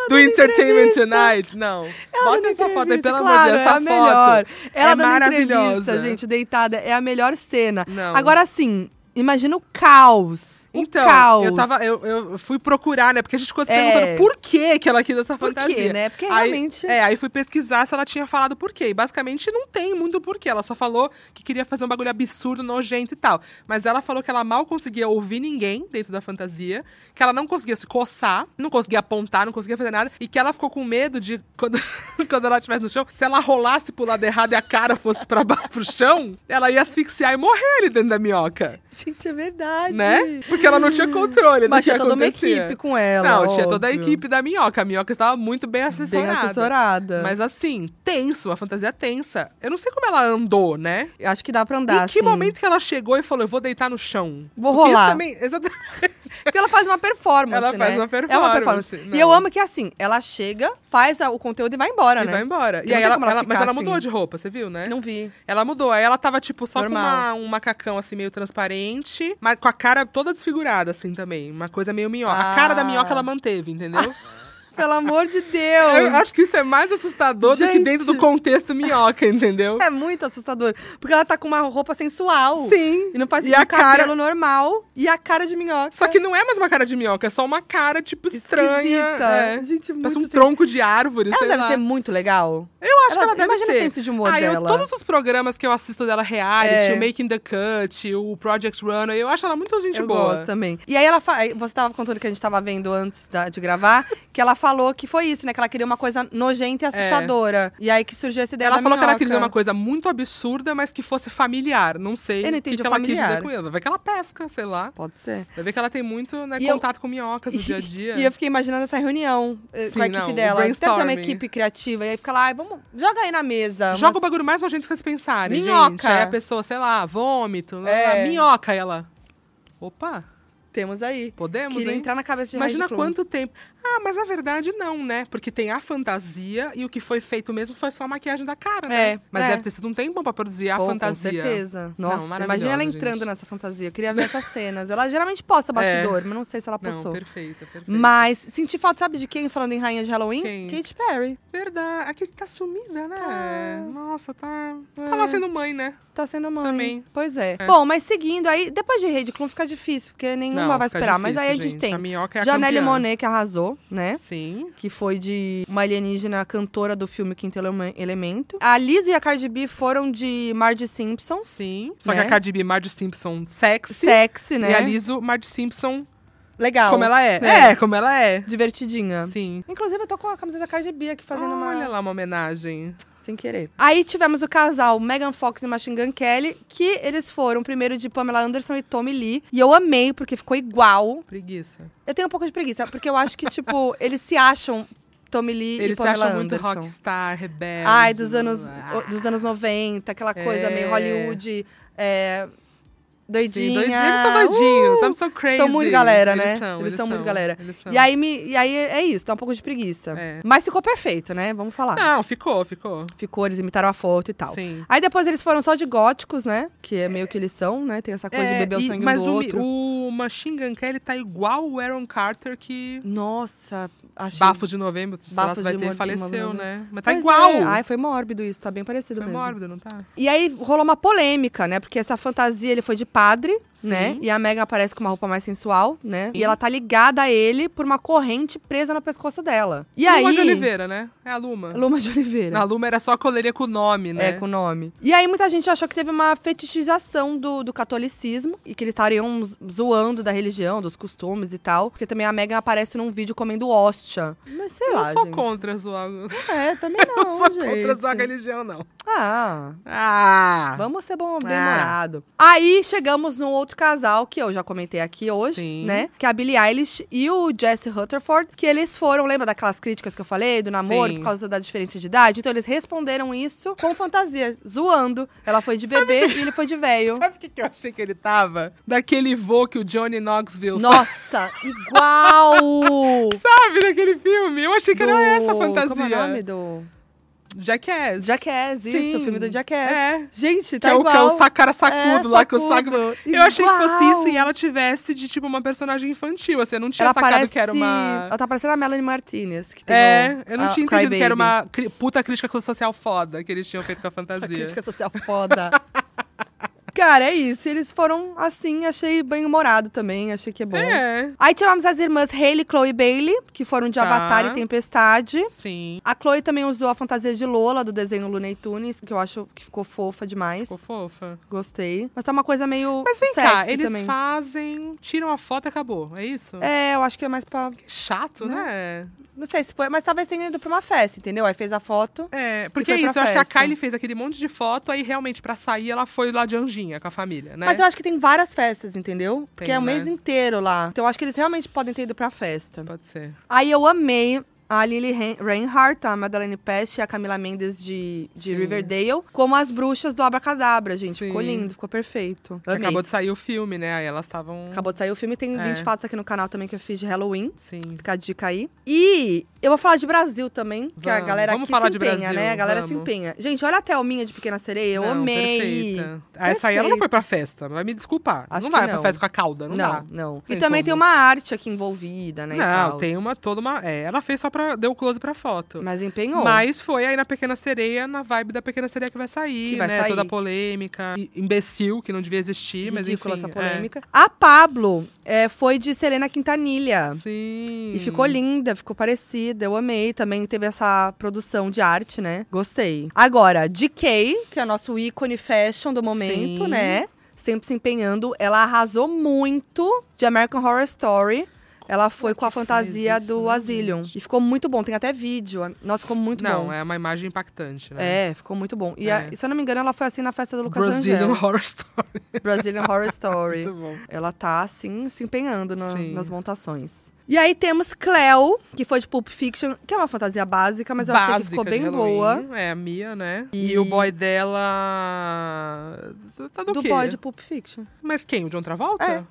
B: do Entertainment
A: entrevista.
B: Tonight. Não. Bota
A: dando
B: essa foto aí,
A: entrevista,
B: pelo amor
A: claro,
B: de Deus, essa
A: é a
B: foto.
A: melhor. Ela
B: é
A: dando
B: maravilhosa.
A: entrevista, gente, deitada. É a melhor cena.
B: Não.
A: Agora, assim, imagina o caos. O
B: Então,
A: caos.
B: eu tava. Eu, eu fui procurar, né? Porque a gente ficou se
A: É.
B: perguntando por que, que ela quis essa
A: Por quê,
B: fantasia.
A: né? Porque
B: aí,
A: realmente-
B: É, aí fui pesquisar se ela tinha falado por quê. E basicamente não tem muito porquê. Ela só falou que queria fazer um bagulho absurdo, nojento e tal. Mas ela falou que ela mal conseguia ouvir ninguém dentro da fantasia, que ela não conseguia se coçar, não conseguia apontar, não conseguia fazer nada. E que ela ficou com medo de, <laughs> quando, quando ela estivesse no chão, se ela rolasse pro lado errado e a cara fosse pra baixo pro chão, ela ia asfixiar e morrer ali dentro da minhoca
A: <laughs> Gente, é verdade.
B: né? Porque ela não tinha controle do
A: Mas
B: que
A: tinha toda uma
B: acontecia.
A: equipe com ela.
B: Não, tinha toda a
A: óbvio.
B: equipe da minhoca. A minhoca estava muito bem
A: Bem
B: assessorada.
A: assessorada.
B: Mas assim, tenso, uma fantasia tensa. Eu não sei como ela andou, né?
A: Eu acho que dá pra andar.
B: em que
A: assim.
B: momento que ela chegou e falou, eu vou deitar no chão?
A: Vou
B: Porque
A: rolar.
B: Isso também, exatamente.
A: Porque ela faz uma performance.
B: Ela
A: né?
B: faz uma
A: É uma
B: performance,
A: performance.
B: não.
A: E eu amo que assim, ela chega, faz a- o conteúdo e vai embora,
B: E
A: né?
B: vai embora. E
A: Não
B: aí
A: tem
B: ela,
A: como ela
B: ela- mas
A: ficar
B: ela
A: assim.
B: mudou de roupa, você viu, né?
A: Não vi.
B: Ela mudou. Aí ela tava, tipo, só
A: Normal.
B: com uma- um macacão, assim, meio transparente, mas com a cara toda desfigurada, assim, também. Uma coisa meio minhoca. A cara da
A: Ah.
B: minhoca ela
A: <laughs>
B: manteve, entendeu?
A: Pelo amor de Deus.
B: Eu acho que isso é mais assustador do que
A: Gente.
B: dentro do contexto minhoca, entendeu?
A: <laughs> É muito assustador. Porque ela tá com uma roupa sensual.
B: Sim.
A: E não faz
B: E a
A: um cabelo
B: cara-
A: normal e a cara de minhoca.
B: Só que não é mais uma cara de minhoca, é só uma cara, tipo, estranha.
A: Esquisita.
B: É.
A: Gente, muito
B: Parece um
A: assim.
B: tronco de árvore,
A: Ela
B: sei
A: deve
B: lá. É
A: ser muito legal.
B: Eu acho
A: Ela-
B: que ela deve
A: imagina
B: ser.
A: o senso de humor
B: Ah, eu-
A: dela.
B: todos os programas que eu assisto dela, reality,
A: É.
B: o Making the Cut, o Project Runway, eu acho ela muito gente
A: Eu
B: boa.
A: gosto também. E aí ela fa... aí Você tava contando que a gente tava vendo antes da- de gravar, que ela falou que foi isso, né? Que ela queria uma coisa nojenta e assustadora. E aí que surgiu essa ideia
B: É. Ela
A: da
B: falou que ela
A: minhoca.
B: queria dizer uma coisa muito absurda, mas que fosse familiar. Não sei
A: Eu não
B: o que,
A: entendi
B: que
A: o
B: ela quis
A: familiar.
B: dizer com ela. Vai que ela pesca, sei lá.
A: Pode ser.
B: Vai ver que ela tem muito né,
A: E eu-
B: contato com minhocas
A: <laughs>
B: no dia a dia.
A: E eu fiquei imaginando essa reunião eh,
B: Sim,
A: com a equipe
B: não, o
A: dela. Deve ter uma
B: brainstorming.
A: equipe criativa. E aí fica lá, ai, vamos, joga aí na mesa.
B: Joga o
A: umas-
B: bagulho mais nojento que vocês pensarem, gente.
A: Minhoca.
B: Aí a pessoa, sei lá, vômito, lá,
A: É.
B: lá, minhoca, aí ela. Opa,
A: Temos aí.
B: podemos,
A: Queria
B: hein?
A: entrar na cabeça de
B: Imagina
A: Heidi Klum.
B: quanto tempo. Ah, mas na verdade não, né? Porque tem a fantasia e o que foi feito mesmo foi só a maquiagem da cara,
A: É,
B: né? Mas
A: é.
B: deve ter sido um tempo pra produzir a
A: Pô,
B: fantasia.
A: Com certeza.
B: Não,
A: Nossa, imagina ela
B: maravilhosa,
A: entrando
B: gente. É.
A: nessa fantasia. Eu queria ver essas cenas. Ela geralmente posta bastidor, mas não sei se ela
B: Não,
A: postou.
B: perfeita, perfeita.
A: Mas senti falta, sabe de quem falando em rainha de Halloween?
B: Quem?
A: Katy Perry.
B: Verdade. Aqui tá sumida, né?
A: Tá. É.
B: Nossa, tá. Tá lá sendo mãe, né?
A: Tá sendo mãe.
B: Também.
A: Pois é. Bom, mas seguindo aí, depois de Rede Club fica difícil, porque nenhuma
B: Não,
A: vai
B: fica
A: esperar. mas
B: difícil,
A: aí a gente, tem
B: A minhoca é a
A: Janelle
B: campeã.
A: Monet, que arrasou, né?
B: Sim.
A: Que foi de uma alienígena cantora do filme Quinto Elema- Elemento. A Lizzo e a Cardi B foram de Marge Simpsons.
B: Sim. Só
A: Né?
B: que a Cardi B, Marge Simpson, sexy.
A: Sexy, né?
B: E a Liso, Marge Simpson,
A: Legal.
B: como ela é.
A: né?
B: É, como ela é.
A: Divertidinha.
B: Sim.
A: Inclusive, eu tô com a camisa da Cardi B aqui fazendo uma.
B: Olha lá uma homenagem.
A: Sem querer. Aí tivemos o casal Megan Fox e Machine Gun Kelly, que eles foram primeiro de Pamela Anderson e Tommy Lee. E eu amei, porque ficou igual.
B: Preguiça.
A: Eu tenho um pouco de preguiça, porque eu acho que, tipo, <laughs> eles se acham Tommy Lee
B: Eles
A: e
B: se
A: Pamela
B: acham muito
A: Anderson.
B: rockstar, rebelde.
A: Ai, dos anos,
B: É, Ah.
A: dos anos 90, aquela coisa meio
B: É.
A: Hollywood. é, doidinha. Uh!
B: Sim, doidinha, eles são doidinhos. I'm so crazy.
A: São muito galera,
B: Eles
A: né?
B: São,
A: eles, são, muito galera.
B: eles são.
A: E aí, me, e aí é isso, dá um pouco de preguiça.
B: É.
A: Mas ficou perfeito, né? Vamos falar.
B: Não, ficou, ficou.
A: Ficou, eles imitaram a foto e tal.
B: Sim.
A: Aí depois eles foram só de góticos, né? Que é meio que eles são, né? Tem essa coisa de
B: É,
A: beber o
B: e-
A: sangue
B: mas
A: um do
B: o, Mi-
A: outro.
B: o Machine Gun Kelly tá igual o Aaron Carter que
A: Nossa, achei...
B: bafo de novembro, sei lá
A: Bafo
B: se vai
A: de
B: ter,
A: uma-
B: faleceu,
A: uma-
B: né? Mas tá
A: Pois
B: igual.
A: é. Ai, foi mórbido isso, tá bem parecido
B: Foi
A: mesmo.
B: mórbido, não tá?
A: E aí rolou uma polêmica, né? Porque essa fantasia ele foi de padre,
B: Sim.
A: né? E a Megan aparece com uma roupa mais sensual, né? E ela tá ligada a ele por uma corrente presa no pescoço dela. E aí.
B: Luma de Oliveira, né? É a Luma.
A: Luma de Oliveira.
B: Na Luma era só a coleria com o nome, né?
A: né? É, com o nome. E aí muita gente achou que teve uma fetichização do, do catolicismo e que eles estariam z- zoando da religião, dos costumes e tal. Porque também a Megan aparece num vídeo comendo hóstia. Mas sei
B: Eu não
A: lá,
B: sou
A: gente.
B: contra zoar. <laughs> Eu
A: É, também não,
B: não sou
A: gente.
B: contra zoar religião, não.
A: Ah,
B: Ah!
A: Vamos ser bom, bem-humorado. Aí chegamos num outro casal que eu já comentei aqui hoje,
B: Sim.
A: né? Que é a Billie Eilish e o Jesse Rutherford, que eles foram, lembra daquelas críticas que eu falei do namoro
B: Sim.
A: por causa da diferença de idade? Então eles responderam isso com fantasia, zoando. Ela foi de bebê e ele foi de véio.
B: Sabe o que, que eu achei que ele tava? Daquele voo que o Johnny Knoxville
A: Nossa, igual!
B: Sabe, naquele filme? Eu achei <laughs> que
A: Do-
B: era essa a fantasia.
A: Como é o nome do
B: Jackass.
A: Jackass, isso,
B: Sim.
A: o filme do Jackass.
B: É.
A: Gente,
B: Que
A: tá
B: é o, que
A: igual.
B: é o sa- cara sacudo
A: É,
B: lá, que o saco...
A: sacudo.
B: Eu achei que fosse
A: Igual.
B: isso e ela tivesse de, tipo, uma personagem infantil, assim, eu não tinha
A: Ela
B: sacado
A: parece. tá
B: que era uma...
A: Ela tá parecendo a Melanie Martinez, que tem
B: É,
A: o-
B: eu não
A: a
B: tinha entendido
A: Cry
B: que era
A: Baby.
B: uma cri- puta crítica social foda que eles tinham feito com
A: <laughs>
B: a fantasia.
A: Crítica social foda. <laughs> Cara, é isso. Eles foram assim, achei bem humorado também, achei que é bom.
B: É,
A: Aí tivemos as irmãs Hailey, Chloe e Bailey, que foram de
B: Tá.
A: Avatar e Tempestade.
B: sim.
A: A Chloe também usou a fantasia de Lola do desenho Looney Tunes, que eu acho que ficou fofa demais.
B: Ficou fofa.
A: Gostei. Mas tá uma coisa meio
B: Mas vem
A: sexy
B: cá, eles
A: também.
B: fazem, tiram a foto e acabou, é isso?
A: É, eu acho que é mais pra.
B: Que Chato, né?
A: Não sei se foi, mas talvez tenha ido pra uma festa, entendeu? Aí fez a foto.
B: É, porque
A: E
B: é
A: foi pra
B: isso, eu acho que a
A: festa.
B: Kylie fez aquele monte de foto, aí realmente pra sair ela foi lá de anjinha com a família, né?
A: Mas eu acho que tem várias festas, entendeu? Porque
B: Tem,
A: é o
B: né?
A: mês inteiro lá. Então eu acho que eles realmente podem ter ido pra festa.
B: Pode ser.
A: Aí eu amei a Lily Ren- Reinhardt, a Madeleine Pest e a Camila Mendes de, de
B: Sim.
A: Riverdale, como as bruxas do Abracadabra, gente. Ficou
B: Sim.
A: lindo, ficou perfeito.
B: Que
A: Amei.
B: Acabou de sair o filme, né? Aí elas estavam.
A: Acabou de sair o filme, tem
B: É.
A: 20 fatos aqui no canal também que eu fiz de Halloween.
B: Sim.
A: Fica a dica aí. E eu vou falar de Brasil também, que a
B: Vamos,
A: galera
B: vamos
A: aqui
B: falar
A: se
B: de
A: empenha,
B: Brasil,
A: né? A galera se
B: vamos.
A: empenha. Gente, olha a Thelminha de Pequena Sereia, eu
B: Não,
A: amei.
B: Perfeita. Essa aí ela não foi pra festa, vai me desculpar.
A: Acho
B: não
A: que
B: vai
A: não.
B: pra festa com a cauda, não, dá.
A: Não, não. E
B: Tem
A: também
B: como.
A: tem uma arte aqui envolvida, né? e
B: não,
A: tals.
B: tem uma, toda uma. É, ela fez só pra. Deu close pra foto.
A: Mas empenhou.
B: Mas foi aí na Pequena Sereia, na vibe da Pequena Sereia que vai sair,
A: Que vai
B: né?
A: sair.
B: Toda a polêmica. e- imbecil, que não devia existir, mas enfim.
A: Ridícula essa
B: é.
A: polêmica. A Pablo é, foi de Selena Quintanilha.
B: Sim.
A: E ficou linda, ficou parecida, eu amei. Também teve essa produção de arte, né? Gostei. Agora, DK, que é nosso ícone fashion do momento,
B: Sim.
A: né? Sempre se empenhando. Ela arrasou muito de American Horror Story. Ela foi com a
B: que faz
A: fantasia
B: isso,
A: do
B: né,
A: Asylum. E ficou muito bom. Tem até vídeo. Nossa, ficou muito
B: Não,
A: bom.
B: é uma imagem impactante, né?
A: É, ficou muito bom. E a-
B: É.
A: se eu não me engano, ela foi assim na festa do Lucas
B: Brazilian
A: Rangel.
B: Horror Story.
A: Brazilian Horror Story.
B: <laughs> Muito bom.
A: Ela tá, assim, se empenhando na-
B: Sim.
A: nas montações. E aí temos Cleo, que foi de Pulp Fiction, que é uma fantasia básica, mas eu achei que ficou
B: de
A: bem
B: Halloween.
A: boa.
B: É, a Mia, né?
A: E-
B: E, o boy dela. Tá do,
A: Do
B: quê?
A: boy de Pulp Fiction,
B: Mas quem? O John Travolta?
A: É.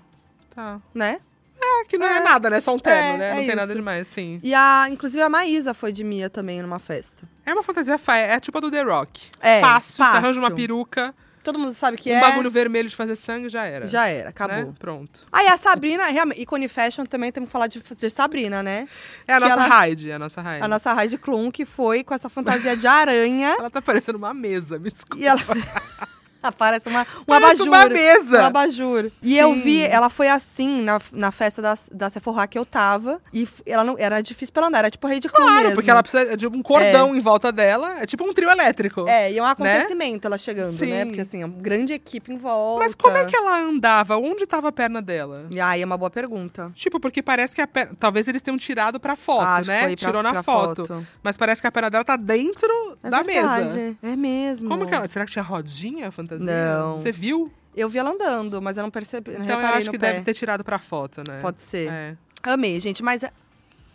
B: Tá.
A: né?
B: É, que não é, nada, né? Só um terno,
A: É,
B: né? Não
A: é
B: tem nada
A: isso.
B: demais, sim.
A: E a, inclusive a Maísa foi de Mia também numa festa.
B: É uma fantasia fa é tipo a do The Rock.
A: É,
B: fácil,
A: fácil.
B: você arranja uma peruca,
A: Todo mundo sabe que
B: um
A: é.
B: bagulho vermelho de fazer sangue, já era.
A: Já era, acabou.
B: Né? Pronto.
A: Aí a Sabrina, realmente, ícone fashion também temos que falar de, de Sabrina, né?
B: É a
A: Que
B: nossa
A: ela-
B: Hyde, é a nossa Hyde.
A: A nossa Heidi Klum, que foi com essa fantasia de aranha.
B: Ela tá parecendo uma mesa, me desculpa.
A: E ela. é <laughs> ela Parece uma, um
B: Parece
A: abajur.
B: uma mesa.
A: Um abajur. E eu vi, ela foi assim na, na festa da, da Sephora que eu tava. E f- ela não, era difícil pra ela andar, era tipo rei de
B: Claro, porque ela precisa de um cordão em volta dela. É tipo um trio elétrico.
A: É, e é um
B: né?
A: acontecimento ela chegando, né?
B: Sim.
A: Porque assim, é uma grande equipe em volta.
B: Mas como é que ela andava? Onde tava a perna dela?
A: E aí é uma boa pergunta.
B: Tipo, porque parece que a perna. Talvez eles tenham tirado pra foto,
A: Acho que
B: né?
A: foi pra-
B: Tirou na
A: pra
B: foto.
A: foto.
B: Mas parece que a perna dela tá dentro
A: É
B: da
A: verdade.
B: mesa.
A: É mesmo.
B: Como que ela. Será que tinha rodinha a fantasia?
A: Não.
B: Você viu?
A: Eu vi ela andando, mas eu não percebi. não
B: Então eu
A: reparei
B: acho
A: no
B: que
A: pé.
B: deve ter tirado pra foto, né?
A: Pode ser.
B: É.
A: Amei, gente, mas. é,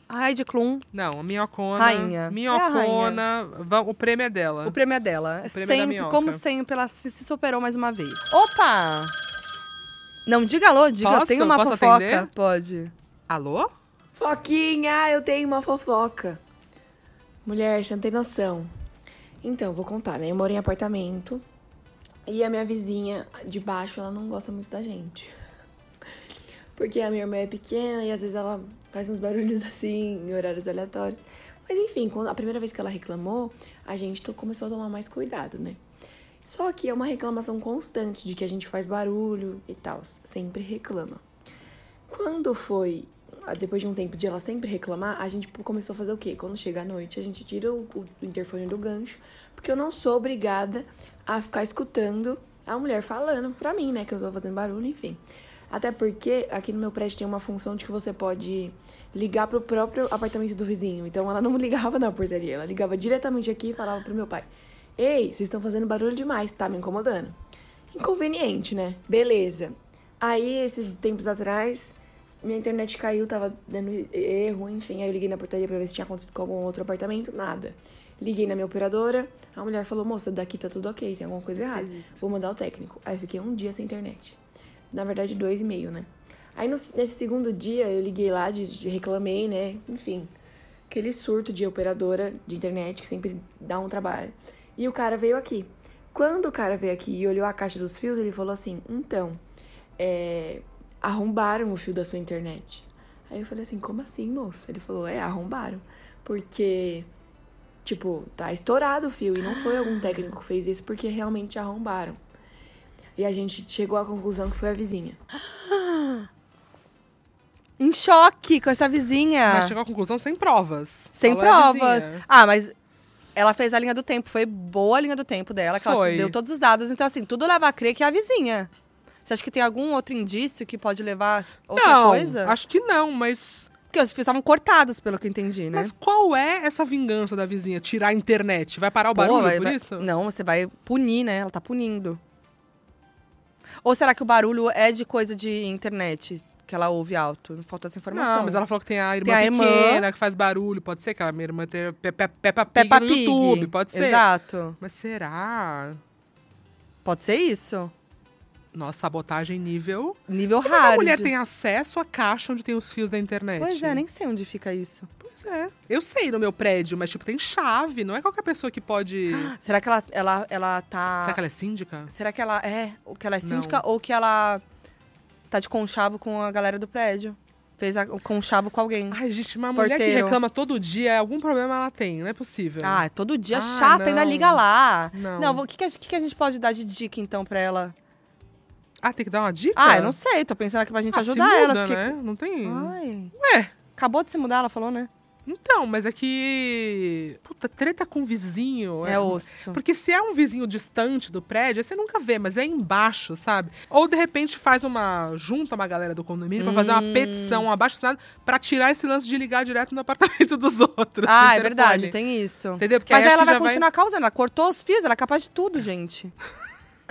A: A Heidi Klum,
B: Não, a minhocona.
A: Rainha. É
B: Minhocona. va- O prêmio é dela.
A: o prêmio é dela.
B: O prêmio é da
A: sempre,
B: minhoca.
A: como sempre, ela se, se superou mais uma vez. Opa! Não, diga alô, diga,
B: Posso?
A: tem uma
B: Posso
A: fofoca.
B: atender?
A: Pode.
B: Alô?
E: Foquinha, eu tenho uma fofoca. Mulher, você não tem noção. Então, vou contar, né? Eu moro em apartamento e a minha vizinha de baixo, ela não gosta muito da gente. Porque a minha irmã é pequena e às vezes ela faz uns barulhos <laughs> assim, em horários aleatórios. Mas enfim, quando, a primeira vez que ela reclamou, a gente to- começou a tomar mais cuidado, né? Só que é uma reclamação constante de que a gente faz barulho e tal. Sempre reclama. Quando foi, ah, depois de um tempo de ela sempre reclamar, a gente tipo, começou a fazer o quê? Quando chega a noite, a gente tira o, o interfone do gancho, porque eu não sou obrigada a ficar escutando a mulher falando pra mim, né? Que eu tô fazendo barulho, enfim. Até porque aqui no meu prédio tem uma função de que você pode ligar pro próprio apartamento do vizinho. Então ela não <laughs> ligava na portaria, ela ligava diretamente aqui e falava pro meu pai: Ei, vocês estão fazendo barulho demais, tá me incomodando. Inconveniente, né? Beleza. Aí, esses tempos atrás, minha internet caiu, tava dando erro, enfim. Aí eu liguei na portaria pra ver se tinha acontecido com algum outro apartamento, nada. Liguei na minha operadora, a mulher falou, moça, daqui tá tudo ok, tem alguma coisa errada. Vou mandar o técnico. Aí eu fiquei um dia sem internet. Na verdade, dois e meio, né? Aí no- nesse segundo dia eu liguei lá, de- de- reclamei, né? Enfim. Aquele surto de operadora de internet que sempre dá um trabalho. E o cara veio aqui. Quando o cara veio aqui e olhou a caixa dos fios, ele falou assim: então, é, arrombaram o fio da sua internet. Aí eu falei assim: como assim, moço? Ele falou: é, arrombaram. Porque, tipo, tá estourado o fio. E não foi algum técnico que fez isso, porque realmente arrombaram. E a gente chegou à conclusão que foi a vizinha.
A: Em choque com essa vizinha.
B: Mas chegou à conclusão sem provas.
A: Ah. Sem
B: Falou, é a
A: provas.
B: vizinha.
A: Ah, mas ela fez a linha do tempo. Foi boa a linha do tempo dela, que ela
B: Foi.
A: deu todos os dados. Então, assim, tudo leva a crer que é a vizinha. Você acha que tem algum outro indício que pode levar a outra
B: não,
A: coisa?
B: acho que não, mas...
A: Porque os fios estavam cortados, pelo que eu entendi, né?
B: Mas qual é essa vingança da vizinha? Tirar a internet? Vai parar o
A: Pô,
B: barulho
A: vai-
B: por
A: vai-
B: isso?
A: Não, você vai punir, né? Ela tá punindo. Ou será que o barulho é de coisa de internet que ela ouve alto? Falta essa informação.
B: Não, mas ela falou que tem a irmã
A: Tem a irmã.
B: pequena que faz barulho. Pode ser que a minha irmã tenha Pe- Pe- Peppa Pig
A: Peppa
B: no
A: Pig.
B: YouTube. Pode ser.
A: Exato.
B: Mas será?
A: Pode ser isso.
B: Nossa, sabotagem nível.
A: Nível
B: Como é que
A: raro.
B: a mulher tem acesso à caixa onde tem os fios da internet?
A: Pois é, nem sei onde fica isso.
B: Pois é. Eu sei no meu prédio, mas tipo, tem chave. Não é qualquer pessoa que <gasps> pode.
A: Será que ela, ela, ela tá.
B: Será que ela é síndica?
A: Será que ela é, ou que ela é
B: Não.
A: síndica ou que ela tá de conchavo com a galera do prédio? Fez a, o conchavo com alguém.
B: Ai, gente, uma mulher que
A: Porteiro.
B: reclama todo dia, algum problema ela tem, não é possível.
A: Ah, todo dia
B: Ah,
A: chata, ainda
B: não.
A: liga lá.
B: Não.
A: Não, o que, que, a- que que a gente pode dar de dica então pra ela?
B: Ah, tem que dar uma dica?
A: Ah, eu não sei, tô pensando aqui pra gente
B: Ah,
A: ajudar
B: se muda,
A: ela. Fiquei...
B: né? Não tem.
A: Ai.
B: Ué.
A: Acabou de se mudar, ela falou, né?
B: Então, mas é que. Puta, treta com vizinho.
A: É
B: <laughs>
A: osso.
B: Porque se é um vizinho distante do prédio, aí você nunca vê, mas é embaixo, sabe? Ou de repente faz uma. junta uma galera do condomínio pra fazer uma petição, um abaixo assinado, pra tirar esse lance de ligar direto no apartamento <laughs> dos outros.
A: Ah, é
B: no interfone.
A: verdade, tem isso.
B: Entendeu? Porque
A: Mas
B: aí
A: aí ela
B: acho que
A: vai
B: já vai-
A: continuar causando. Ela cortou os fios, ela é capaz de tudo, gente.
B: <laughs>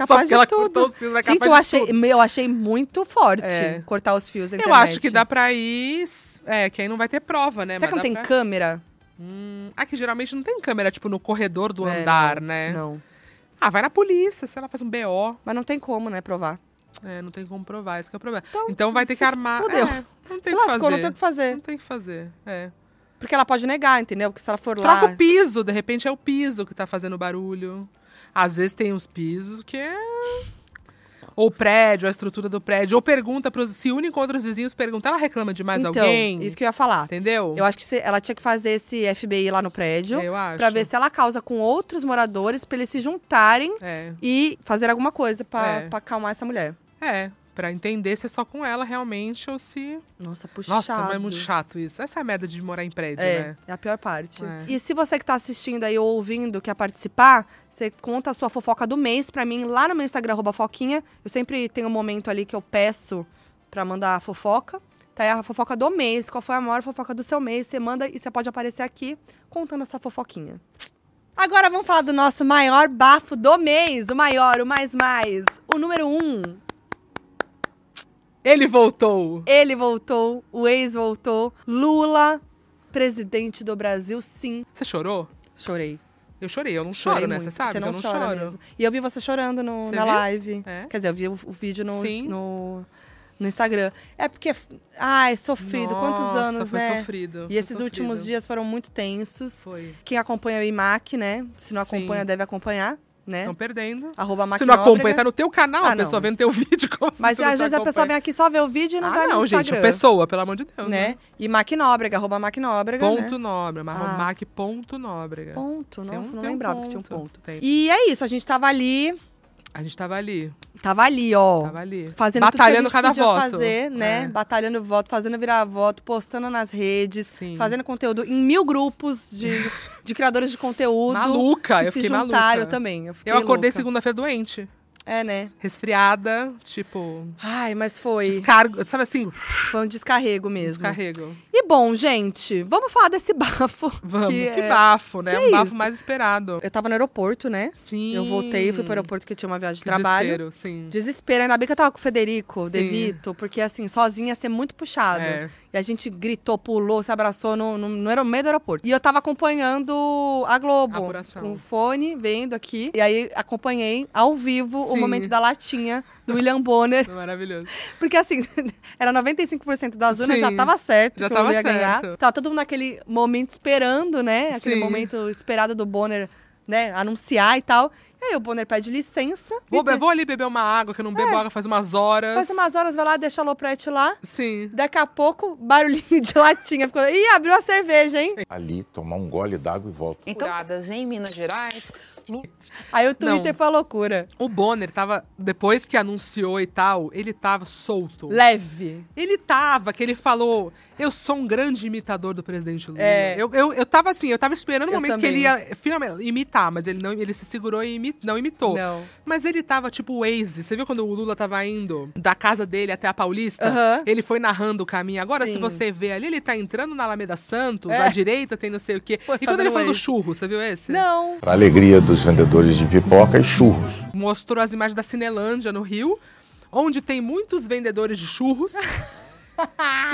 B: Só
A: Capaz
B: porque
A: de
B: ela
A: tudo.
B: cortou os fios, ela é
A: Gente,
B: capaz
A: eu
B: de
A: achei,
B: tudo.
A: meu, eu achei muito forte
B: É.
A: cortar os fios da
B: Eu
A: internet.
B: acho que dá pra ir. É, que aí não vai ter prova, né?
A: Será que não
B: Mas
A: tem
B: dá pra-
A: câmera?
B: Hum, Ah, que geralmente não tem câmera, tipo, no corredor do
A: É,
B: andar, né?
A: Não.
B: Ah, vai na polícia, se ela faz um BO.
A: Mas não tem como, né, provar.
B: É, não tem como provar, esse que é o problema. Então,
A: Então,
B: vai ter
A: se
B: que armar.
A: fudeu.
B: É, não tem
A: Se
B: o que
A: lascou,
B: fazer.
A: não tem o que fazer.
B: Não tem o que fazer. É.
A: Porque ela pode negar, entendeu? Porque se ela for lá...
B: Troca o piso, de repente é o piso que tá fazendo barulho. Às vezes tem uns pisos que é. Ou o prédio, a estrutura do prédio. Ou pergunta pros. Se une com outros vizinhos, pergunta. Ela reclama de mais
A: então,
B: alguém.
A: isso que eu ia falar.
B: Entendeu?
A: Eu acho que se- ela tinha que fazer esse FBI lá no prédio.
B: Eu acho.
A: Pra ver se ela causa com outros moradores, pra eles se juntarem
B: É.
A: e fazer alguma coisa pra,
B: É.
A: pra acalmar essa mulher.
B: É. Pra entender se é só com ela realmente ou se.
A: Nossa, puxado.
B: Nossa, mas é muito chato isso. Essa é a merda de morar em prédio,
A: É,
B: né?
A: é a pior parte.
B: É.
A: E se você que tá assistindo aí ou ouvindo, quer participar, você conta a sua fofoca do mês pra mim lá no meu Instagram, arroba foquinha. Eu sempre tenho um momento ali que eu peço pra mandar a fofoca. Tá aí a fofoca do mês, qual foi a maior fofoca do seu mês. Você manda e você pode aparecer aqui contando a sua fofoquinha. Agora vamos falar do nosso maior bafo do mês. O maior, o mais mais. O número um.
B: Ele voltou.
A: Ele voltou, o ex voltou. Lula, presidente do Brasil, sim.
B: Você chorou?
A: Chorei.
B: Eu chorei, eu não choro,
A: Chorei
B: né? Você
A: muito.
B: sabe
A: Você
B: que
A: não
B: eu não
A: chora
B: choro.
A: mesmo. E eu vi você chorando no-
B: Você
A: na
B: viu?
A: live.
B: É.
A: Quer dizer, eu vi o, o vídeo no,
B: Sim.
A: no, no Instagram. É porque. Ai, sofrido. Quantos
B: Nossa,
A: anos,
B: foi
A: né?
B: sofrido.
A: E
B: foi
A: esses últimos
B: sofrido.
A: dias né? foram muito tensos.
B: Foi.
A: Quem acompanha o IMAC, né? Se não acompanha,
B: Sim.
A: deve acompanhar, né?
B: Estão perdendo.
A: Arroba Mac
B: Se não acompanha,
A: Nóbrega.
B: tá no teu canal,
A: Ah,
B: a
A: não,
B: pessoa
A: mas-
B: vendo teu <laughs> vídeo. Como se
A: Mas
B: você não
A: às
B: te
A: vezes a pessoa
B: acompanha.
A: vem aqui só ver o vídeo e não vai
B: Ah, não,
A: no
B: gente.
A: Instagram.
B: Pessoa, pelo amor de Deus.
A: né? E Mac Nóbrega, arroba Mac Nóbrega, né?
B: Ponto Nóbrega.
A: Ah.
B: Mac ponto Nóbrega.
A: Ponto,
B: Tem
A: nossa,
B: um-
A: não
B: tem um
A: lembrava que tinha um
B: ponto.
A: ponto.
B: Tem.
A: E é isso, a gente tava ali,
B: A gente tava ali.
A: tava ali, ó.
B: Tava ali.
A: Fazendo
B: Batalhando
A: tudo que a gente
B: cada
A: podia
B: voto.
A: fazer, né?
B: É.
A: Batalhando voto, fazendo virar voto, postando nas redes,
B: Sim.
A: fazendo conteúdo em mil grupos de, de criadores de conteúdo.
B: Maluca,
A: que
B: eu
A: se
B: fiquei
A: juntaram
B: maluca.
A: também. Eu, fiquei
B: Eu acordei
A: louca.
B: segunda-feira doente.
A: É, né?
B: Resfriada, tipo,
A: Ai, mas foi,
B: descargo. Sabe assim,
A: foi um descarrego mesmo.
B: descarrego.
A: E bom, gente, vamos falar desse <laughs> bafo.
B: Vamos, que,
A: é-
B: bafo, né?
A: que
B: um bafo
A: isso?
B: mais esperado.
A: Eu tava no aeroporto, né?
B: Sim.
A: Eu voltei, fui pro aeroporto que eu tinha uma viagem de
B: Que
A: trabalho.
B: Desespero, sim.
A: Desespero, ainda bem que eu tava com o Federico,
B: Sim.
A: De Vito, porque assim, sozinha ia ser muito puxado.
B: É.
A: E a gente gritou, pulou, se abraçou no, no, no aer- meio do aeroporto. E eu tava acompanhando a Globo.
B: Apuração.
A: Com o fone, vendo aqui. E aí acompanhei ao vivo o
B: Sim.
A: momento da latinha do William Bonner.
B: <laughs> Maravilhoso.
A: Porque assim, <laughs> era 95% das urnas,
B: Sim.
A: já tava certo
B: Já
A: que
B: tava
A: eu ia ganhar.
B: certo.
A: Tava todo mundo naquele momento esperando, né? Aquele
B: Sim.
A: momento esperado do Bonner, né? Anunciar e tal. E aí o Bonner pede licença.
B: Vou, be- vou ali beber uma água, que eu não bebo água faz umas horas.
A: É. Faz umas horas, vai lá, deixa a Loprete lá.
B: Sim.
A: Daqui a pouco, barulhinho de latinha. Ficou... Ih, abriu a cerveja, hein?
F: ali, tomar um gole d'água e volto.
G: curadas em Minas Gerais.
A: Aí o Twitter
B: Não.
A: foi a loucura.
B: O Bonner tava, depois que anunciou e tal, ele tava solto.
A: Leve.
B: Ele tava, que ele falou, eu sou um grande imitador do presidente Lula.
A: É.
B: Eu, eu, eu tava assim, eu tava esperando o
A: Eu
B: momento que
A: também.
B: ele ia finalmente imitar, mas ele não ele se segurou e imi- não imitou.
A: Não.
B: Mas ele tava tipo o Waze. Você viu quando o Lula tava indo da casa dele até a Paulista?
A: Aham.
B: Ele foi narrando o caminho. Agora,
A: Sim.
B: se você vê ali, ele tá entrando na Alameda Santos,
A: É.
B: à direita tem não sei o quê.
A: Foi
B: e quando
A: fazendo
B: ele foi no
A: Waze.
B: churro, você viu esse?
A: Não.
F: Para alegria dos vendedores de pipoca e churros.
B: mostrou as imagens da Cinelândia no Rio, onde tem muitos vendedores de
A: <laughs>
B: churros.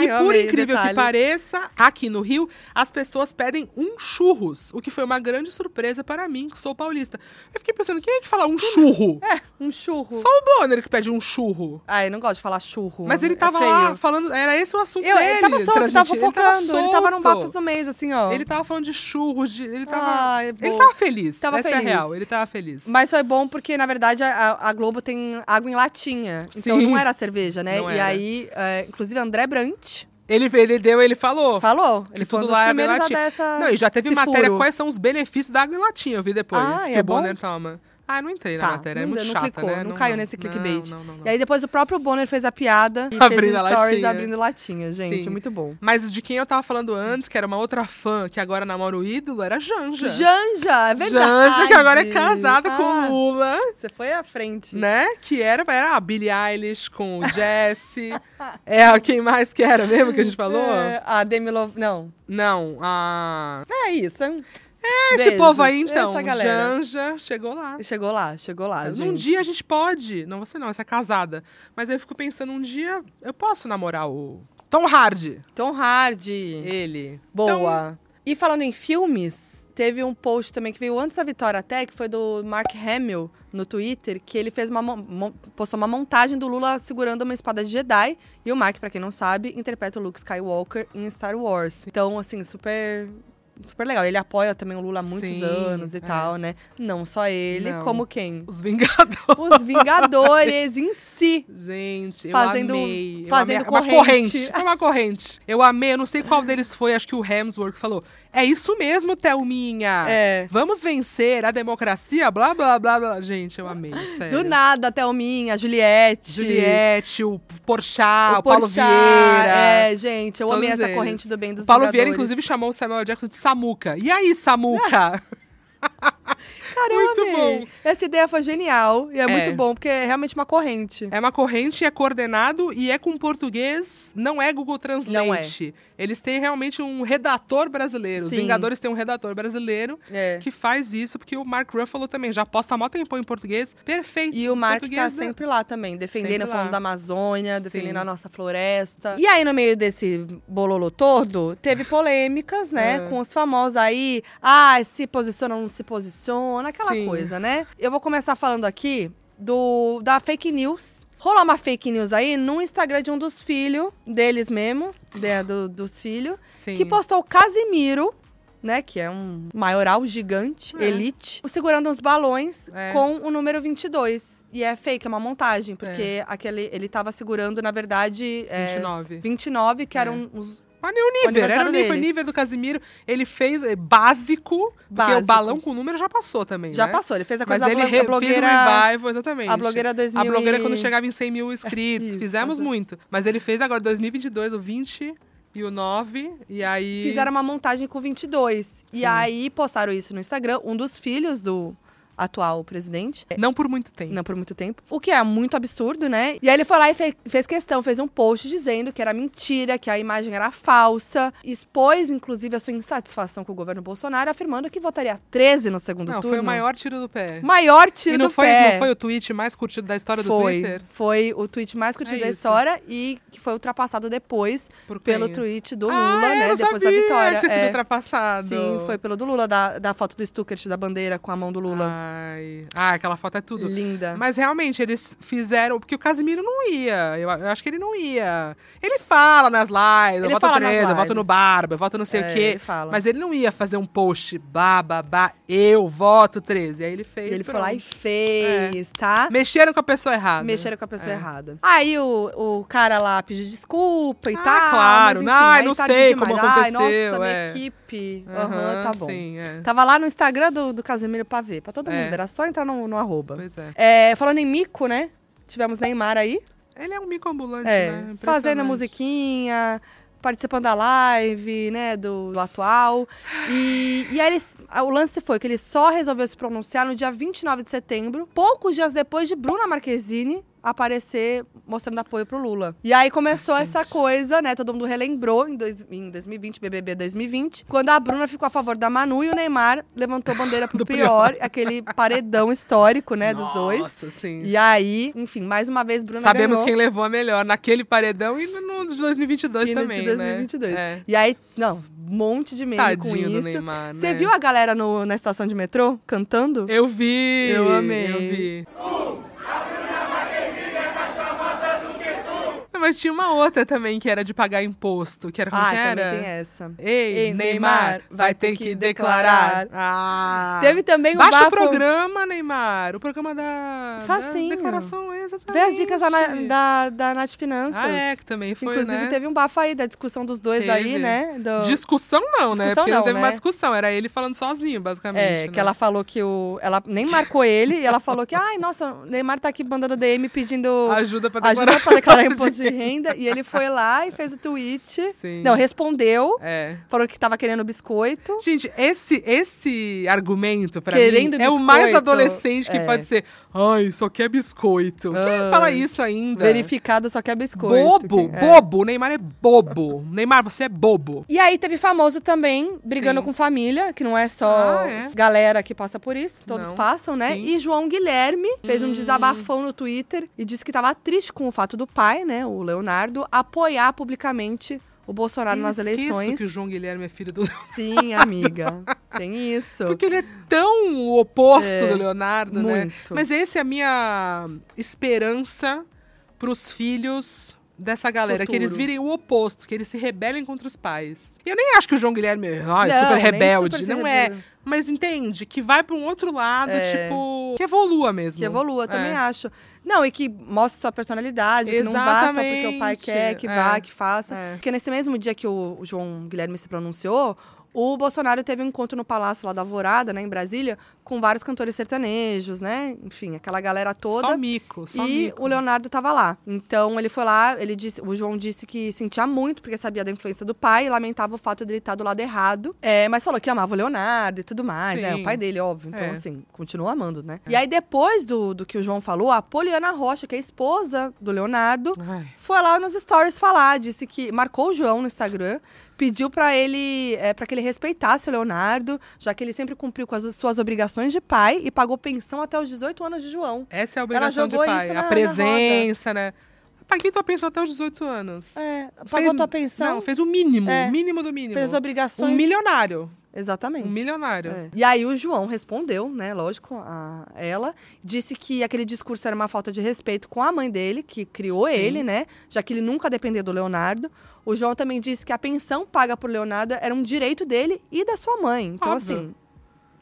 B: e
A: Eu
B: por
A: amei o
B: incrível que
A: detalhe.
B: pareça, aqui no Rio, as pessoas pedem um churros, o que foi uma grande surpresa para mim, que sou paulista. Eu fiquei pensando, quem é que fala um churro?
A: É, um churro.
B: Só o Bonner que pede um churro.
A: Ai, eu não gosto de falar churro.
B: Mas ele
A: é
B: tava
A: feio.
B: lá falando, era esse o assunto
A: Eu,
B: dele.
A: ele tava solto, ele tava
B: transmitir.
A: fofocando. Ele tava num
B: solto.
A: bafos do mês, assim, ó.
B: Ele tava falando de churros, de- ele tava,
A: Ai,
B: ele
A: boa.
B: tava feliz.
A: Tava
B: Essa
A: feliz.
B: é real, ele tava feliz.
A: Mas foi bom porque, na verdade, a, a Globo tem água em latinha. Então
B: Sim.
A: não era cerveja, né?
B: Não
A: e
B: era.
A: aí, é, inclusive, André Brant
B: Ele, ele deu, ele falou.
A: falou. Ele
B: Que
A: foi um
B: tudo
A: dos
B: lá é
A: primeiros a
B: latinha.
A: dar essa.
B: Não, e já teve
A: esse
B: matéria
A: furo.
B: quais são os benefícios da água em latinha, eu vi depois.
A: Ah,
B: que
A: e é
B: o Bonner toma. Ah, eu não entrei na
A: Tá,
B: matéria, é
A: não
B: muito
A: deu- não
B: chata,
A: clicou,
B: né?
A: não caiu nesse
B: não,
A: clickbait.
B: Não, não, não.
A: E aí depois o próprio Bonner fez a piada e
B: Abrindo
A: fez
B: a
A: stories
B: latinha.
A: abrindo latinha, gente.
B: Sim.
A: Muito bom.
B: Mas de quem eu tava falando antes, que era uma outra fã, que agora namora o ídolo, era a Janja.
A: Janja, é verdade.
B: Janja, que agora é casada com
A: Ah,
B: o Lula,
A: Você foi à frente.
B: né? Que era, era a Billie Eilish com o Jesse. <laughs> é, a- quem mais que era mesmo que a gente falou?
A: É, a Demi Lovato. Não.
B: Não, a...
A: É isso. É
B: Esse povo aí, então,
A: Essa galera.
B: Janja, chegou lá.
A: Chegou lá, chegou lá.
B: Num
A: gente.
B: um dia a gente pode. Não, você não, você é casada. Mas aí eu fico pensando, um dia eu posso namorar o Tom Hardy.
A: Tom Hardy.
B: Ele.
A: Boa. Então, E falando em filmes, teve um post também que veio antes da Vitória até, que foi do Mark Hamill no Twitter, que ele fez uma mon- mon- postou uma montagem do Lula segurando uma espada de Jedi. E o Mark, pra quem não sabe, interpreta o Luke Skywalker em Star Wars. Então, assim, super. Super legal. Ele apoia também o Lula há muitos
B: Sim,
A: anos e
B: é.
A: tal, né? Não só ele,
B: Não.
A: como quem?
B: Os Vingadores.
A: Os Vingadores em si.
B: <laughs> Gente, eu
A: Fazendo-
B: amei. Eu
A: fazendo
B: amei. É uma
A: corrente.
B: corrente. É uma corrente. Eu amei, eu não sei qual deles foi, acho que o Hemsworth falou. É isso mesmo, Thelminha.
A: É.
B: Vamos vencer a democracia, blá, blá, blá, blá. Gente, eu amei, sério.
A: Do nada, a Thelminha, a Juliette.
B: Juliette, o Porchat, Ah, o, Paulo
A: Porchat,
B: Vieira.
A: É, gente, eu amei
B: Todos
A: essa
B: eles.
A: corrente do bem dos
B: O Paulo Vieira,
A: Vingadores.
B: <laughs> inclusive, chamou o Samuel Jackson de Samuca. E aí, Samuca?
A: Caramba!
B: Muito bom.
A: Essa ideia foi genial e é,
B: É.
A: muito bom, porque é realmente uma corrente.
B: É uma corrente, é coordenado e é com português, não é Google Translate. Eles têm realmente um redator brasileiro.
A: Sim.
B: Os Vingadores têm um redator brasileiro
A: É.
B: que faz isso, porque o Mark Ruffalo também já posta mó tempão em português. Perfeito.
A: E o Mark tá
B: Português, né?
A: sempre lá também, defendendo
B: Sempre
A: o falando
B: lá.
A: da Amazônia, defendendo
B: Sim.
A: a nossa floresta. E aí, no meio desse bololô todo, teve polêmicas, <laughs> né? Com os famosos aí, ah, se posiciona ou não se posiciona, aquela
B: Sim.
A: coisa, né? Eu vou começar falando aqui do da fake news. Rolou uma fake news aí no Instagram de um dos filhos, deles mesmo, de- do- dos filhos,
B: Sim.
A: que postou o Casimiro, né, que é um maioral gigante,
B: É.
A: elite, segurando uns balões
B: É.
A: com o número 22. E é fake, é uma montagem, porque aquele ele tava segurando, na verdade, é,
B: 29.
A: 29, que
B: É.
A: eram os
B: Olha o nível, era
A: aniversário
B: o nível,
A: dele.
B: nível do Casimiro. Ele fez é, básico, porque
A: Básico.
B: o balão com número já passou também,
A: Já
B: né?
A: passou, ele fez a
B: Mas
A: coisa
B: ele
A: blo-
B: re-
A: a blogueira.
B: fez um revival, exatamente.
A: a blogueira 2000
B: A blogueira
A: e-
B: quando chegava em 100 mil inscritos.
A: Isso,
B: Fizemos
A: fazer-
B: muito. Mas ele fez agora 2022, o 20 e o 9. E aí.
A: Fizeram uma montagem com 22. E aí postaram isso no Instagram, um dos filhos do atual presidente.
B: Não por muito tempo.
A: Não por muito tempo. O que é muito absurdo, né? E aí ele foi lá e fe- fez questão, fez um post dizendo que era mentira, que a imagem era falsa. Expôs, inclusive, a sua insatisfação com o governo Bolsonaro, afirmando que votaria 13 no segundo
B: Não,
A: turno.
B: foi o maior tiro do pé.
A: Maior tiro
B: e não
A: do
B: foi,
A: pé.
B: não foi o tweet mais curtido da história do
A: foi,
B: Twitter?
A: foi o tweet mais curtido
B: É
A: da
B: isso.
A: história e que foi ultrapassado depois
B: Por quem?
A: pelo tweet do
B: Ah,
A: Lula,
B: é,
A: né?
B: eu
A: Depois
B: sabia,
A: da vitória.
B: Tinha sido
A: É.
B: ultrapassado.
A: Sim, foi pelo do Lula, da, da foto do Stuckert da bandeira com a mão do Lula.
B: Ai. Ah, aquela foto é tudo.
A: Linda.
B: Mas realmente, eles fizeram. Porque o Casimiro não ia. Eu, eu acho que ele não ia. Ele fala nas lives,
A: Ele
B: eu voto
A: fala nas
B: três, eu voto
A: lives.
B: no Barba, eu voto não sei
A: É,
B: o quê.
A: ele fala.
B: Mas ele não ia fazer um post, blá, blá, blá, eu voto 13. Aí ele
A: E
B: fez.
A: ele foi
B: pronto. É.
A: lá e fez, tá?
B: Mexeram com a pessoa errada.
A: Mexeram com a pessoa
B: É.
A: errada. Aí o, o cara lá pediu desculpa e
B: Ah,
A: tal.
B: claro.
A: Mas, enfim,
B: Ai,
A: aí
B: não
A: tarde
B: sei
A: demais.
B: como
A: Ai, nossa,
B: aconteceu,
A: minha
B: é.
A: equipe. Aham, tá bom.
B: Sim, é.
A: Tava lá no Instagram do, do Casemiro pra ver, pra todo
B: É.
A: mundo. Era só entrar no, no arroba.
B: Pois é.
A: É, falando em mico, né? Tivemos Neymar aí.
B: Ele é um mico ambulante,
A: É,
B: né? Impressionante.
A: fazendo a musiquinha, participando da live, né, do, do atual. E, e aí eles, o lance foi que ele só resolveu se pronunciar no dia 29 de setembro, poucos dias depois de Bruna Marquezine aparecer mostrando apoio pro Lula. E aí começou essa coisa, né, todo mundo relembrou em, dois- em 2020, BBB 2020, quando a Bruna ficou a favor da Manu e o Neymar levantou bandeira pro
B: <laughs> Do
A: pior, aquele paredão histórico, né, dos dois.
B: Nossa, sim.
A: E aí, enfim, mais uma vez Bruna
B: Sabemos
A: ganhou.
B: quem levou a melhor naquele paredão e no no de 2022
A: E no de
B: também, né?
A: 2022.
B: É.
A: E aí, não, um monte de meme com
B: Tadinho do
A: isso.
B: Neymar,
A: Você
B: né?
A: viu a galera no- na estação de metrô cantando?
B: Eu vi!
A: Eu amei.
B: Eu vi. Não, mas tinha uma outra também que era de pagar imposto, que era como
A: ah,
B: que era?
A: também tem essa.
B: Ei,
A: Ei,
B: Neymar, vai ter que declarar. Ah.
A: Teve também o
B: Baixa
A: um bafo...
B: o programa, Neymar. O programa da,
A: Facinho.
B: da declaração, exatamente.
A: Vê as dicas da, Na- da, da Nath Finanças.
B: Ah, é, que também foi,
A: Inclusive,
B: né?
A: teve um bafo aí da discussão dos dois aí,
B: Teve.
A: né? Do...
B: Discussão não,
A: Discussão
B: né? Porque
A: não,
B: não teve
A: né?
B: uma discussão, era ele falando sozinho, basicamente.
A: É,
B: né?
A: que ela falou que o. Ela nem marcou ele e ela falou que, ai, nossa, o Neymar tá aqui mandando DM pedindo
B: ajuda pra declarar.
A: ajuda pra declarar
B: <laughs> imposto
A: imposto de
B: de
A: renda. E ele foi lá e fez o tweet.
B: Sim.
A: Não, respondeu.
B: É.
A: Falou que tava querendo biscoito.
B: Gente, esse, esse argumento, pra
A: Querendo
B: mim, é o
A: biscoito,
B: mais adolescente que
A: é.
B: pode ser. Ai, só quer biscoito.
A: Ai.
B: Quem fala isso ainda?
A: Verificado só que é biscoito.
B: Bobo,
A: que- é.
B: bobo. O Neymar é bobo. Neymar, você é bobo.
A: E aí teve famoso também, brigando
B: Sim.
A: com família, que não é só
B: Ah, é?
A: galera que passa por isso, todos
B: Não,
A: passam, né?
B: sim. Hum.
A: E João Guilherme fez um desabafão no Twitter e disse que tava triste com o fato do pai, né, o Leonardo, apoiar publicamente o Bolsonaro
B: Eu
A: Tá nas
B: esqueço
A: eleições.
B: que o João Guilherme é filho do...
A: Sim,
B: <laughs>
A: amiga. Tem isso.
B: Porque ele é tão o oposto
A: É,
B: do Leonardo, né?
A: muito.
B: Mas essa é a minha esperança pros filhos dessa galera, que eles
A: Futuro.
B: virem o oposto, que eles se rebelem contra os pais. E eu nem acho que o João Guilherme é ai,
A: Não,
B: super
A: nem
B: rebelde,
A: super se
B: não é.
A: rebelde.
B: Mas entende, que vai pra um outro lado,
A: É.
B: tipo, que evolua mesmo.
A: Que evolua,
B: É.
A: também acho. Não, e que mostre sua personalidade, que não vá só porque o pai
B: Exatamente,
A: quer, que
B: é.
A: vá, que faça.
B: É.
A: Porque nesse mesmo dia que o, o João Guilherme se pronunciou, O Bolsonaro teve um encontro no Palácio lá da Alvorada, né, em Brasília, com vários cantores sertanejos, né? Enfim, aquela galera toda.
B: Só mico, só
A: e
B: mico.
A: o Leonardo tava lá. Então ele foi lá, ele disse, o João disse que sentia muito porque sabia da influência do pai e lamentava o fato dele estar do lado errado. É, mas falou que amava o Leonardo e tudo mais, né?
B: Sim.
A: O pai dele, óbvio. Então,
B: É.
A: assim, continua amando, né? E aí, depois do, do que o João falou, a Poliana Rocha, que é a esposa do Leonardo,
B: Ai.
A: foi lá nos stories falar, disse que marcou o João no Instagram, pediu pra ele, é, para que ele respeitasse o Leonardo, já que ele sempre cumpriu com as suas obrigações de pai e pagou pensão até os 18 anos de João.
B: Essa é a obrigação de
A: jogou
B: pai.
A: isso na-
B: a
A: na
B: presença, né? Paguei tua pensão até os 18 anos.
A: É,
B: Fez-
A: pagou tua pensão,
B: Não, fez o mínimo,
A: É.
B: o mínimo do mínimo.
A: fez obrigações.
B: Um milionário.
A: Exatamente.
B: Um milionário.
A: É. E aí o João respondeu, né, lógico, a ela, disse que aquele discurso era uma falta de respeito com a mãe dele, que criou ele, né, já que ele nunca dependeu do Leonardo. O João também disse que a pensão paga por Leonardo era um direito dele e da sua mãe. Então
B: Óbvio.
A: assim,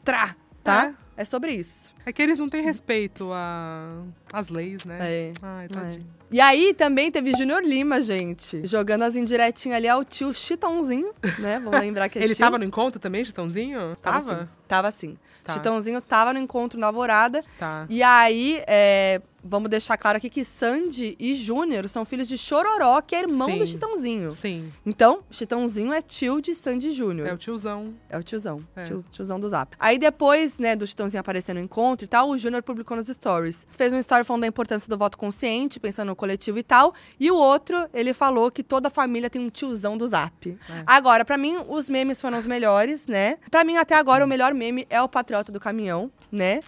A: trá, tá? É. sobre isso.
B: É que eles não têm respeito a- às leis, né?
A: É.
B: Ai,
A: É.
B: tadinho.
A: E aí também teve Junior Lima, gente, jogando as indiretinhas ali ao tio Chitãozinho, né? Vamos lembrar que é
B: Ele
A: tio.
B: tava no encontro também, Chitãozinho?
A: Tava
B: Tava?
A: sim. Tava sim.
B: Tá.
A: Chitãozinho tava no encontro na Alvorada.
B: Tá.
A: E aí, é, vamos deixar claro aqui que Sandy e Júnior são filhos de Chororó, que é irmão
B: Sim.
A: do Chitãozinho.
B: Sim.
A: Então, Chitãozinho é tio de Sandy Júnior.
B: É o tiozão.
A: É o tiozão.
B: É.
A: Tio- tiozão do zap. Aí depois, né, do Chitãozinho aparecer no encontro e tal, o Júnior publicou nos stories. Fez um story falando da importância do voto consciente, pensando no coletivo e tal. E o outro, ele falou que toda família tem um tiozão do zap.
B: É.
A: Agora, pra mim, os memes foram os melhores, né? Pra mim, até agora, o melhor meme é o Patriota do Caminhão, né?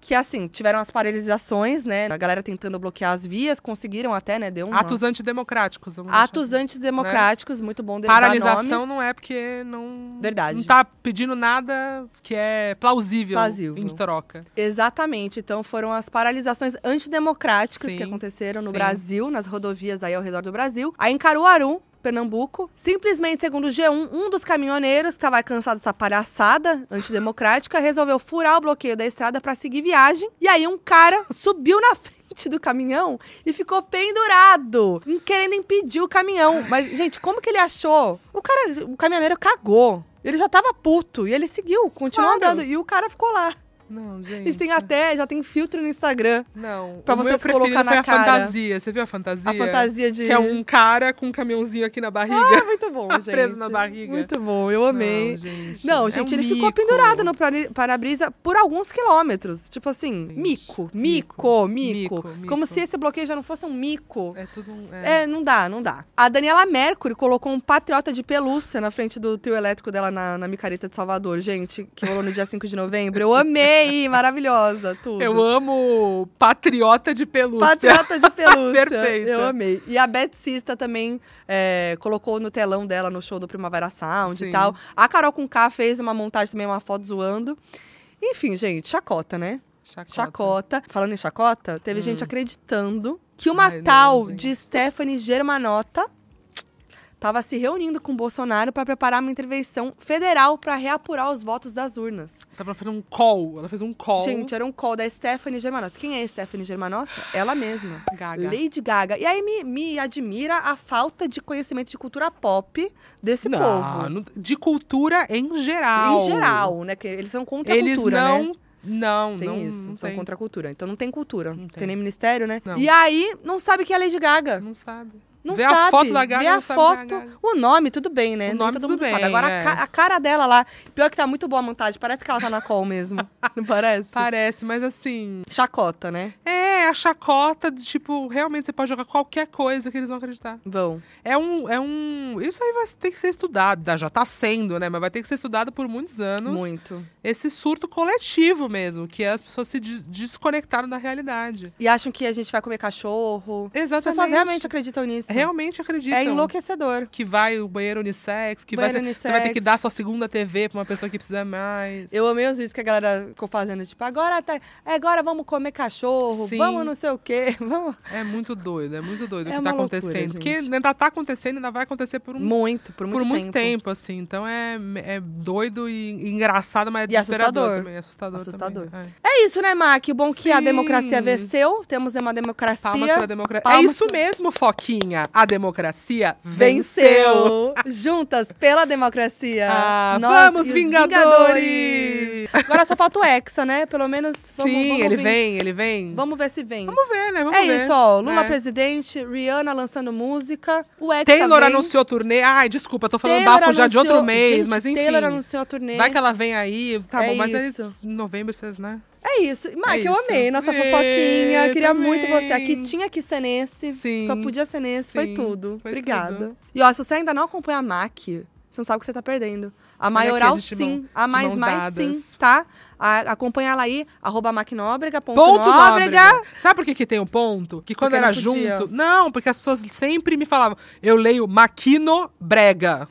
A: Que assim, tiveram as paralisações, né? A galera tentando bloquear as vias, conseguiram até, né? Deu uma...
B: Atos antidemocráticos, vamos
A: Atos
B: deixar.
A: antidemocráticos, muito bom. de- dar
B: Paralisação
A: nomes.
B: não é porque não.
A: Verdade.
B: Não tá pedindo nada que é plausível,
A: Plausível.
B: em troca.
A: Exatamente. Então foram as paralisações antidemocráticas
B: Sim,
A: que aconteceram no
B: sim.
A: Brasil, nas rodovias aí ao redor do Brasil. Aí em Caruaru, Pernambuco, simplesmente, segundo o G1, um dos caminhoneiros que estava cansado dessa palhaçada antidemocrática resolveu furar o bloqueio da estrada para seguir viagem. E aí um cara subiu na <laughs> frente do caminhão e ficou pendurado, querendo impedir o caminhão. Mas, gente, como que ele achou? O cara, o caminhoneiro cagou. Ele já tava puto e ele seguiu, continuou
B: Claro.
A: andando e o cara ficou lá.
B: Não,
A: A
B: gente.
A: gente tem até, já tem filtro no Instagram.
B: Não.
A: pra
B: o meu
A: vocês
B: preferido
A: colocar na
B: foi a
A: cara.
B: fantasia. Você viu a fantasia?
A: A fantasia de.
B: Que é um cara com um caminhãozinho aqui na barriga.
A: Ah, muito
B: <laughs>
A: bom, gente.
B: Preso na barriga.
A: Muito bom, eu amei.
B: Não, gente.
A: Não,
B: É
A: gente,
B: um
A: ele ficou
B: mico.
A: pendurado no para- para-brisa por alguns quilômetros. Tipo assim,
B: Gente,
A: mico,
B: mico,
A: mico, mico,
B: mico,
A: Como
B: mico.
A: se esse bloqueio já não fosse um mico.
B: É tudo um.
A: É. não dá, não dá. A Daniela Mercury colocou um patriota de pelúcia na frente do trio elétrico dela na, na micareta de Salvador, gente, que rolou no dia 5 de novembro. Eu amei, maravilhosa, tudo.
B: Eu amo patriota de pelúcia.
A: Patriota de pelúcia.
B: Perfeito.
A: Eu amei. E a Beth Sista também é, colocou no telão dela, no show do Primavera Sound
B: Sim.
A: e tal. A Carol com K fez uma montagem também, uma foto zoando. Enfim, gente, chacota, né?
B: <laughs> Chacota. Hum.
A: Chacota. Falando em chacota, teve gente acreditando que uma
B: Ai, não,
A: tal
B: gente.
A: de Stephanie Germanotta tava se reunindo com o Bolsonaro para preparar uma intervenção federal para reapurar os votos das urnas.
B: Tava fazendo um call. Ela fez um call.
A: Gente, era um call da Stephanie Germanotta. Quem é Stephanie Germanotta? Ela mesma.
B: Gaga.
A: Lady Gaga. E aí me, me admira a falta de conhecimento de cultura pop desse
B: não,
A: povo.
B: não- de cultura em geral.
A: Em geral, né? Que eles são contra a
B: Eles
A: cultura, né?
B: não. Não,
A: Tem
B: não.
A: isso,
B: não
A: são
B: tem.
A: contra a cultura. Então não tem cultura, não tem,
B: tem.
A: nem ministério, né?
B: Não.
A: E aí não sabe quem é a Lady Gaga.
B: Não sabe.
A: Não
B: Vê a
A: sabe.
B: foto da Gaga,
A: Vê a
B: não sabe quem é a
A: foto.
B: Gaga.
A: O nome, tudo bem, né?
B: O
A: Nem
B: nome,
A: todo
B: tudo
A: mundo
B: bem,
A: sabe. Agora
B: é.
A: a, ca- a cara dela lá. Pior que tá muito boa a montagem. Parece que ela tá na call mesmo.
B: <laughs>
A: Não parece?
B: Parece, mas assim.
A: Chacota, né?
B: É, a chacota, de, tipo, realmente você pode jogar qualquer coisa que eles vão acreditar.
A: Vão.
B: É um. É um isso aí vai ter que ser estudado. tá? Já tá sendo, né? Mas vai ter que ser estudado por muitos anos.
A: Muito.
B: Esse surto coletivo mesmo, que é as pessoas se des- desconectaram da realidade.
A: E acham que a gente vai comer cachorro. As
B: Exatamente.
A: pessoas realmente acreditam nisso.
B: Realmente acreditam.
A: É enlouquecedor.
B: Que vai o banheiro unissex, que vai
A: Banheiro
B: ser- você vai ter que
A: unissex.
B: dar sua segunda TV pra uma pessoa que precisa mais.
A: Eu amei os vídeos que a galera ficou fazendo, tipo, agora tá, agora vamos comer cachorro,
B: Sim,
A: vamos não sei o quê, <laughs> vamos...
B: É muito doido, é muito doido
A: É
B: o que
A: uma
B: tá
A: loucura,
B: acontecendo. Porque
A: gente.
B: ainda tá acontecendo, ainda vai acontecer por um
A: Muito, por muito
B: por muito
A: tempo.
B: tempo. assim. Então é, é doido e engraçado, mas é
A: E
B: desesperador
A: assustador.
B: também. Assustador.
A: Assustador.
B: Também, é.
A: É isso, né, Mac? O bom que a
B: Sim.
A: democracia venceu, temos uma democracia...
B: Palmas pra democracia.
A: Palmas
B: é isso
A: pra-
B: mesmo, Foquinha. A democracia venceu.
A: Venceu! Juntas pela democracia.
B: Ah,
A: Nós
B: vamos,
A: e os
B: Vingadores!
A: Agora só falta o Hexa, né? Pelo menos vamos,
B: Sim,
A: vamos
B: ele
A: vir-
B: vem, ele vem.
A: Vamos ver se vem.
B: Vamos ver, né? Vamos
A: é
B: ver.
A: isso, ó. Lula
B: É.
A: presidente, Rihanna lançando música, o Hexa
B: Taylor
A: vem.
B: anunciou turnê. Ai, desculpa, eu tô falando
A: Taylor
B: bafo já de outro
A: anunciou-
B: mês,
A: Gente,
B: mas enfim.
A: Taylor anunciou a turnê.
B: Vai que ela vem aí, tá
A: É
B: bom, mas aí
A: isso.
B: em novembro vocês, né?
A: É isso. Mike, eu
B: isso.
A: amei nossa
B: Ê,
A: fofoquinha. Queria
B: também.
A: muito você aqui. Tinha que ser nesse.
B: Sim.
A: Só podia ser nesse. foi
B: Sim,
A: tudo.
B: foi
A: Obrigada.
B: tudo.
A: E ó, se você ainda não acompanha a MAC, você não sabe o que você tá perdendo. A
B: aqui,
A: maioral
B: a gente
A: sim,
B: mão-
A: a
B: de
A: mais
B: mãos
A: mais sim,
B: dadas.
A: tá? A, acompanha ela aí, arroba macnóbrega, ponto
B: Ponto
A: nóbrega.
B: Nóbrega. Sabe por que, que tem um ponto? Que quando
A: Porque
B: era
A: não podia.
B: junto. Não, porque as pessoas sempre me falavam, eu leio Maquino Brega.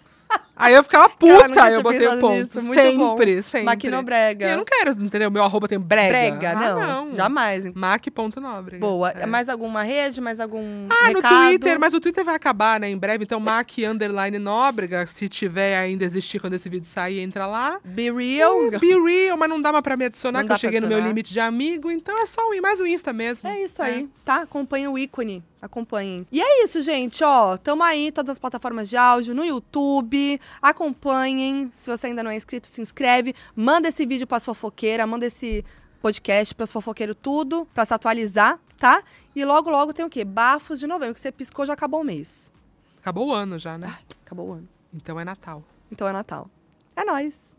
B: Aí eu ficava puta,
A: <laughs> Cara, nunca tinha
B: eu botei o
A: pensado
B: ponto.
A: nisso, muito
B: sempre, sempre.
A: Maquinobrega.
B: E eu não quero, entendeu? Meu arroba tem brega.
A: Brega,
B: Ah,
A: não, Jamais.
B: Mac.nobrega.
A: Boa.
B: É.
A: Mais alguma rede? Mais algum
B: Ah,
A: recado?
B: no Twitter, mas o Twitter vai acabar, né, em breve. Então, Mac Underline Nóbrega, se tiver ainda existir quando esse vídeo sair, entra lá.
A: Be real.
B: Hum, Be real, mas não dá mais pra me adicionar,
A: Não
B: que
A: dá
B: eu
A: pra
B: cheguei no meu
A: adicionar.
B: limite de amigo. Então é só o, mais o Insta mesmo.
A: É isso aí, tá? Acompanha o ícone, acompanhem. E é isso, gente, ó. Tamo aí em todas as plataformas de áudio, no YouTube. Acompanhem. Se você ainda não é inscrito, se inscreve. Manda esse vídeo pras fofoqueiras, manda esse podcast pras fofoqueiros tudo, pra se atualizar, tá? E logo, logo tem o quê? Bafos de novembro, que você piscou, já acabou o mês.
B: Acabou o ano já, né?
A: Acabou o ano.
B: Então é Natal.
A: Então é Natal. É nóis.